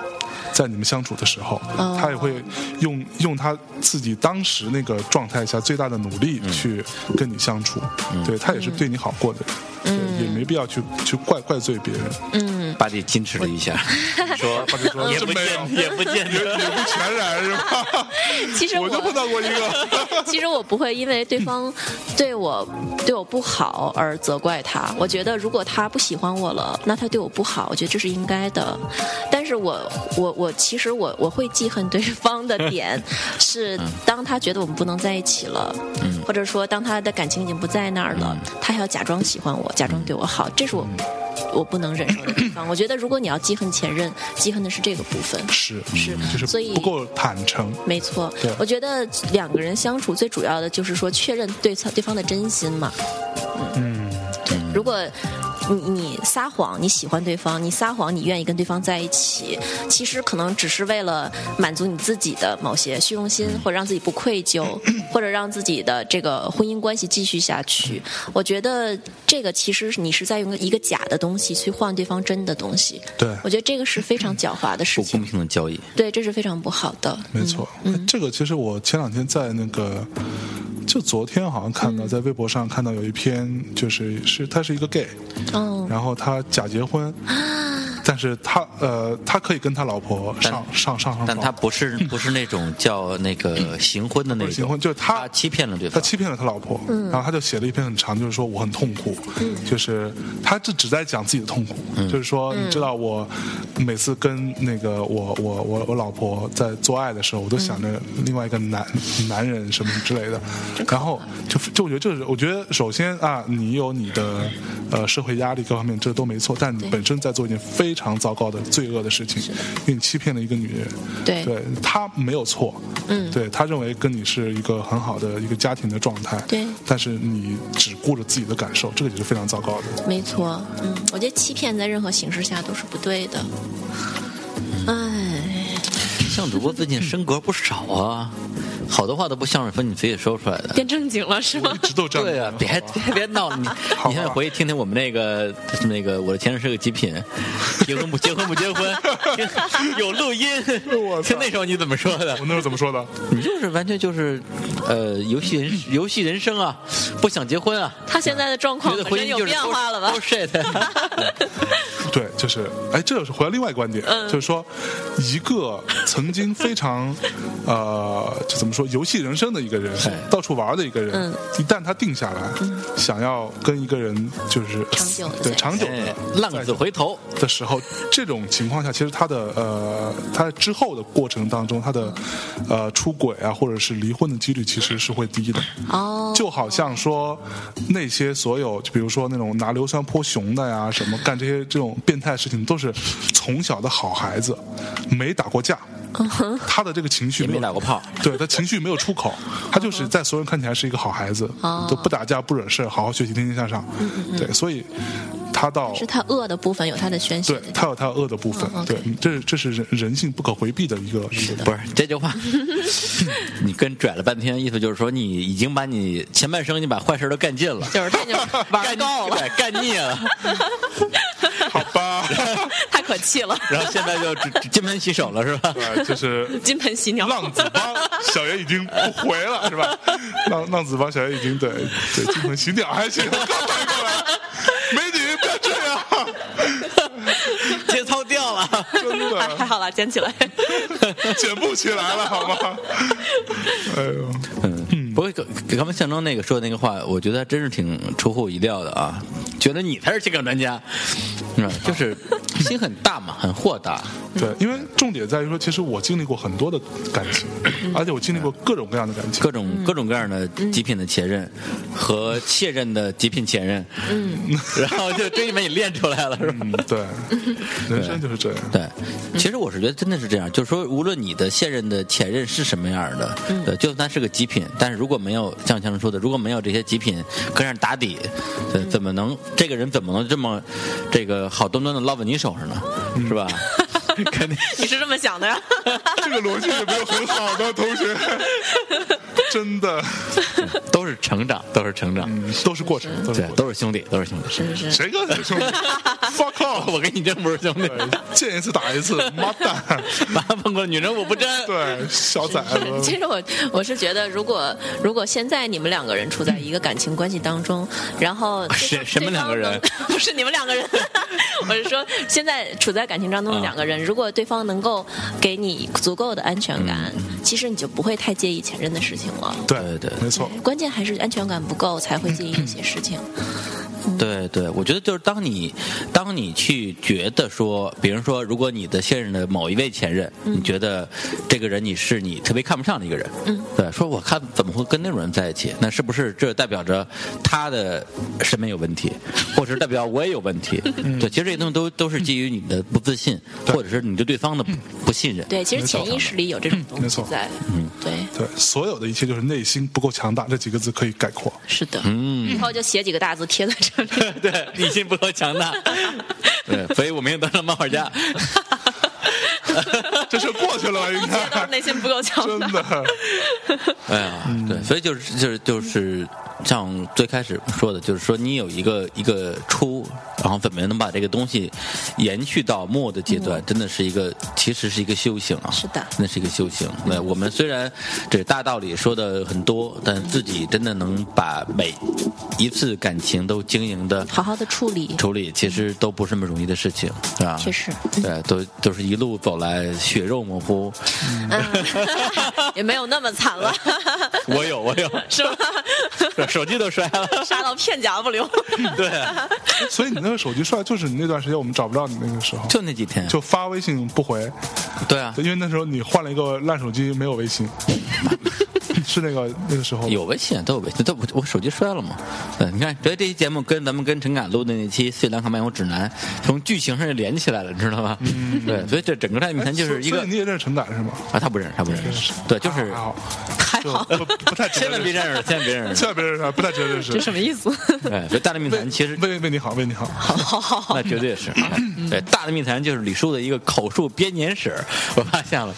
Speaker 1: 在你们相处的时候，他也会用用他自己当时那个状态下最大的努力去跟你相处，对他也是对你好过的人，对，也没必要去去怪怪罪 别人。
Speaker 2: 巴蒂矜持了一下，说
Speaker 1: 说
Speaker 2: 也不见也不见得。
Speaker 1: 也不全然 是吧？
Speaker 3: 其实
Speaker 1: 我就碰到过一个，
Speaker 3: 其实我不会因为对方对我对我不好而责怪他。我觉得如果他不喜欢我了，那他对我不好，我觉得这是应该的。但是我我我其实我我会记恨对方的点是，当他觉得我们不能在一起了，或者说当他的感情已经不在那儿了，他还要假装喜欢我，假装对我好，这是我。我不能忍受的地方，我觉得如果你要记恨前任，记恨的是这个部分。
Speaker 1: 是
Speaker 3: 是
Speaker 1: 就是
Speaker 3: 所以
Speaker 1: 不够坦诚。
Speaker 3: 没错
Speaker 1: 对，
Speaker 3: 我觉得两个人相处最主要的就是说确认对对方的真心嘛。嗯，对。如果你你撒谎，你喜欢对方，你撒谎，你愿意跟对方在一起，其实可能只是为了满足你自己的某些虚荣心，或者让自己不愧疚，或者让自己的这个婚姻关系继续下去。我觉得这个其实你是在用一个假的东西去换对方真的东西。
Speaker 1: 对
Speaker 3: 我觉得这个是非常狡猾的事
Speaker 2: 不公
Speaker 3: 情。
Speaker 2: 平的交易，
Speaker 3: 对，这是非常不好的。
Speaker 1: 没错，哎这个其实我前两天在那个，就昨天好像看到在微博上看到有一篇，就是是他是一个 gay，
Speaker 3: 嗯，
Speaker 1: 然后他假结婚，但是他呃他可以跟他老婆上上上上
Speaker 2: 但
Speaker 1: 床，
Speaker 2: 他不是不是那种叫那个行婚的那
Speaker 1: 不
Speaker 2: 种，
Speaker 1: 是行婚就是他
Speaker 2: 他欺骗了对
Speaker 1: 他
Speaker 2: 方。
Speaker 1: 欺骗了他老婆，然后他就写了一篇很长，就是说我很痛苦，就是他这只在讲自己的痛苦，就是说你知道我每次跟那个我我我我老婆在做爱的时候，我都想着另外一个男男人什么之类的，然后就就我觉得这是我觉得首先啊，你有你的呃社会压力各方面这都没错，但你本身在做一件非常糟糕的罪恶的事情，因为你欺骗了一个女人，
Speaker 3: 对
Speaker 1: 对呃他没有错，嗯，对他认为跟你是一个很好的一个家庭的状态，
Speaker 3: 对
Speaker 1: 但是你只顾着自己的感受，这个也是非常糟糕的。
Speaker 3: 没错，嗯，我觉得欺骗在任何形式下都是不对的。哎，
Speaker 2: 向主播最近升格不少啊，好多话都不向着分你嘴里说出来的。
Speaker 3: 变正经了是吗？
Speaker 1: 一直都这样，
Speaker 2: 对啊，别别别闹了，你你现在回去听听我们那个那个，我的前任是个极品，结婚不结婚不结婚，有录音，
Speaker 1: 我操
Speaker 2: 听那时候你怎么说的
Speaker 1: 我？那时候怎么说的？
Speaker 2: 你就是完全就是，呃，游戏人游戏人生啊，不想结婚啊，
Speaker 3: 他现在的状
Speaker 2: 觉
Speaker 3: 况
Speaker 2: 得
Speaker 3: 可
Speaker 2: 婚
Speaker 3: 真
Speaker 2: 姻
Speaker 3: 有
Speaker 2: 就是
Speaker 3: 变化了吧
Speaker 2: b？shit，
Speaker 1: 对，就是，哎，这又是回到另外一个观点，
Speaker 3: 嗯
Speaker 1: 就是说，一个曾经非 常，呃，就怎么说，游戏人生的一个人
Speaker 2: 哎，
Speaker 1: 到处玩的一个人，
Speaker 3: 嗯
Speaker 1: 一旦他定下来，想要跟一个人就是
Speaker 3: 长久地在一
Speaker 1: 对
Speaker 3: 起
Speaker 1: 长久的、
Speaker 2: 哎 浪子回头，
Speaker 1: 的时候，这种情况下，其实他的呃，他之后的过程当中，他的呃出轨啊，或者是离婚的几率其实是会低的。
Speaker 3: 哦，
Speaker 1: 就好像说那些所有，就比如说那种拿硫酸泼熊的呀，什么干这些这种变态事情，都是从小的好孩子，没打过架，
Speaker 3: 嗯
Speaker 1: 他的这个情绪
Speaker 2: 也
Speaker 1: 没
Speaker 2: 没
Speaker 1: 有
Speaker 2: 打过炮，
Speaker 1: 对他情绪没有出口，他就是在所有人看起来是一个好孩子，
Speaker 3: 哦嗯
Speaker 1: 都不打架不惹事儿，好好学习，天天向上。对，所以他到
Speaker 3: 是他恶的部分有他的宣泄
Speaker 1: 对
Speaker 3: 的，
Speaker 1: 他有他恶的部分
Speaker 3: 嗯，，OK
Speaker 1: 对，这是这是人人性不可回避的一个一个。
Speaker 2: 不是这句 话，你跟拽了半天，意思就是说你已经把你前半生你把坏事都干尽了，
Speaker 3: 就 是他已经玩
Speaker 2: 干
Speaker 3: 够了，
Speaker 2: 对干腻了，
Speaker 1: 好吧，
Speaker 3: 太可气了，
Speaker 2: 然后现在就只只金盆洗手了是吧？
Speaker 1: 对，就是
Speaker 3: 金盆洗鸟。
Speaker 1: 浪子帮小爷已经不回了，是吧？浪浪子帮小爷已经对对金盆洗鸟还行， 刚反应过来，美女不要这样，
Speaker 2: 节操掉了，
Speaker 1: 真
Speaker 3: 还 还
Speaker 1: 的
Speaker 3: 好了，捡起来。
Speaker 1: 捡不起来了，好吗？哎呦，
Speaker 2: 嗯， 不过刚刚才象征那个说的那个话，我觉得还真是挺出乎我意料的啊，觉得你才是情感专家，是吧？就是心很大嘛，很豁达，
Speaker 1: 对，因为重点在于说，其实我经历过很多的感情，而且我经历过各种各样的感情
Speaker 2: 各。种各种各样的极品的前任和现任的极品前任，嗯，然后就终于把你练出来了，是吧？
Speaker 1: 嗯，对，人生就是这样。
Speaker 2: 对，其实我是觉得真的是这样，就是说，无论你的现任的前任是什么样的，对，就算是个极品，但是如果没有像强生说的，如果没有这些极品跟上打底，对，怎
Speaker 1: 嗯
Speaker 2: 么能这个人怎么能这么这个好端端的落在你手上呢？是吧？肯定
Speaker 3: 你是这么想的 呀？
Speaker 1: 这个逻辑有没有很好的同学？真的，
Speaker 2: 都是成长，都是成长，
Speaker 1: 嗯都是过程，都是
Speaker 2: 对，
Speaker 1: 过程
Speaker 2: 都是兄弟，都是兄弟。
Speaker 3: 是是是，
Speaker 1: 谁跟你兄弟？Fuck off！
Speaker 2: 我跟你真不是兄弟，
Speaker 1: 见一次打一次，妈蛋！
Speaker 2: 妈碰过女人我不真。
Speaker 1: 对，小崽子
Speaker 3: 其，实我我是觉得，如果如果现在你们两个人处在一个感情关系当中，然后
Speaker 2: 什啊什么两个人
Speaker 3: 对方能？ 不是你们两个人，我是说现在处在感情当中
Speaker 2: 啊
Speaker 3: 的两个人，如果对方能够给你足够的安全感，
Speaker 2: 嗯
Speaker 3: 其实你就不会太介意前任的事情了。
Speaker 1: 对
Speaker 2: 对对
Speaker 1: 没错，
Speaker 3: 关键还是安全感不够才会介意一些事情。
Speaker 2: 嗯对对，我觉得就是当你当你去觉得说，比如说，如果你的现任的某一位前任，你觉得这个人你是你特别看不上的一个人，嗯，对，说我看怎么会跟那种人在一起？那是不是这代表着他的审美有问题，或者是代表我也有问题？对，其实这些东西都都是基于你的不自信，或者是你对对方的不不信任。
Speaker 3: 对，其实潜意识里有这种
Speaker 2: 嗯
Speaker 3: 东
Speaker 1: 没
Speaker 3: 西
Speaker 1: 错
Speaker 3: 在。对，
Speaker 1: 对，所有的一切就是内心不够强大这几个字可以概括。
Speaker 3: 是的。
Speaker 2: 嗯
Speaker 3: 以后就写几个大字贴在这 里。
Speaker 2: 对，内心不够强大。对，所以我没有当上漫画家。
Speaker 1: 这事过去了吧，应
Speaker 3: 写到
Speaker 1: 该
Speaker 3: 内心不够强
Speaker 1: 真
Speaker 3: 大。
Speaker 1: 的。
Speaker 2: 哎呀，
Speaker 3: 嗯
Speaker 2: 对，所以就是就是就是像最开始说的，就是说你有一个一个出，然后怎么样能把这个东西延续到末的阶段，真的是一个其实是一个修行啊，
Speaker 3: 嗯是的
Speaker 2: 真的是一个修行。对，我们虽然这大道理说的很多，但自己真的能把每一次感情都经营的
Speaker 3: 好好的处理，
Speaker 2: 处理，其实都不是那么容易的事情，是吧？
Speaker 3: 确实
Speaker 2: 对，都都是一路走来血肉模糊。
Speaker 3: 也没有那么惨了，
Speaker 2: 我有，我 有，
Speaker 3: 是吧？
Speaker 2: 手机都摔了。
Speaker 3: 杀到片甲不留。
Speaker 2: 对，
Speaker 1: 所以你那个手机摔，就是你那段时间我们找不到你那个时候，
Speaker 2: 就那几天，
Speaker 1: 就发微信不回，
Speaker 2: 对啊
Speaker 1: 对，因为那时候你换了一个烂手机，没有微信， 是那个那个时候。
Speaker 2: 有微信都有微信，都我我手机摔了嘛。对，你看，觉得这期节目跟咱们跟陈敢录的那期《碎兰卡漫游指南》从剧情上就连起来了，你知道吗？嗯，对，所以这整个大面谈就是一
Speaker 1: 哎所
Speaker 2: 个
Speaker 1: 以你也认识陈敢是吗？
Speaker 2: 啊，他不认识，他不认识，对，就是
Speaker 1: 还好，
Speaker 3: 还
Speaker 1: 就
Speaker 3: 好，
Speaker 1: 不不太值
Speaker 2: 千
Speaker 1: 得
Speaker 2: 万
Speaker 1: 认
Speaker 2: 别
Speaker 1: 识，
Speaker 2: 认识，千万别认识
Speaker 1: 千。万别认识，啊不太值得认识
Speaker 3: 这。什么意思？
Speaker 2: 对，所以大内密谈其实
Speaker 1: 为为你好，为你好。
Speaker 3: 好好好，
Speaker 2: 那绝对 是，对，大内密谈就是李叔的一个口述编年史， 我发现了，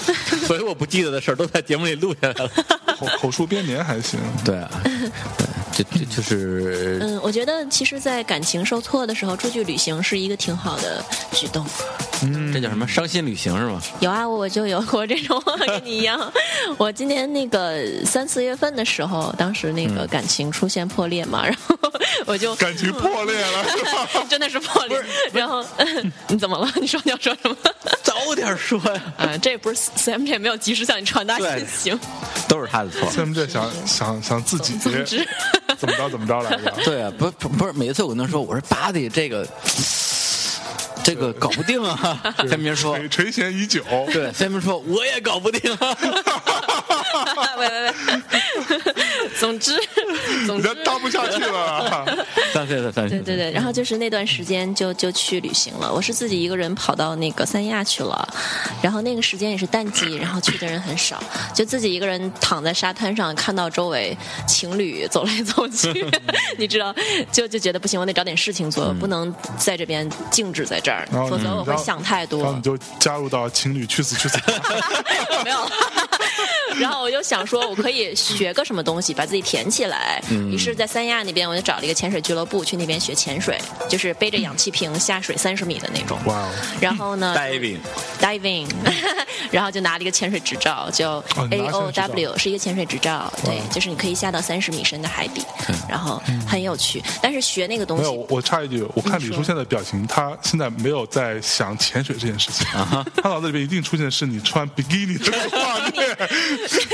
Speaker 2: 所以我不记得的事儿都在节目里录下来了。
Speaker 1: 口口述编年还行，
Speaker 2: 对啊，对，就就就是
Speaker 3: 嗯，我觉得其实，在感情受挫的时候，出去旅行是一个挺好的举动。
Speaker 2: 这叫什么伤心旅行是吗？
Speaker 3: 有啊，我就有过这 种，跟你一样。我今年那个三四月份的时候，当时那个感情出现破裂嘛，然 后我就
Speaker 1: 感情破裂了，是 吧
Speaker 3: 真的是破裂。然后 你怎么了？你说你要说什么？
Speaker 2: 早点说呀，
Speaker 3: 啊，这也不是 Sam 这也没有及时向你传达
Speaker 2: 对
Speaker 3: 信息。
Speaker 2: 都是他的错。
Speaker 1: 他们这想想想自己
Speaker 3: 总之，
Speaker 1: 怎么着怎么着来 着？
Speaker 2: 对啊，不不不是，每一次我跟他说，我说巴迪这个这个搞不定啊， 三明说，
Speaker 1: 垂垂涎已久，
Speaker 2: 对，三明说我也搞不定、 啊，
Speaker 3: 喂喂喂，总之，总
Speaker 1: 你
Speaker 3: 之
Speaker 1: 这，当不下去 了。啊
Speaker 2: 三岁的三岁
Speaker 3: 对对对。然后就是那段时间就就去旅行了，我是自己一个人跑到那个三亚去了，然后那个时间也是淡季，然后去的人很少，就自己一个人躺在沙滩上，看到周围情侣走来走去，你知道，就就觉得不行，我得找点事情做，不能在这边静止在这儿，
Speaker 1: 然后
Speaker 3: 否
Speaker 1: 你
Speaker 3: 则我会
Speaker 1: 然后
Speaker 3: 想太多。
Speaker 1: 然后你就加入到情侣去死 去死吧，
Speaker 3: 没有了。 然后我就想说，我可以学个什么东西，把自己填起来。
Speaker 1: 嗯
Speaker 3: 于是，在三亚那边，我就找了一个潜水俱乐部，去那边学潜水，就是背着氧气瓶下水三十米的那种。
Speaker 1: 哇哦！
Speaker 3: 然后 呢
Speaker 2: diving，
Speaker 3: ，diving，然后就拿了一个潜水执照，叫
Speaker 1: 哦你
Speaker 3: A
Speaker 1: 拿
Speaker 3: O
Speaker 1: 潜水执
Speaker 3: W，
Speaker 1: 照
Speaker 3: 是一个潜水执照。对
Speaker 1: 哇，嗯
Speaker 3: 就是你可以下到三十米深的海底，然后很有趣。但是学那个东
Speaker 1: 没有，
Speaker 3: 西
Speaker 1: 我我插一句，我看李叔现在表情，他现在没有在想潜水这件事情，
Speaker 2: 啊
Speaker 1: 他脑子里面一定出现是你穿比基尼的画面，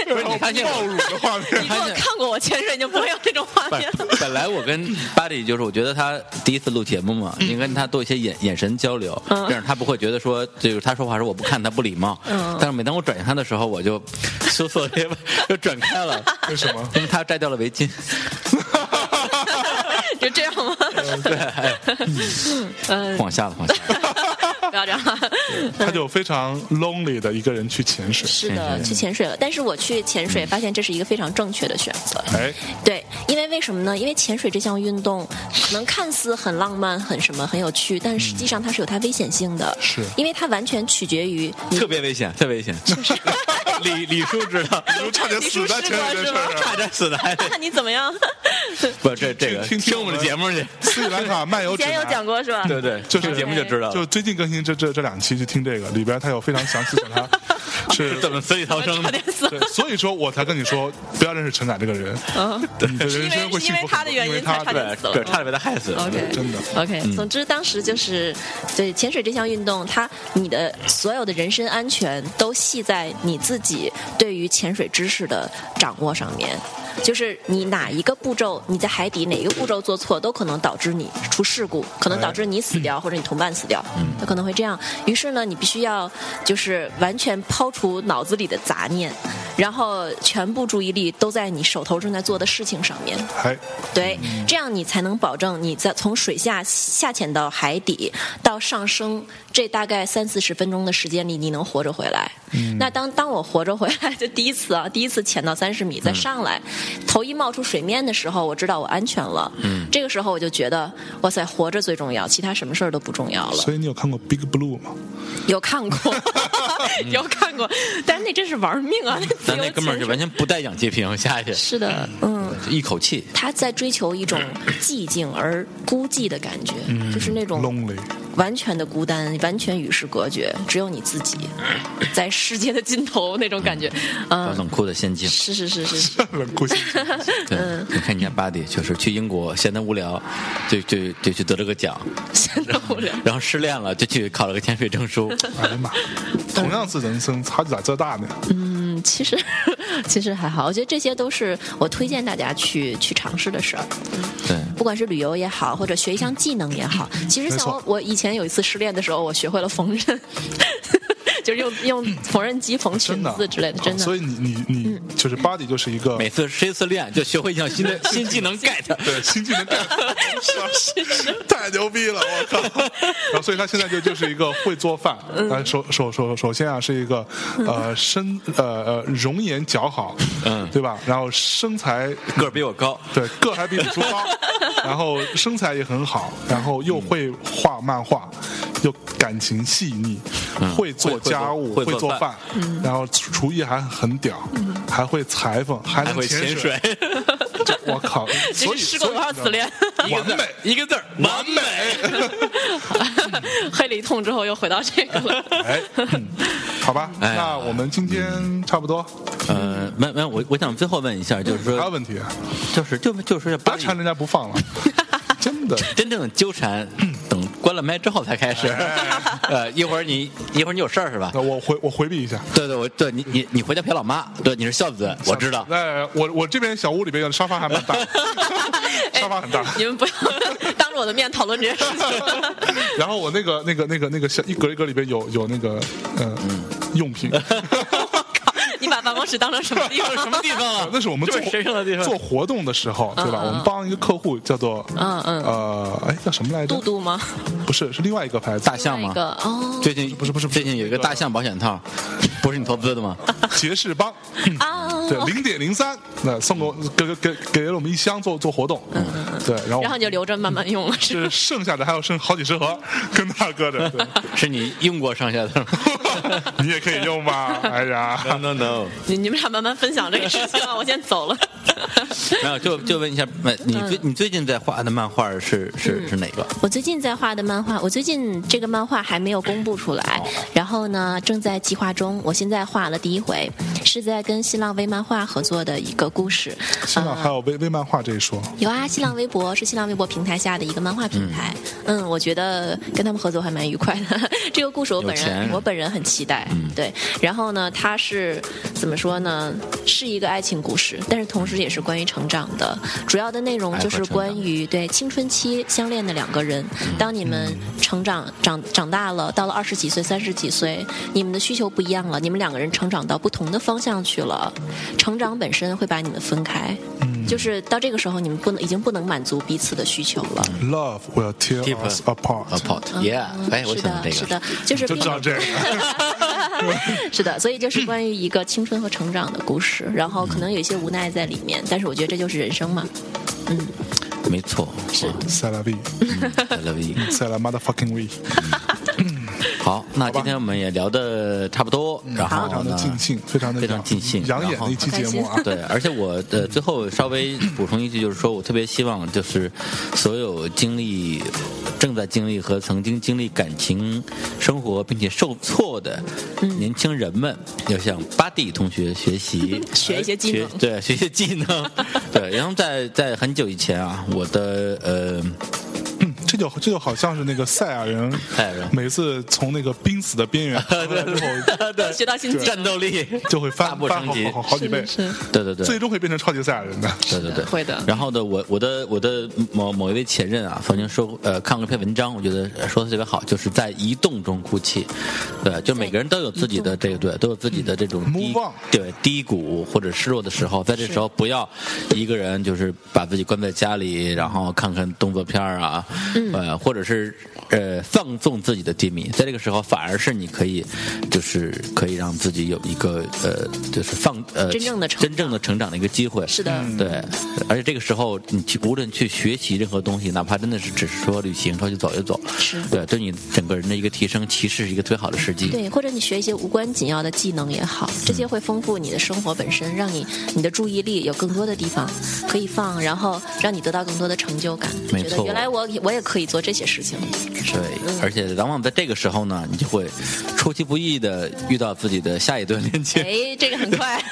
Speaker 1: 然后
Speaker 2: 发现
Speaker 1: 暴乳的画面。
Speaker 3: 你如果
Speaker 2: 看见
Speaker 3: 看过我潜水，你就不会有这种画
Speaker 2: 本
Speaker 3: 面。
Speaker 2: 本来我跟巴里就是，我觉得他第一次录节目嘛，应该跟他多一些眼眼神交流，
Speaker 3: 嗯
Speaker 2: 这样他不会觉得说，就是他说话时候我不看他不礼貌。
Speaker 3: 嗯
Speaker 2: 但是每当我转向他的时候，我就羞涩地就转开了，
Speaker 1: 为什么？
Speaker 2: 因为他摘掉了围巾。
Speaker 3: 就这样吗？
Speaker 2: 对，
Speaker 3: 嗯，
Speaker 2: 往下了，往下了。
Speaker 3: 不要这样。
Speaker 1: 他就非常 lonely 的一个人去潜水。
Speaker 3: 是嗯的，去潜水了。但是我去潜水，发现这是一个非常正确的选择。
Speaker 2: 嗯
Speaker 1: 哎，
Speaker 3: 对，因为为什么呢？因为潜水这项运动可能看似很浪漫、很什么、很有趣，但实际上它是有它危险性的。
Speaker 1: 是
Speaker 3: 因为它完全取决于你
Speaker 2: 特别危险，特别危险。呃 李李叔知道，
Speaker 1: 就差点死在潜水这事
Speaker 3: 你
Speaker 1: 儿
Speaker 2: 差点死的还得
Speaker 3: 看你怎么样。
Speaker 2: 不这这个
Speaker 1: 听听
Speaker 2: 听我们的节目去。
Speaker 1: 斯里兰卡漫游
Speaker 3: 以
Speaker 1: 指
Speaker 3: 前有
Speaker 1: 南
Speaker 3: 讲。过是吧？
Speaker 2: 对对，就这节目就知道了
Speaker 1: 就最近更新这这这两期，就听这个里边，他有非常详细讲他 是
Speaker 2: 是怎么死里逃生
Speaker 3: 差
Speaker 2: 的
Speaker 3: 点。死
Speaker 1: 对，所以说我才跟你说，不要认识陈凯这个人，
Speaker 2: 哦
Speaker 1: 你的人生会幸福很多。
Speaker 3: 是因为他的原因
Speaker 1: 因为
Speaker 3: 才差点
Speaker 2: 对
Speaker 3: 死了
Speaker 2: 对，差点被他害死。
Speaker 3: OK，
Speaker 1: 真的嗯
Speaker 3: OK，、总之当时就是，对潜水这项运动，它你的所有的人身安全都系在你自己对于潜水知识的掌握上面。就是你哪一个步骤，你在海底哪一个步骤做错，都可能导致你出事故，可能导致你死
Speaker 1: 嗯
Speaker 3: 掉或者你同伴死掉，它可能会这样。于是呢，你必须要就是完全抛除脑子里的杂念，然后全部注意力都在你手头正在做的事情上面。
Speaker 1: 哎，
Speaker 3: 对，这样你才能保证你在从水下下潜到海底到上升这大概三四十分钟的时间里，你能活着回来。
Speaker 2: 嗯
Speaker 3: 那当当我活着回来，就第一次啊，第一次潜到三十
Speaker 2: 嗯
Speaker 3: 米再上来，头一冒出水面的时候，我知道我安全了。嗯，这个时候我就觉得，哇塞，活着最重要，其他什么事儿都不重要了。
Speaker 1: 所以你有看过《Big Blue》吗？
Speaker 3: 有看 过，有看过，但是那真是玩命啊！那自
Speaker 2: 咱
Speaker 3: 由
Speaker 2: 那哥们儿
Speaker 3: 潜
Speaker 2: 就
Speaker 3: 水
Speaker 2: 完全不带氧气瓶下去，
Speaker 3: 是的，嗯。
Speaker 2: 就一口气。
Speaker 3: 他在追求 一种寂静而孤寂的感觉，
Speaker 1: 嗯
Speaker 3: 就是那种
Speaker 1: Lonely，
Speaker 3: 完全的孤单，完全与世隔绝，只有你自己
Speaker 1: 嗯
Speaker 3: 在世界的尽头那种感觉。
Speaker 2: 把
Speaker 3: 嗯，
Speaker 2: 冷酷的仙境。
Speaker 3: 是是 是是是，
Speaker 1: 冷酷心情。
Speaker 2: 对，你看人家巴迪，就是去英国闲得无聊，就就就去得了个奖，
Speaker 3: 真的无 聊。
Speaker 2: 然后失恋了就去考了个潜水证 书。
Speaker 1: 哎呀妈，同样是人生，差距咋这大呢？
Speaker 3: 嗯，其实 其实还好，我觉得这些都是我推荐大家去去尝试的事儿。
Speaker 2: 对，
Speaker 3: 不管是旅游也好，或者学一项技能也好，其
Speaker 1: 嗯没
Speaker 3: 实像
Speaker 1: 错
Speaker 3: 我我以前有一次失恋的时候，我学会了缝纫， 就是用用缝纫机缝
Speaker 1: 真
Speaker 3: 裙
Speaker 1: 的啊哦
Speaker 3: 子之类的，真的。嗯
Speaker 1: 所以你你你就是 Body 就是一个
Speaker 2: 每次失一次恋就学会一项新的新技能 get。
Speaker 1: 对新技能干， 太牛逼了，我靠！然后所以他现在就就是一个会做饭，
Speaker 3: 嗯
Speaker 1: 呃，首首首首先啊是一个呃身呃呃容颜姣好，
Speaker 2: 嗯
Speaker 1: 对吧？然后身材
Speaker 2: 个儿比我高，
Speaker 1: 对，个还比李叔高，然后身材也很好，然后又会画漫画，又感情细腻，会做家
Speaker 2: 嗯
Speaker 1: 务，
Speaker 2: 会会做
Speaker 1: 做
Speaker 2: 会做
Speaker 1: 饭，
Speaker 3: 嗯
Speaker 1: 然后厨厨艺还很屌，还会裁缝，还
Speaker 2: 还
Speaker 1: 能
Speaker 2: 会
Speaker 1: 潜
Speaker 2: 潜水。，
Speaker 1: 就我靠！所以
Speaker 3: 是吃过多少次恋？
Speaker 1: 所以完美，
Speaker 2: 一个字儿，完美。
Speaker 3: 黑了一通之后又回到这个 了。
Speaker 1: 哎，嗯好吧，
Speaker 2: 哎呀嗯
Speaker 1: 那我们今天差不多，
Speaker 2: 呃，没没，我我想最后问一下，就是
Speaker 1: 还有
Speaker 2: 说，
Speaker 1: 问题啊，
Speaker 2: 就是就就是
Speaker 1: 不
Speaker 2: 巴
Speaker 1: 要
Speaker 2: 迪
Speaker 1: 缠人家不放了， 真的。
Speaker 2: 真正纠缠，等关了麦之后才开始。呃，一会儿你一会儿你有事儿是吧
Speaker 1: 哎那？我回我回避一下，
Speaker 2: 对对，我对你你你回家陪老妈，对，你是孝子，我知道。
Speaker 1: 那哎我我这边小屋里边有沙发还蛮大，沙发很大。
Speaker 3: 哎你们不要当着我的面讨论这件事情。
Speaker 1: 然后我那个那个那个那个小一格一格里边有有那个呃用 品，
Speaker 3: 我靠！你把办公室当成什么地
Speaker 2: 这
Speaker 3: 方？
Speaker 2: 是什么地方啊？
Speaker 1: 那是我们做
Speaker 2: 这是神圣的地方
Speaker 1: 做活动的时候，对吧？
Speaker 3: 嗯嗯
Speaker 1: 我们帮一个客户叫做
Speaker 3: 嗯嗯
Speaker 1: 呃哎叫什么来着
Speaker 3: 杜？杜吗？
Speaker 1: 不是是另外一个牌子
Speaker 2: 大，象
Speaker 3: 那
Speaker 2: 吗？
Speaker 3: 个哦
Speaker 2: 最近
Speaker 1: 不是不是不是
Speaker 2: 最近有一个大象保险套，不是你投资的吗？
Speaker 1: 杰士 邦，嗯
Speaker 3: 啊，
Speaker 1: 对零点零三，那送给我给给给了我们一箱做做活动，对，然后
Speaker 3: 嗯然后你就留着慢慢用了， 是
Speaker 1: 是剩下的还有剩好几十盒 跟那儿搁着，对
Speaker 2: 是你英国上下的吗
Speaker 1: 你也可以用 吧？哎呀，
Speaker 3: 嗯
Speaker 2: ？No no，
Speaker 3: 你你们俩慢慢分享这个事情啊，我先走了。
Speaker 2: 没有，就就问一下，呃你最你最近在画的漫画是是是哪个？
Speaker 3: 我最近在画的漫画，我最近这个漫画还没有公布出来，
Speaker 1: 哦
Speaker 3: 然后呢，正在计划中。我现在画了第一回，是在跟新浪微漫画合作的一个故事。
Speaker 1: 新浪还有微微漫画这一说，
Speaker 3: 有啊，新浪微博是新浪微博平台下的一个漫画平台。嗯我觉得跟他们合作还蛮愉快的。 这个故事我
Speaker 2: 有
Speaker 3: 本
Speaker 2: 钱嗯
Speaker 3: 人
Speaker 2: 人
Speaker 3: 我本人很期待。对，然后呢，它是怎么说呢？是一个爱情故事，但是同时也是关于成长的。主要的内容就是关于对青春期相恋的两个人，
Speaker 2: 嗯
Speaker 3: 当你们成长长长大了，到了二十几岁、三十几岁，你们的需求不一样了，你们两个人成长到不同的方向去了，成长本身会把你们分开。
Speaker 2: 嗯
Speaker 3: 就是到这个时候，你们不能已经不能满足彼此的需求了。嗯
Speaker 1: Love will tear
Speaker 2: Keep
Speaker 1: us
Speaker 2: a-
Speaker 1: apart。
Speaker 2: pot 呃 yeah，哎，我
Speaker 3: 是
Speaker 2: 想到这
Speaker 3: 的，
Speaker 2: 个
Speaker 3: 是的，就 是
Speaker 1: 就知道这个，
Speaker 3: 是的，所以这是关于一个青春和成长的故事，然后可能有一些无奈在里面，但是我觉得这就是人生嘛。
Speaker 2: 没错，嗯是
Speaker 1: 塞拉 V，塞拉 motherfucking V，
Speaker 2: 好，那今天我们也聊的差不多，然
Speaker 1: 非
Speaker 2: 后
Speaker 1: 嗯常的
Speaker 2: 呢，
Speaker 1: 尽兴，非常的
Speaker 2: 非常尽兴
Speaker 1: 养眼
Speaker 2: 然后
Speaker 1: 的一期节目啊。
Speaker 2: 对，而且我呃最后稍微补充一句，就是说我特别希望就是所有经历、正在经历和曾经经历感情生活并且受挫的
Speaker 3: 嗯
Speaker 2: 年轻人们，要向巴蒂同学学习，
Speaker 3: 学一些技能
Speaker 2: 学对，学一些技能， 对。然后在在很久以前啊，我的呃。
Speaker 1: 这就这就好像是那个赛亚人，
Speaker 2: 赛亚人
Speaker 1: 每次从那个濒死的 边 缘出来之后，
Speaker 3: 学到新技能
Speaker 2: 战斗力
Speaker 1: 就会
Speaker 2: 大
Speaker 1: 翻
Speaker 2: 步
Speaker 1: 翻
Speaker 2: 升
Speaker 1: 好
Speaker 2: 级，
Speaker 1: 好好好几倍，
Speaker 2: 对对对，
Speaker 1: 最终会变成超级赛亚人的。
Speaker 2: 对对对，
Speaker 3: 会的
Speaker 2: 然后呢，我我的我的某某一位前任啊，曾经说过呃看过一篇文章，我觉得呃说的特别好，就是在移动中哭泣，对，就每个人都有自己的这个对，都有自己的这种低
Speaker 1: Move on
Speaker 2: 对低谷或者失落的时候，在这时候不要一个人就是把自己关在家里，然后看看动作片儿啊，
Speaker 3: 嗯
Speaker 2: 呃，或者是呃放纵自己的低迷，在这个时候反而是你可以就是可以让自己有一个呃就是放呃
Speaker 3: 真正的成
Speaker 2: 真正的成长的一个机会，
Speaker 3: 是的嗯
Speaker 2: 对，而且这个时候你去无论去学习任何东西，哪怕真的是只是说旅行，出去走一走，
Speaker 3: 是
Speaker 2: 对，对你整个人的一个提升，其实是一个最好的时机。
Speaker 3: 对，或者你学一些无关紧要的技能也好，这些会丰富你的生活本身，让你你的注意力有更多的地方可以放，然后让你得到更多的成就感。
Speaker 2: 没
Speaker 3: 觉得
Speaker 2: 错
Speaker 3: 原来我我也可以做这些 事情。
Speaker 2: 对，而且往往在这个时候呢，你就会出其不意的遇到自己的下一段恋情，
Speaker 3: 哎，这个很 快，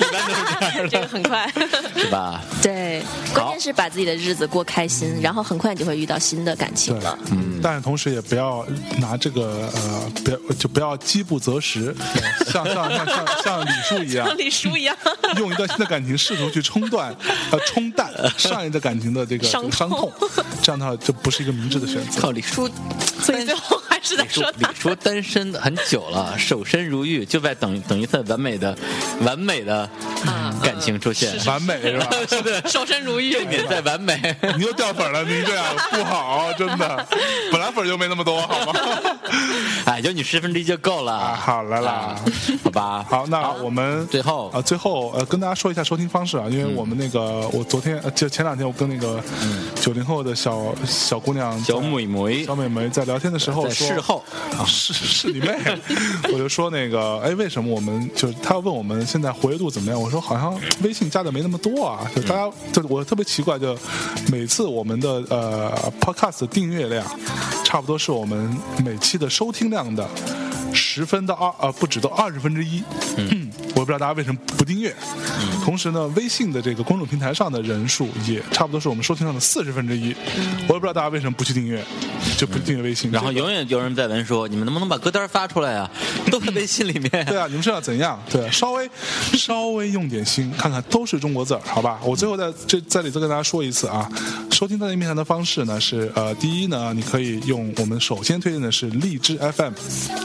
Speaker 3: 这个很快。
Speaker 2: 是吧？
Speaker 3: 对，关键是把自己的日子过开心，然后很快你就会遇到新的感情
Speaker 1: 对
Speaker 3: 了。，
Speaker 1: 嗯，但是同时也不要拿这个呃，不要就不要饥不择食，像像像像像李叔一样，
Speaker 3: 李叔一 样，
Speaker 1: 用一段新的感情试图去冲断呃冲淡上一段感情的这个
Speaker 3: 伤
Speaker 1: 这个伤
Speaker 3: 痛
Speaker 1: 痛，这样的话就不是一个明智的选择。
Speaker 2: 靠，李叔，
Speaker 3: 所以最后还是在
Speaker 2: 李叔
Speaker 3: 说，
Speaker 2: 李
Speaker 3: 他。
Speaker 2: 叔单身很久了，守身如玉，就在等等一份完美的、完美的感情出现。
Speaker 1: 完美是吧？
Speaker 3: 守啊身如玉，
Speaker 2: 重点在完美。
Speaker 1: 你又掉粉了，您这样不好，真的。本来粉就没那么多，好吗？
Speaker 2: 哎，有你十分之一就够了。
Speaker 1: 啊好了啦
Speaker 2: 啊好吧。
Speaker 1: 好，那我们
Speaker 2: 最后嗯
Speaker 1: 啊，最后呃，跟大家说一下收听方式啊，因为我们那个我昨天呃就前两天我跟那个九零后的小小姑娘
Speaker 2: 小美眉
Speaker 1: 小美眉在聊天的时候
Speaker 2: 在
Speaker 1: 说
Speaker 2: 事后
Speaker 1: 啊是是你妹！我就说那个，哎，为什么我们就是他问我们现在活跃度怎么样？我说好像微信加的没那么多啊，就大
Speaker 2: 嗯
Speaker 1: 家就我特别奇怪，就每次我们的呃 podcast 的订阅量差不多是我们每期的收听量的十分到二呃不止到二十分之一。嗯，我不知道大家为什么不订阅。
Speaker 2: 嗯
Speaker 1: 同时呢，微信的这个公众平台上的人数也差不多是我们收听量的四十分之一。我也不知道大家为什么不去订阅，就不订阅微信。
Speaker 2: 嗯然后
Speaker 1: 这个
Speaker 2: 永远有人在问说：“你们能不能把歌单发出来啊？ 都在微信里面。
Speaker 1: 对啊，你们知道怎样？对，稍微稍微用点心，看看都是中国字儿，好吧？我最后在这在里再跟大家说一次啊，收听大内密谈的方式呢是呃，第一呢，你可以用我们首先推荐的是荔枝 FM，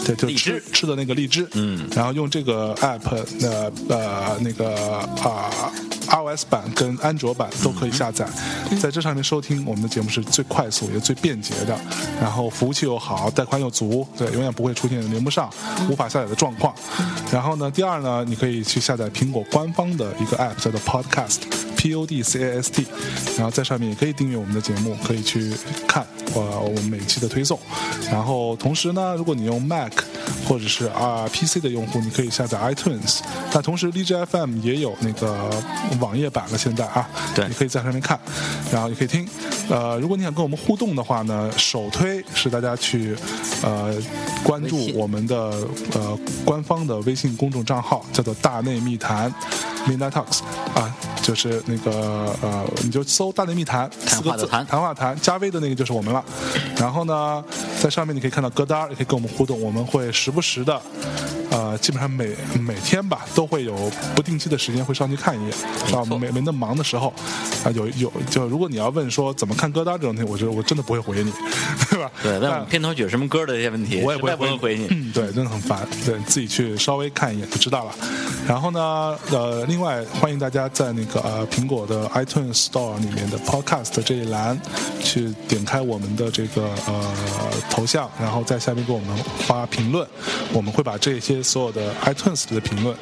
Speaker 1: 对，就
Speaker 2: 荔
Speaker 1: 是
Speaker 2: 枝
Speaker 1: 吃吃的那个荔枝，嗯，然后用这个 app 的呃那个啊。iOS 版跟安卓版都可以下载，
Speaker 2: 嗯
Speaker 1: 在这上面收听我们的节目是最快速也最便捷的，然后服务器又好，带宽又足，对，永远不会出现连不上、无法下载的状况。
Speaker 2: 嗯
Speaker 1: 然后呢，第二呢，你可以去下载苹果官方的一个 app 叫做 Podcast。P O D C A S T，然后在上面也可以订阅我们的节目，可以去看呃我们每期的推送。然后同时呢，如果你用 Mac 或者是啊 PC 的用户，你可以下载 iTunes。那同时荔枝 FM 也有那个网页版了，现在啊，
Speaker 2: 对
Speaker 1: 你可以在上面看，然后也可以听。呃，如果你想跟我们互动的话呢，首推是大家去呃关
Speaker 2: 微
Speaker 1: 注
Speaker 2: 信
Speaker 1: 我们的呃官方的微信公众账号，叫做“大内密谈 ”（Midnight Talks） 啊，就是那个呃，你就搜“大内密谈”四
Speaker 2: 话
Speaker 1: 个
Speaker 2: 的
Speaker 1: 字，
Speaker 2: 谈
Speaker 1: 谈话谈加微的那个就是我们了。然后呢，在上面你可以看到歌单，也可以跟我们互动，我们会时不时的呃，基本上每每天吧都会有不定期的时间会上去看一眼，啊，没没那么忙的时候，啊、有有就如果你要问说怎么看歌单这种东西，我觉得我真的不会回你，对吧？
Speaker 2: 对，问我
Speaker 1: 但
Speaker 2: 们片头曲什么歌的这些问题，
Speaker 1: 我也
Speaker 2: 实在不
Speaker 1: 会
Speaker 2: 能回你。
Speaker 1: 嗯，对，真的很烦。对自己去稍微看一眼就知道了。然后呢，呃，另外欢迎大家在那个呃苹果的 iTunes Store 里面的 Podcast 这一栏去点开我们的这个呃头像，然后在下面给我们发评论，我们会把这些所有的 iTunes 的评论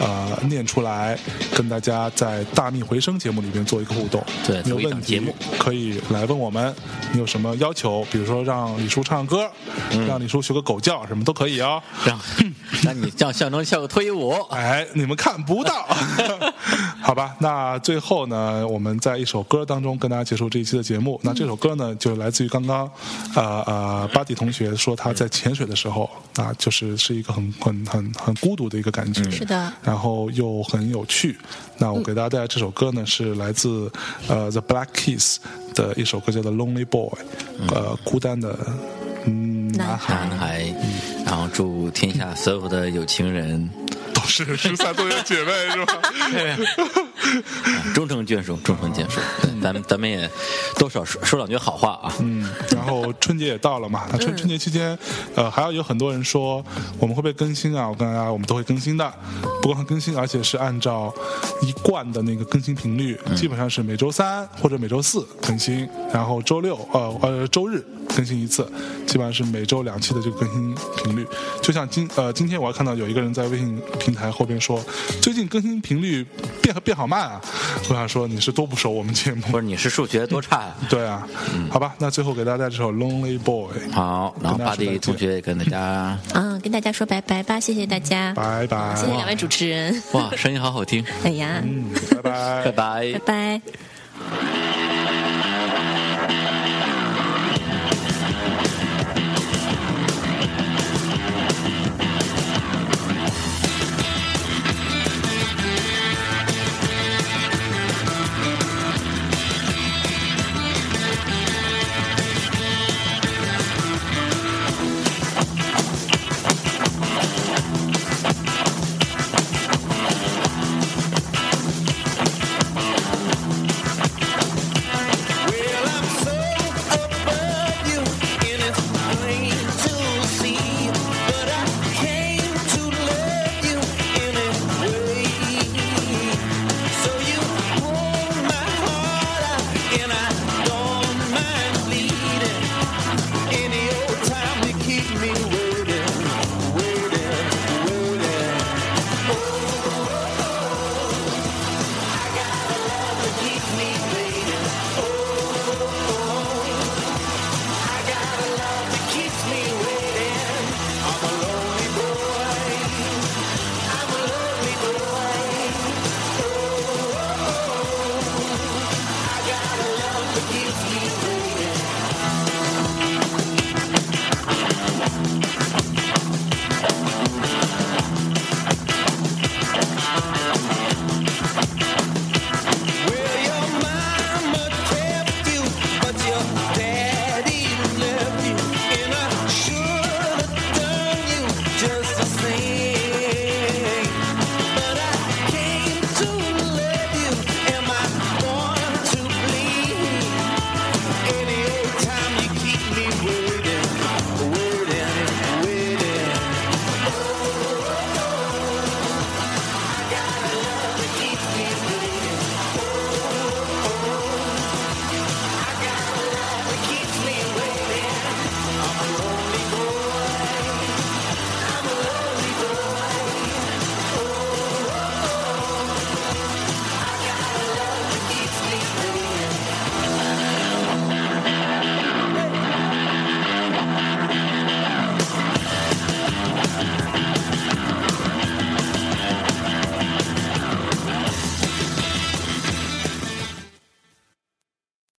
Speaker 1: 呃念出来，跟大家在大逆回声节目里面做一个互动。
Speaker 2: 对
Speaker 1: 你有
Speaker 2: 做一档
Speaker 1: 问题
Speaker 2: 节目
Speaker 1: 可以来问我们，你有什么要求？比如说让李叔唱歌，
Speaker 2: 嗯
Speaker 1: 让李叔学个狗叫，什么都可以哦。
Speaker 2: 让 让你让象征跳个脱衣舞。
Speaker 1: 哎，你们看不 到，好吧？那最后呢，我们在一首歌当中跟大家结束这一期的节
Speaker 3: 嗯
Speaker 1: 目。那这首歌呢，就来自于刚刚，呃呃，巴迪同学说他在潜水的时候，啊，就是是一个很很很很孤独的一个感觉。
Speaker 3: 嗯是的
Speaker 1: 然后又很有趣。那我给大家带来这首歌呢，是来自呃 The Black Keys 的一首歌，叫做《Lonely Boy》，呃，孤单的嗯
Speaker 3: 嗯男
Speaker 1: 男
Speaker 3: 孩
Speaker 1: 孩
Speaker 2: 男孩，然后祝天下所有的有情人
Speaker 1: 都是失散多年姐妹是吧？
Speaker 2: 啊终成眷属，终成眷属。对，咱们咱们也多少说说两句好话啊。
Speaker 1: 嗯，然后春节也到了嘛，那春春节期间，呃，还要有很多人说我们会不会更新啊？我跟大家，我们都会更新的，不光会更新，而且是按照一贯的那个更新频率，基本上是每周三或者每周四更新，然后周六呃呃周日更新一次，基本上是每周两期的这个更新频率。就像今呃今天我还看到有一个人在微信平台后边说，最近更新频率变变好慢啊，我想说你是多不熟我们节目。
Speaker 2: 不是你是数学多差呀、
Speaker 1: 对啊，好吧，那最后给大家带这首《Lonely Boy》，
Speaker 2: 好，然后
Speaker 1: 跟大
Speaker 2: 巴
Speaker 1: 家说再
Speaker 2: 蒂
Speaker 1: 见
Speaker 2: 同学也跟大 家，
Speaker 3: 嗯，跟大家说拜拜吧，谢谢大家，
Speaker 1: 拜拜，
Speaker 3: 谢谢两位主持人，
Speaker 2: 哇，声音好好听，
Speaker 3: 哎呀，
Speaker 1: 嗯，拜拜
Speaker 2: 拜。拜
Speaker 3: 拜。拜。